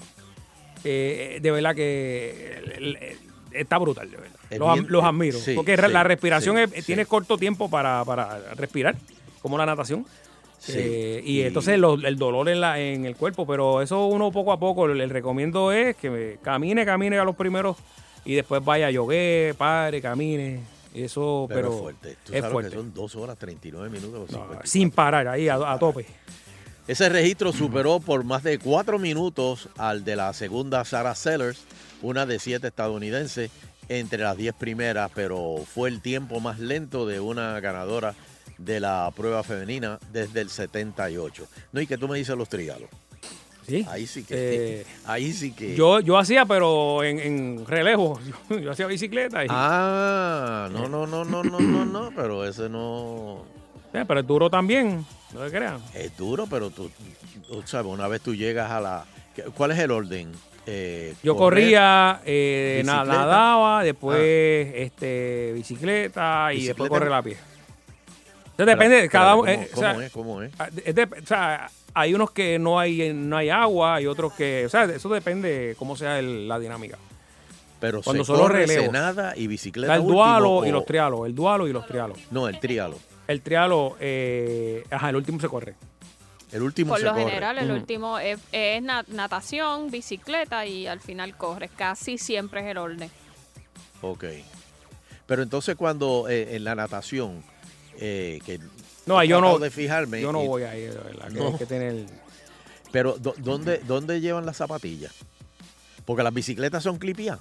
Speaker 3: eh, de verdad que el- el- el- está brutal, de verdad.
Speaker 4: Es
Speaker 3: Los, am-
Speaker 4: bien-
Speaker 3: los admiro.
Speaker 4: sí,
Speaker 3: porque
Speaker 4: sí,
Speaker 3: la respiración
Speaker 4: sí,
Speaker 3: es- tiene corto tiempo para, para respirar, como la natación.
Speaker 4: Sí,
Speaker 3: Eh, y,
Speaker 4: y-
Speaker 3: entonces lo- el dolor en, la, en el cuerpo, pero eso uno poco a poco, le recomiendo es que me- camine, camine a los primeros y después vaya a yogué, pare, camine. Eso,
Speaker 4: pero,
Speaker 3: pero,
Speaker 4: es fuerte. Tú
Speaker 3: es
Speaker 4: sabes
Speaker 3: fuerte.
Speaker 4: que son 2 horas 39 minutos con 54
Speaker 3: Sin parar, ahí a, a tope.
Speaker 4: Ese registro superó por más de cuatro minutos al de la segunda Sarah Sellers, una de siete estadounidenses, entre las diez primeras, pero fue el tiempo más lento de una ganadora de la prueba femenina desde el 78. No, y que tú me dices los trigalos.
Speaker 3: Sí.
Speaker 4: Ahí sí que.
Speaker 3: Eh,
Speaker 4: [laughs] ahí sí que.
Speaker 3: Yo, yo hacía, pero en, en relevo. [laughs] Yo, yo hacía bicicleta. Y,
Speaker 4: Ah, no, no, no, no, no, no, no, pero ese no.
Speaker 3: Eh, pero es duro también, no te creas.
Speaker 4: Es duro, pero tú, tú sabes, una vez tú llegas a la. ¿Cuál es el orden? Eh,
Speaker 3: Yo
Speaker 4: correr,
Speaker 3: corría, eh,
Speaker 4: bicicleta. Ah.
Speaker 3: na- nadaba, después este, bicicleta y después
Speaker 4: Bicicleta.
Speaker 3: correr la pie. Entonces depende,
Speaker 4: Espérate,
Speaker 3: cada uno.
Speaker 4: espérate,
Speaker 3: eh,
Speaker 4: ¿Cómo,
Speaker 3: o sea,
Speaker 4: cómo es? ¿Cómo es?
Speaker 3: Ah, de- de- o sea, hay unos que no hay, no hay agua, hay otros que. O sea, eso depende cómo sea el- la dinámica.
Speaker 4: Ah, Pero
Speaker 3: Cuando
Speaker 4: se
Speaker 3: son los
Speaker 4: corre,
Speaker 3: relevos.
Speaker 4: nada y
Speaker 3: Está
Speaker 4: bicicleta
Speaker 3: el
Speaker 4: último
Speaker 3: dualo
Speaker 4: o-
Speaker 3: y los trialos. El dualo y los trialos.
Speaker 4: No, el trialo.
Speaker 3: El trialo, eh, ajá, el último se corre.
Speaker 4: El último Mm.
Speaker 5: Por lo general, el último es, es na- natación, bicicleta y al final corres. Casi siempre es el orden.
Speaker 4: Ok. Pero entonces cuando eh, en la natación, eh, que
Speaker 3: No,
Speaker 4: he
Speaker 3: yo no-
Speaker 4: tratado de fijarme.
Speaker 3: yo no voy
Speaker 4: a
Speaker 3: ahí, de verdad, que
Speaker 4: No.
Speaker 3: hay que tener...
Speaker 4: Pero ¿dó- ¿dónde, dónde llevan las zapatillas? Porque las bicicletas son clipiadas.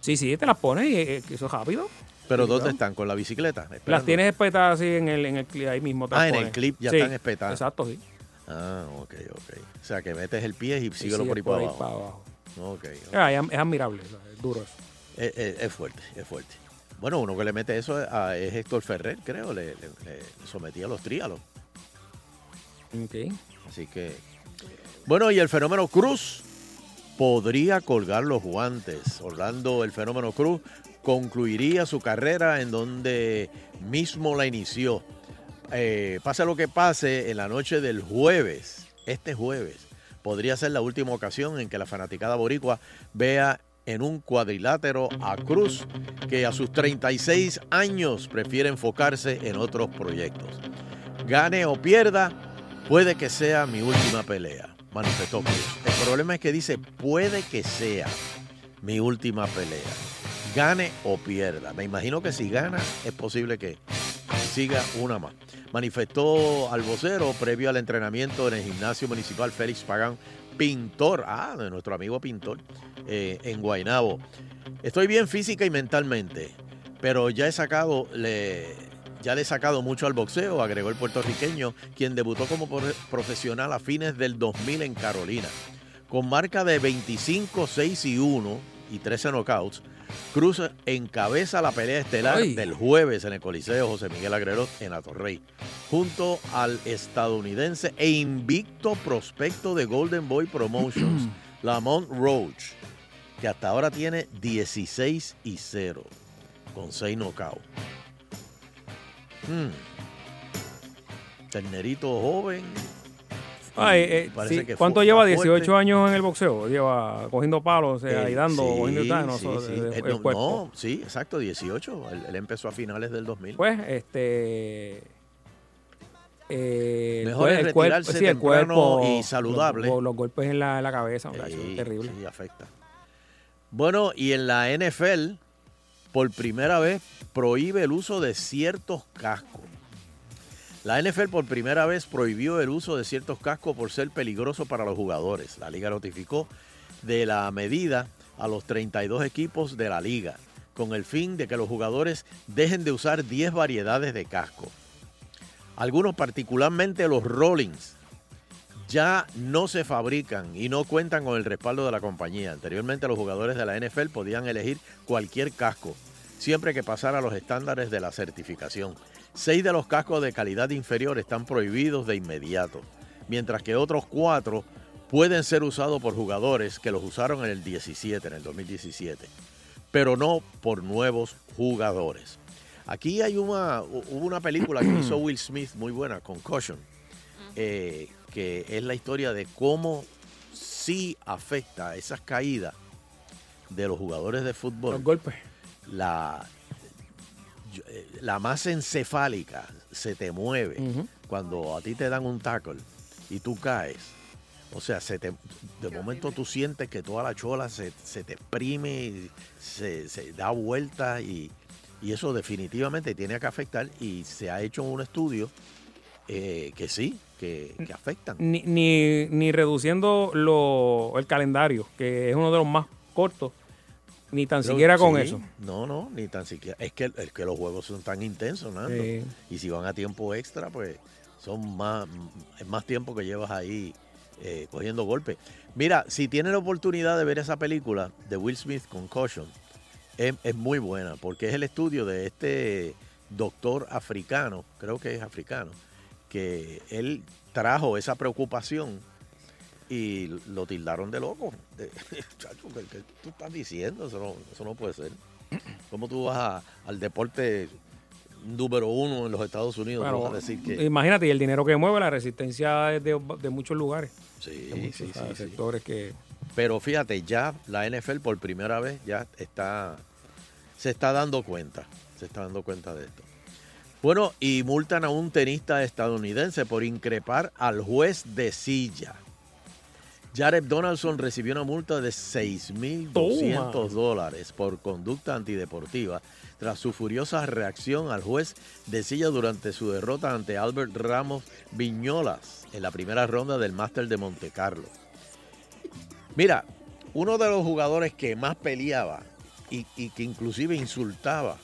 Speaker 3: Sí, sí, te las pones y eh, eso es rápido.
Speaker 4: Pero
Speaker 3: Sí,
Speaker 4: ¿dónde
Speaker 3: claro.
Speaker 4: están? ¿Con la bicicleta?
Speaker 3: Las
Speaker 4: Esperando.
Speaker 3: tienes espetadas así en el, en el clip, ahí mismo. te las
Speaker 4: Ah, en el
Speaker 3: pones.
Speaker 4: clip ya
Speaker 3: Sí,
Speaker 4: están espetadas.
Speaker 3: Exacto, sí.
Speaker 4: Ah, ok, ok. O sea, que metes el pie y síguelo
Speaker 3: sigues
Speaker 4: por ahí
Speaker 3: por
Speaker 4: para
Speaker 3: ahí
Speaker 4: abajo.
Speaker 3: para abajo.
Speaker 4: Ok, ok.
Speaker 3: Ah, es, es admirable, o sea, es duro eso.
Speaker 4: Eh, eh, es fuerte, es fuerte. Bueno, uno que le mete eso a- es Héctor Ferrer, creo. Le, le- le sometía a los tríalos. Así que. Bueno, y el fenómeno Cruz podría colgar los guantes. Orlando, el fenómeno Cruz, concluiría su carrera en donde mismo la inició. Eh, pase lo que pase, en la noche del jueves, este jueves, podría ser la última ocasión en que la fanaticada boricua vea en un cuadrilátero a Cruz, que a sus 36 años prefiere enfocarse en otros proyectos. Gane o pierda, puede que sea mi última pelea. Manifestó Cruz. El problema es que dice, puede que sea mi última pelea. Gane o pierda. Me imagino que si gana, es posible que siga una más. Manifestó al vocero previo al entrenamiento en el gimnasio municipal Félix Pagán Pintor, ah, de nuestro amigo Pintor, eh, en Guaynabo. Estoy bien física y mentalmente, pero ya he sacado, le, ya le he sacado mucho al boxeo, agregó el puertorriqueño, quien debutó como por- profesional a fines del 2000 en Carolina. Con marca de 25, 6 y 1 y 13 knockouts, Cruz encabeza la pelea estelar
Speaker 11: Ay.
Speaker 4: del jueves en el Coliseo José Miguel Agrelot en Atorrey, junto al estadounidense e invicto prospecto de Golden
Speaker 3: [clears throat]
Speaker 4: Boy Promotions, Lamont Roach, que hasta ahora tiene 16 y 0, con 6 knockouts. Mm. Ternerito joven.
Speaker 3: Ah,
Speaker 4: Y
Speaker 3: eh, eh,
Speaker 4: parece
Speaker 3: sí.
Speaker 4: que fu-
Speaker 3: ¿Cuánto lleva?
Speaker 4: está
Speaker 3: 18
Speaker 4: fuerte.
Speaker 3: años en el boxeo. Lleva cogiendo palos o sea,
Speaker 4: Eh,
Speaker 3: y dando,
Speaker 4: sí,
Speaker 3: cogiendo y tal, no,
Speaker 4: sí,
Speaker 3: so-
Speaker 4: sí.
Speaker 3: de- de-
Speaker 4: Eh,
Speaker 3: el
Speaker 4: no,
Speaker 3: cuerpo.
Speaker 4: no, sí, exacto, 18. Él, él empezó a finales del 2000.
Speaker 3: Pues, este. eh, el
Speaker 4: Mejor es
Speaker 3: cuer- el cuerpo-
Speaker 4: retirarse
Speaker 3: sí, el
Speaker 4: temprano
Speaker 3: cuerpo,
Speaker 4: y saludable. Eh,
Speaker 3: Los, los golpes en la, en la cabeza, muchacho,
Speaker 4: Sí,
Speaker 3: terrible.
Speaker 4: sí, afecta. Bueno, y en la NFL, por primera vez, prohíbe el uso de ciertos cascos. La NFL por primera vez prohibió el uso de ciertos cascos por ser peligroso para los jugadores. La liga notificó de la medida a los 32 equipos de la liga, con el fin de que los jugadores dejen de usar 10 variedades de casco. Algunos, particularmente los Rollins, ya no se fabrican y no cuentan con el respaldo de la compañía. Anteriormente los jugadores de la NFL podían elegir cualquier casco, siempre que pasara los estándares de la certificación. Seis de los cascos de calidad inferior están prohibidos de inmediato, mientras que otros cuatro pueden ser usados por jugadores que los usaron en el 17, en el 2017, pero no por nuevos jugadores. Aquí hay una, hubo una película que hizo Will Smith muy buena, Concussion, eh, que es la historia de cómo sí afecta esas caídas de los jugadores de fútbol. Los
Speaker 3: golpes.
Speaker 4: La, yo- eh, la masa encefálica se te mueve cuando a ti te dan un tackle y tú caes. O sea, se te, de momento tú sientes que toda la chola se, se te exprime, se, se da vuelta y, y eso definitivamente tiene que afectar y se ha hecho un estudio eh, que sí, que, que afectan.
Speaker 3: Ni, ni, ni reduciendo lo, el calendario, que es uno de los más cortos, ni tan
Speaker 4: Pero-
Speaker 3: siquiera con
Speaker 4: sí,
Speaker 3: eso.
Speaker 4: No, no, ni tan siquiera. Es que, es que los juegos son tan intensos, Nando.
Speaker 3: Sí.
Speaker 4: Y si van a tiempo extra, pues son más, es más tiempo que llevas ahí eh, cogiendo golpes. Mira, si tienes la oportunidad de ver esa película de Will Smith, Concussion, es, es muy buena porque es el estudio de este doctor africano, creo que es africano, que él trajo esa preocupación y lo tildaron de loco. De- [laughs] Chacho, ¿qué, qué tú estás diciendo? Eso no, eso no puede ser. ¿Cómo tú vas a- al deporte número uno en los Estados Unidos.
Speaker 3: Bueno,
Speaker 4: vamos a decir que.
Speaker 3: Imagínate, y el dinero que mueve la resistencia es de, de muchos lugares.
Speaker 4: Sí,
Speaker 3: De muchos,
Speaker 4: sí,
Speaker 3: o sea,
Speaker 4: sí, sí.
Speaker 3: sectores que.
Speaker 4: Pero fíjate, ya la NFL por primera vez ya está, se está dando cuenta, se está dando cuenta de esto. Bueno, y multan a un tenista estadounidense por increpar al juez de silla. Jared Donaldson recibió una multa de 6.200 dólares por conducta antideportiva tras su furiosa reacción al juez de silla durante su derrota ante Albert Ramos Viñolas en la primera ronda del Máster de Monte Carlo. Mira, uno de los jugadores que más peleaba y, y que inclusive insultaba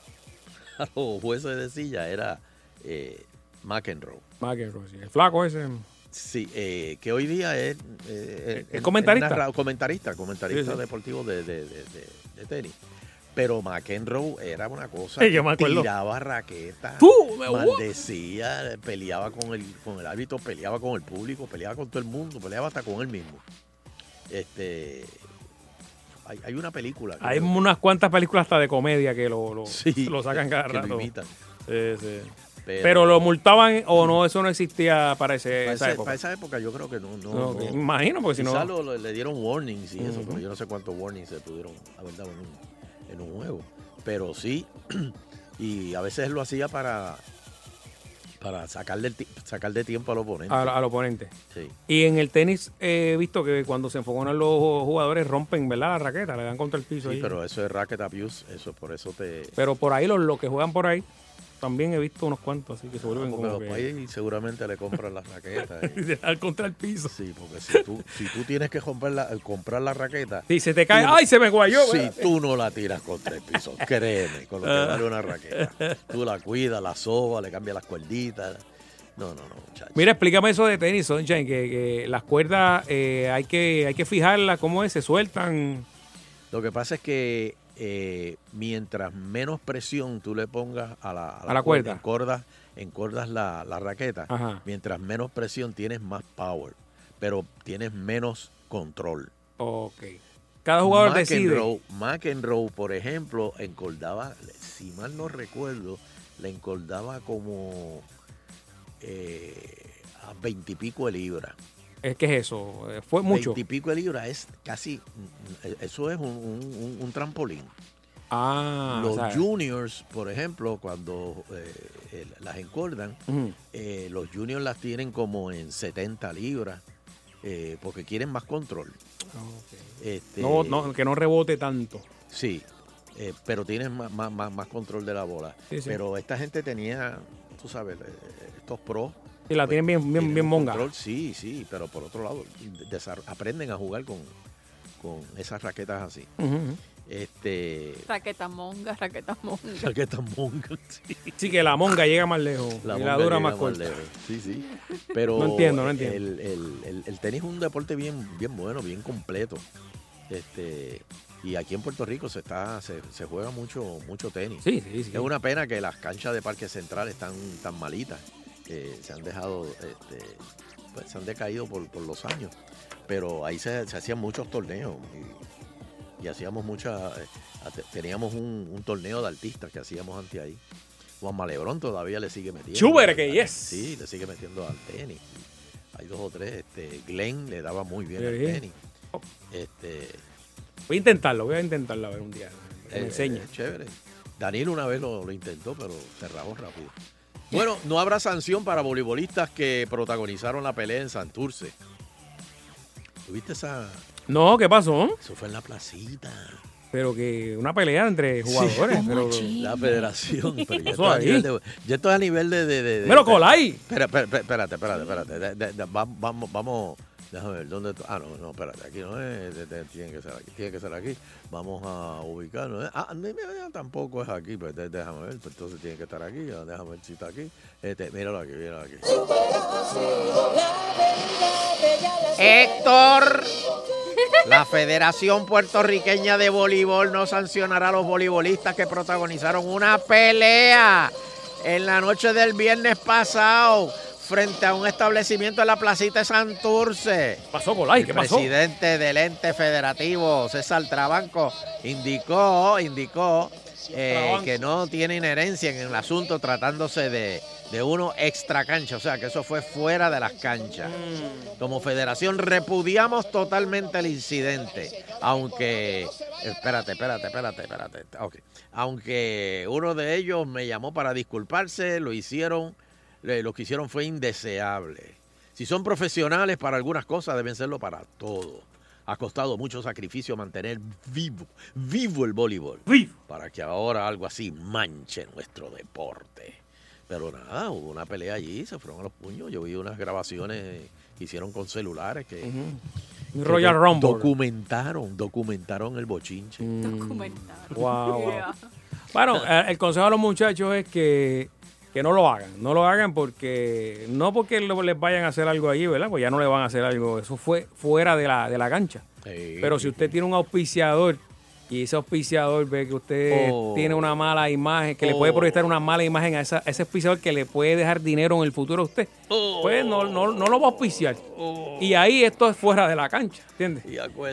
Speaker 4: a los jueces de silla era eh, McEnroe.
Speaker 3: McEnroe, sí. El flaco ese.
Speaker 4: Sí, eh, que hoy día es... eh,
Speaker 3: Es comentarista.
Speaker 4: narra- comentarista, comentarista
Speaker 3: Sí, sí.
Speaker 4: deportivo de, de- de- de- de tenis. Pero McEnroe era una cosa...
Speaker 3: Sí, yo me acuerdo.
Speaker 4: Tiraba raqueta,
Speaker 3: Tú, me-
Speaker 4: maldecía, peleaba con el, con el árbitro, peleaba con el público, peleaba con todo el mundo, peleaba hasta con él mismo. Este... Hay, hay una película.
Speaker 3: Hay
Speaker 4: creo,
Speaker 3: unas cuantas películas hasta de comedia que lo, lo,
Speaker 4: [laughs]
Speaker 3: lo sacan cada
Speaker 4: que lo
Speaker 3: rato.
Speaker 4: imitan.
Speaker 3: Sí, sí.
Speaker 4: Pero,
Speaker 3: Pero, lo multaban o no, eso no existía para, ese, esa
Speaker 4: para, ese-
Speaker 3: época.
Speaker 4: para esa época yo creo que no. no,
Speaker 3: No,
Speaker 4: no.
Speaker 3: que- imagino, porque si no-
Speaker 4: Quizá lo- lo- le dieron warnings y eso,
Speaker 3: Ujú.
Speaker 4: pero yo no sé cuántos warnings se pudieron haber dado en un, en un juego. Pero sí, [clears throat] y a veces lo hacía para para sacarle, el ti- sacarle tiempo al oponente.
Speaker 3: Al- al oponente.
Speaker 4: Sí.
Speaker 3: Y en el tenis he visto que cuando se enfocan los jugadores rompen, ¿verdad? La raqueta, le dan contra el piso.
Speaker 4: Sí,
Speaker 3: ahí.
Speaker 4: pero eso es racket abuse, eso por eso te...
Speaker 3: Pero por ahí los, los que juegan por ahí, también he visto unos cuantos, así que se vuelven
Speaker 4: Ah, porque
Speaker 3: como
Speaker 4: los
Speaker 3: que-
Speaker 4: países seguramente le compran las
Speaker 3: [laughs]
Speaker 4: raquetas. eh.
Speaker 3: Y le dan contra el piso.
Speaker 4: Sí, porque si tú, si tú tienes que comprar la, comprar la raqueta...
Speaker 3: Sí, se te cae,
Speaker 4: tú-
Speaker 3: ¡ay, se me guayó! Ah.
Speaker 4: Si tú no la tiras contra el piso, créeme, con lo que vale una raqueta. Tú la cuidas, la soba, le cambias las cuerditas. No, no, no, muchachos.
Speaker 3: Mira, explícame eso de tenis, Sunshine, que, que las cuerdas eh, hay que hay que fijarlas, cómo es, se sueltan.
Speaker 4: Lo que pasa es que eh, mientras menos presión tú le pongas a la,
Speaker 3: A la cuerda.
Speaker 4: encordas, encordas la, la raqueta,
Speaker 3: Ajá.
Speaker 4: mientras menos presión tienes más power, pero tienes menos control.
Speaker 3: Ok. Cada jugador
Speaker 4: McEnroe, McEnroe, por ejemplo, encordaba, si mal no recuerdo, le encordaba como eh, a veintipico de libra.
Speaker 3: decide. Es que es eso, eh, fue mucho.
Speaker 4: Veintipico de libra es casi, eso es un, un- un- un trampolín.
Speaker 3: Ah,
Speaker 4: los
Speaker 3: o sea,
Speaker 4: juniors, por ejemplo, cuando eh, eh, las encordan,
Speaker 3: Ujú.
Speaker 4: eh, los juniors las tienen como en 70 libras, eh, porque quieren más control. Este,
Speaker 3: no, no, que no rebote tanto.
Speaker 4: Sí, eh, pero tienes más, más, más, más control de la bola.
Speaker 3: Sí, sí.
Speaker 4: Pero esta gente tenía, tú sabes, eh, estos pros.
Speaker 3: Y la tienen bien, bien,
Speaker 4: tienen
Speaker 3: bien
Speaker 4: un
Speaker 3: monga.
Speaker 4: control, sí, sí, pero por otro lado, desar- aprenden a jugar con, con esas raquetas así.
Speaker 3: Ujú, ujú. [laughs]
Speaker 4: Este.
Speaker 5: Raqueta monga, raqueta monga.
Speaker 4: Raquetas monga, [laughs] sí.
Speaker 3: Sí, que la monga llega más lejos y la
Speaker 4: monga
Speaker 3: dura
Speaker 4: llega
Speaker 3: más corta.
Speaker 4: lejos. Sí, sí. Pero
Speaker 3: No entiendo, no entiendo.
Speaker 4: El, el- el- el tenis es un deporte bien, bien bueno, bien completo. Este, y aquí en Puerto Rico se está, se, se juega mucho, mucho tenis.
Speaker 3: Sí, sí, sí.
Speaker 4: Es una pena que las canchas de Parque Central están tan malitas. eh, se han dejado, este, pues, se han decaído por, por los años. Pero ahí se, se hacían muchos torneos y, y hacíamos muchas, teníamos un, un torneo de artistas que hacíamos ante ahí. Juan Malebrón todavía le sigue metiendo.
Speaker 3: Schubert, que
Speaker 4: Al-
Speaker 3: yes.
Speaker 4: Sí, le sigue metiendo al tenis. Hay dos o tres. Este, Glenn le daba muy bien al
Speaker 3: Sí. Oh.
Speaker 4: tenis. Este,
Speaker 3: Voy a intentarlo, voy a intentarlo a ver un día. Que
Speaker 4: eh,
Speaker 3: me enseña.
Speaker 4: eh, chévere. Daniel una vez lo, lo intentó, pero se
Speaker 3: [laughs]
Speaker 4: rajó rápido. Bueno, no habrá sanción para voleibolistas que protagonizaron la pelea en Santurce. ¿Tuviste esa?
Speaker 3: No, ¿qué pasó?
Speaker 4: Eso fue en la placita.
Speaker 3: Pero que una pelea entre jugadores.
Speaker 4: Sí.
Speaker 3: pero-
Speaker 4: La
Speaker 3: [laughs]
Speaker 4: federación. Pero ya
Speaker 3: Eso
Speaker 4: esto es a
Speaker 3: ahí.
Speaker 4: nivel de- ya esto es a nivel de. de, de- de-
Speaker 3: ¡Me lo coláis!
Speaker 4: Espera, espera, espera, espérate, espérate, espérate. De- de- de- va- vamos, vamos. Déjame ver, ¿dónde tú- Ah, no, no, espérate, aquí no es. de- de- tiene que ser aquí, tiene que ser aquí. Vamos a ubicarnos. ¿eh? Ah, ni- ni- ni- tampoco es aquí, pues de- déjame ver, pues, entonces tiene que estar aquí. ah, Déjame ver si está aquí. Este, míralo aquí, míralo aquí.
Speaker 3: [laughs]
Speaker 11: Héctor, la Federación Puertorriqueña de Voleibol no sancionará a los voleibolistas que protagonizaron una pelea en la noche del viernes pasado
Speaker 4: frente a un establecimiento en la placita de Santurce.
Speaker 3: Pasó por ahí,
Speaker 4: El
Speaker 3: ¿qué pasó?
Speaker 4: presidente del ente federativo, César Trabanco, indicó, indicó eh,
Speaker 3: Trabanco.
Speaker 4: que no tiene inherencia en el asunto tratándose de, de uno extra cancha, o sea que eso fue fuera de las canchas.
Speaker 9: Mm.
Speaker 4: Como federación repudiamos totalmente el incidente, aunque, espérate, espérate, espérate, espérate, ok. aunque uno de ellos me llamó para disculparse, lo hicieron, eh, lo que hicieron fue indeseable. Si son profesionales para algunas cosas, deben serlo para todo. Ha costado mucho sacrificio mantener vivo, vivo el voleibol. Para que ahora algo así manche nuestro deporte. Pero nada, hubo una pelea allí, se fueron a los puños. Yo vi unas grabaciones que hicieron con celulares que...
Speaker 3: Un
Speaker 4: que
Speaker 3: Royal
Speaker 4: doc-
Speaker 3: Rumble.
Speaker 4: Documentaron, documentaron el bochinche.
Speaker 3: Documentaron. Wow, wow. Bueno, eh, el consejo a los muchachos es que, que no lo hagan. No lo hagan porque. No porque lo- les vayan a hacer algo allí, ¿verdad? Pues ya no le van a hacer algo. Eso fue fuera de la, de la cancha. Pero si usted tiene un auspiciador y ese auspiciador ve que usted
Speaker 4: Oh.
Speaker 3: tiene una mala imagen, que le puede
Speaker 4: Oh.
Speaker 3: proyectar una mala imagen a, esa- a ese auspiciador que le puede dejar dinero en el futuro a usted, pues no, no, no lo va a auspiciar.
Speaker 4: Oh.
Speaker 3: Y ahí esto es fuera de la cancha, ¿entiendes?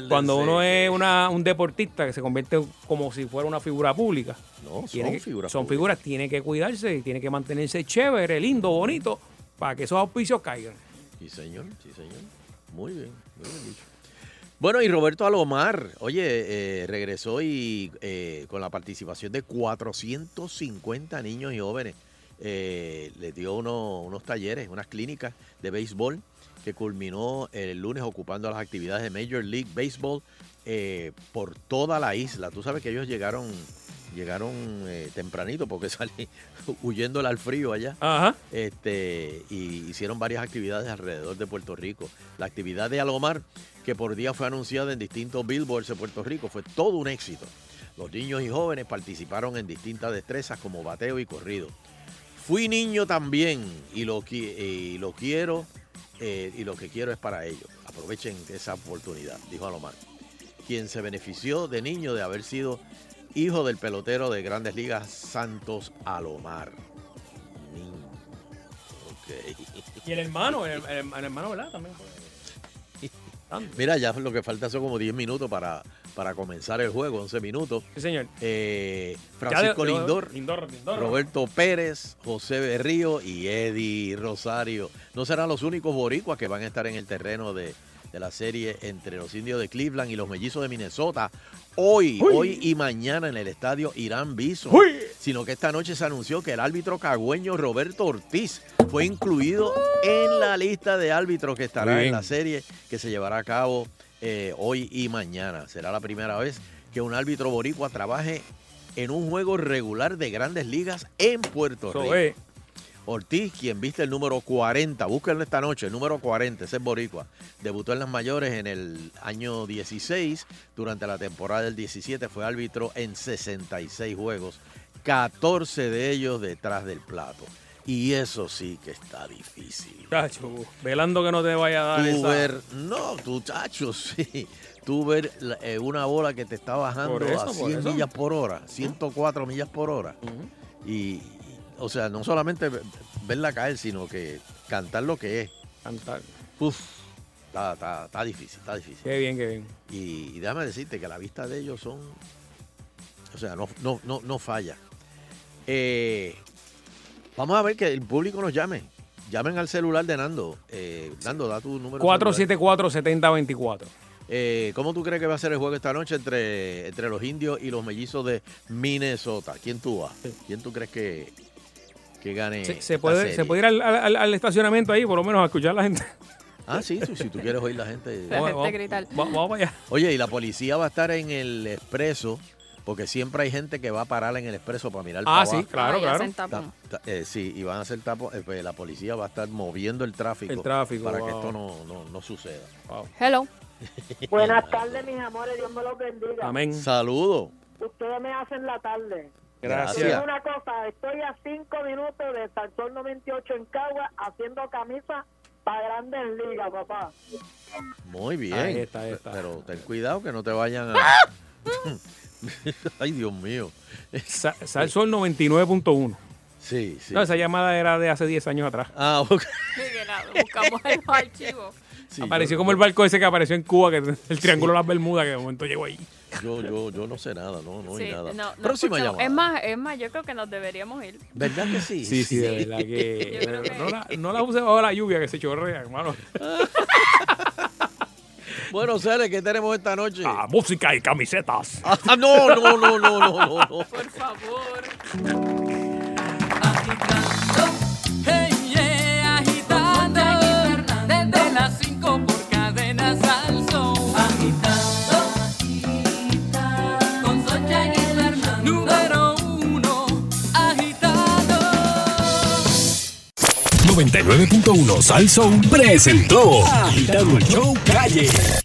Speaker 3: Cuando uno es una, un deportista que se convierte como si fuera una figura pública.
Speaker 4: No, son
Speaker 3: tiene que-
Speaker 4: figuras
Speaker 3: Son figuras, tiene que cuidarse y tiene que mantenerse chévere, lindo, bonito, para que esos auspicios caigan.
Speaker 4: Sí, señor, sí, señor. Muy bien, muy bien dicho. Bueno, y Roberto Alomar, oye, eh, regresó y eh, con la participación de 450 niños y jóvenes, eh, les dio uno- unos talleres, unas clínicas de béisbol que culminó el lunes ocupando las actividades de Major League Baseball eh, por toda la isla. Tú sabes que ellos llegaron llegaron eh, tempranito porque [laughs] salí huyéndole al frío allá. Este, y hicieron varias actividades alrededor de Puerto Rico. La actividad de Alomar, que por día fue anunciada en distintos billboards de Puerto Rico, fue todo un éxito. Los niños y jóvenes participaron en distintas destrezas como bateo y corrido. Fui niño también y lo, qui- y lo quiero eh, y lo que quiero es para ellos. Aprovechen esa oportunidad, dijo Alomar, quien se benefició de niño de haber sido hijo del pelotero de grandes ligas Santos Alomar. Niño. [laughs] Ok.
Speaker 3: Y el hermano, el, el- el hermano, ¿verdad? También.
Speaker 4: Mira, ya lo que falta son como 10 minutos para, para comenzar el juego, 11 minutos. Eh,
Speaker 3: Sí, señor.
Speaker 4: Francisco
Speaker 3: Ya de-
Speaker 4: Lindor,
Speaker 3: Lindor, Lindor.
Speaker 4: Roberto Pérez, José Berrío y Eddie Rosario. No serán los únicos boricuas que van a estar en el terreno de, de la serie entre los indios de Cleveland y los mellizos de Minnesota. Hoy,
Speaker 3: Uy.
Speaker 4: hoy y mañana en el estadio Irán Bison. Sino que esta noche se anunció que el árbitro cagüeño Roberto Ortiz fue incluido en la lista de árbitros que estará
Speaker 1: Muy
Speaker 4: en la
Speaker 1: bien.
Speaker 4: serie que se llevará a cabo eh, hoy y mañana. Será la primera vez que un árbitro boricua trabaje en un juego regular de grandes ligas en Puerto
Speaker 3: Eso
Speaker 4: Rico.
Speaker 3: es.
Speaker 4: Ortiz, quien viste el número 40, búsquenlo esta noche, el número 40, ese es boricua. Debutó en las mayores en el año 16, durante la temporada del 17 fue árbitro en 66 juegos, 14 de ellos detrás del plato. Y eso sí que está difícil.
Speaker 3: Chacho, velando que no te vaya a dar
Speaker 4: Tú
Speaker 3: esa-
Speaker 4: ver, no, tú chacho, [laughs] sí. Tú ver la- eh, una bola que te está bajando
Speaker 3: Por eso,
Speaker 4: a
Speaker 3: por
Speaker 4: 100
Speaker 3: eso.
Speaker 4: millas por hora, 104 millas por hora. y, y, o sea, no solamente ve- verla caer, sino que cantar lo que es.
Speaker 3: Cantar.
Speaker 4: Uf, está, está- está difícil, está difícil.
Speaker 3: Qué bien, qué bien.
Speaker 4: Y, y déjame decirte que la vista de ellos son, o sea, no, no, no, no falla. Eh, vamos a ver que el público nos llame. Llamen al celular de Nando. Eh, Nando, da tu número. de celular.
Speaker 3: 474-7024.
Speaker 4: Eh, ¿Cómo tú crees que va a ser el juego esta noche entre, entre los indios y los mellizos de Minnesota? ¿Quién tú vas? ¿Quién tú crees que, que gane?
Speaker 3: Se, se
Speaker 4: esta
Speaker 3: puede,
Speaker 4: serie?
Speaker 3: se puede ir al, al- al estacionamiento ahí, por lo menos, a escuchar a la gente.
Speaker 4: Ah, sí, sí, si tú quieres oír la gente.
Speaker 3: La gente gritar. Va- vamos para allá.
Speaker 4: Oye, y la policía va a estar en el expreso, porque siempre hay gente que va a parar en el expreso para mirar.
Speaker 3: Ah,
Speaker 4: para
Speaker 3: sí,
Speaker 4: abajo.
Speaker 3: claro, Ah, y claro. hacen tapón.
Speaker 4: Ta- ta- eh, sí, y van a hacer tapón. eh, pues, la policía va a estar moviendo el tráfico.
Speaker 3: El tráfico,
Speaker 4: Para que
Speaker 3: wow.
Speaker 4: esto no, no, no suceda.
Speaker 5: Hello.
Speaker 9: Buenas tardes, mis amores. Dios me los bendiga.
Speaker 4: Saludo.
Speaker 9: Ustedes me hacen la tarde.
Speaker 4: Gracias.
Speaker 9: Yo digo una cosa, estoy a cinco minutos de Sector 98 en Cagua haciendo camisa para Grandes Ligas, papá.
Speaker 4: Muy bien.
Speaker 3: Ahí está, ahí está.
Speaker 4: Pero ten cuidado que no te vayan a. [laughs] Ay, Dios mío. Eh,
Speaker 3: Sa- Sal Sol 99.1.
Speaker 4: Sí, sí.
Speaker 3: No, esa llamada era de hace 10 años atrás.
Speaker 4: Ah, ok.
Speaker 5: buscamos en los archivos.
Speaker 4: Sí,
Speaker 3: apareció
Speaker 4: yo-
Speaker 3: como el
Speaker 4: yo-
Speaker 3: barco ese que apareció en Cuba, que el Triángulo de las Bermudas, que de momento llegó ahí.
Speaker 4: Yo, yo, yo no sé nada, no, no hay
Speaker 5: Sí, no,
Speaker 4: nada.
Speaker 5: Em- no
Speaker 4: Próxima
Speaker 5: escuchamos.
Speaker 4: llamada.
Speaker 5: Es más, es más, yo creo que nos deberíamos ir.
Speaker 4: ¿Verdad que sí?
Speaker 3: Sí, sí, de verdad
Speaker 4: [laughs]
Speaker 3: que. No la, no la use bajo la lluvia que se chorrea, hermano.
Speaker 4: Bueno, Cere, ¿qué tenemos esta noche? Ah,
Speaker 3: música y camisetas.
Speaker 4: Ah, no, no, no, no, no, no, no.
Speaker 2: Por favor. Agitando, hey, yeah, agitando. Desde las 5 por cadenas al sol. Agitando, con Soncha y Fernando. Número 1, agitando.
Speaker 1: 99.1 Sal Soul presentó Agitando el Show Calle.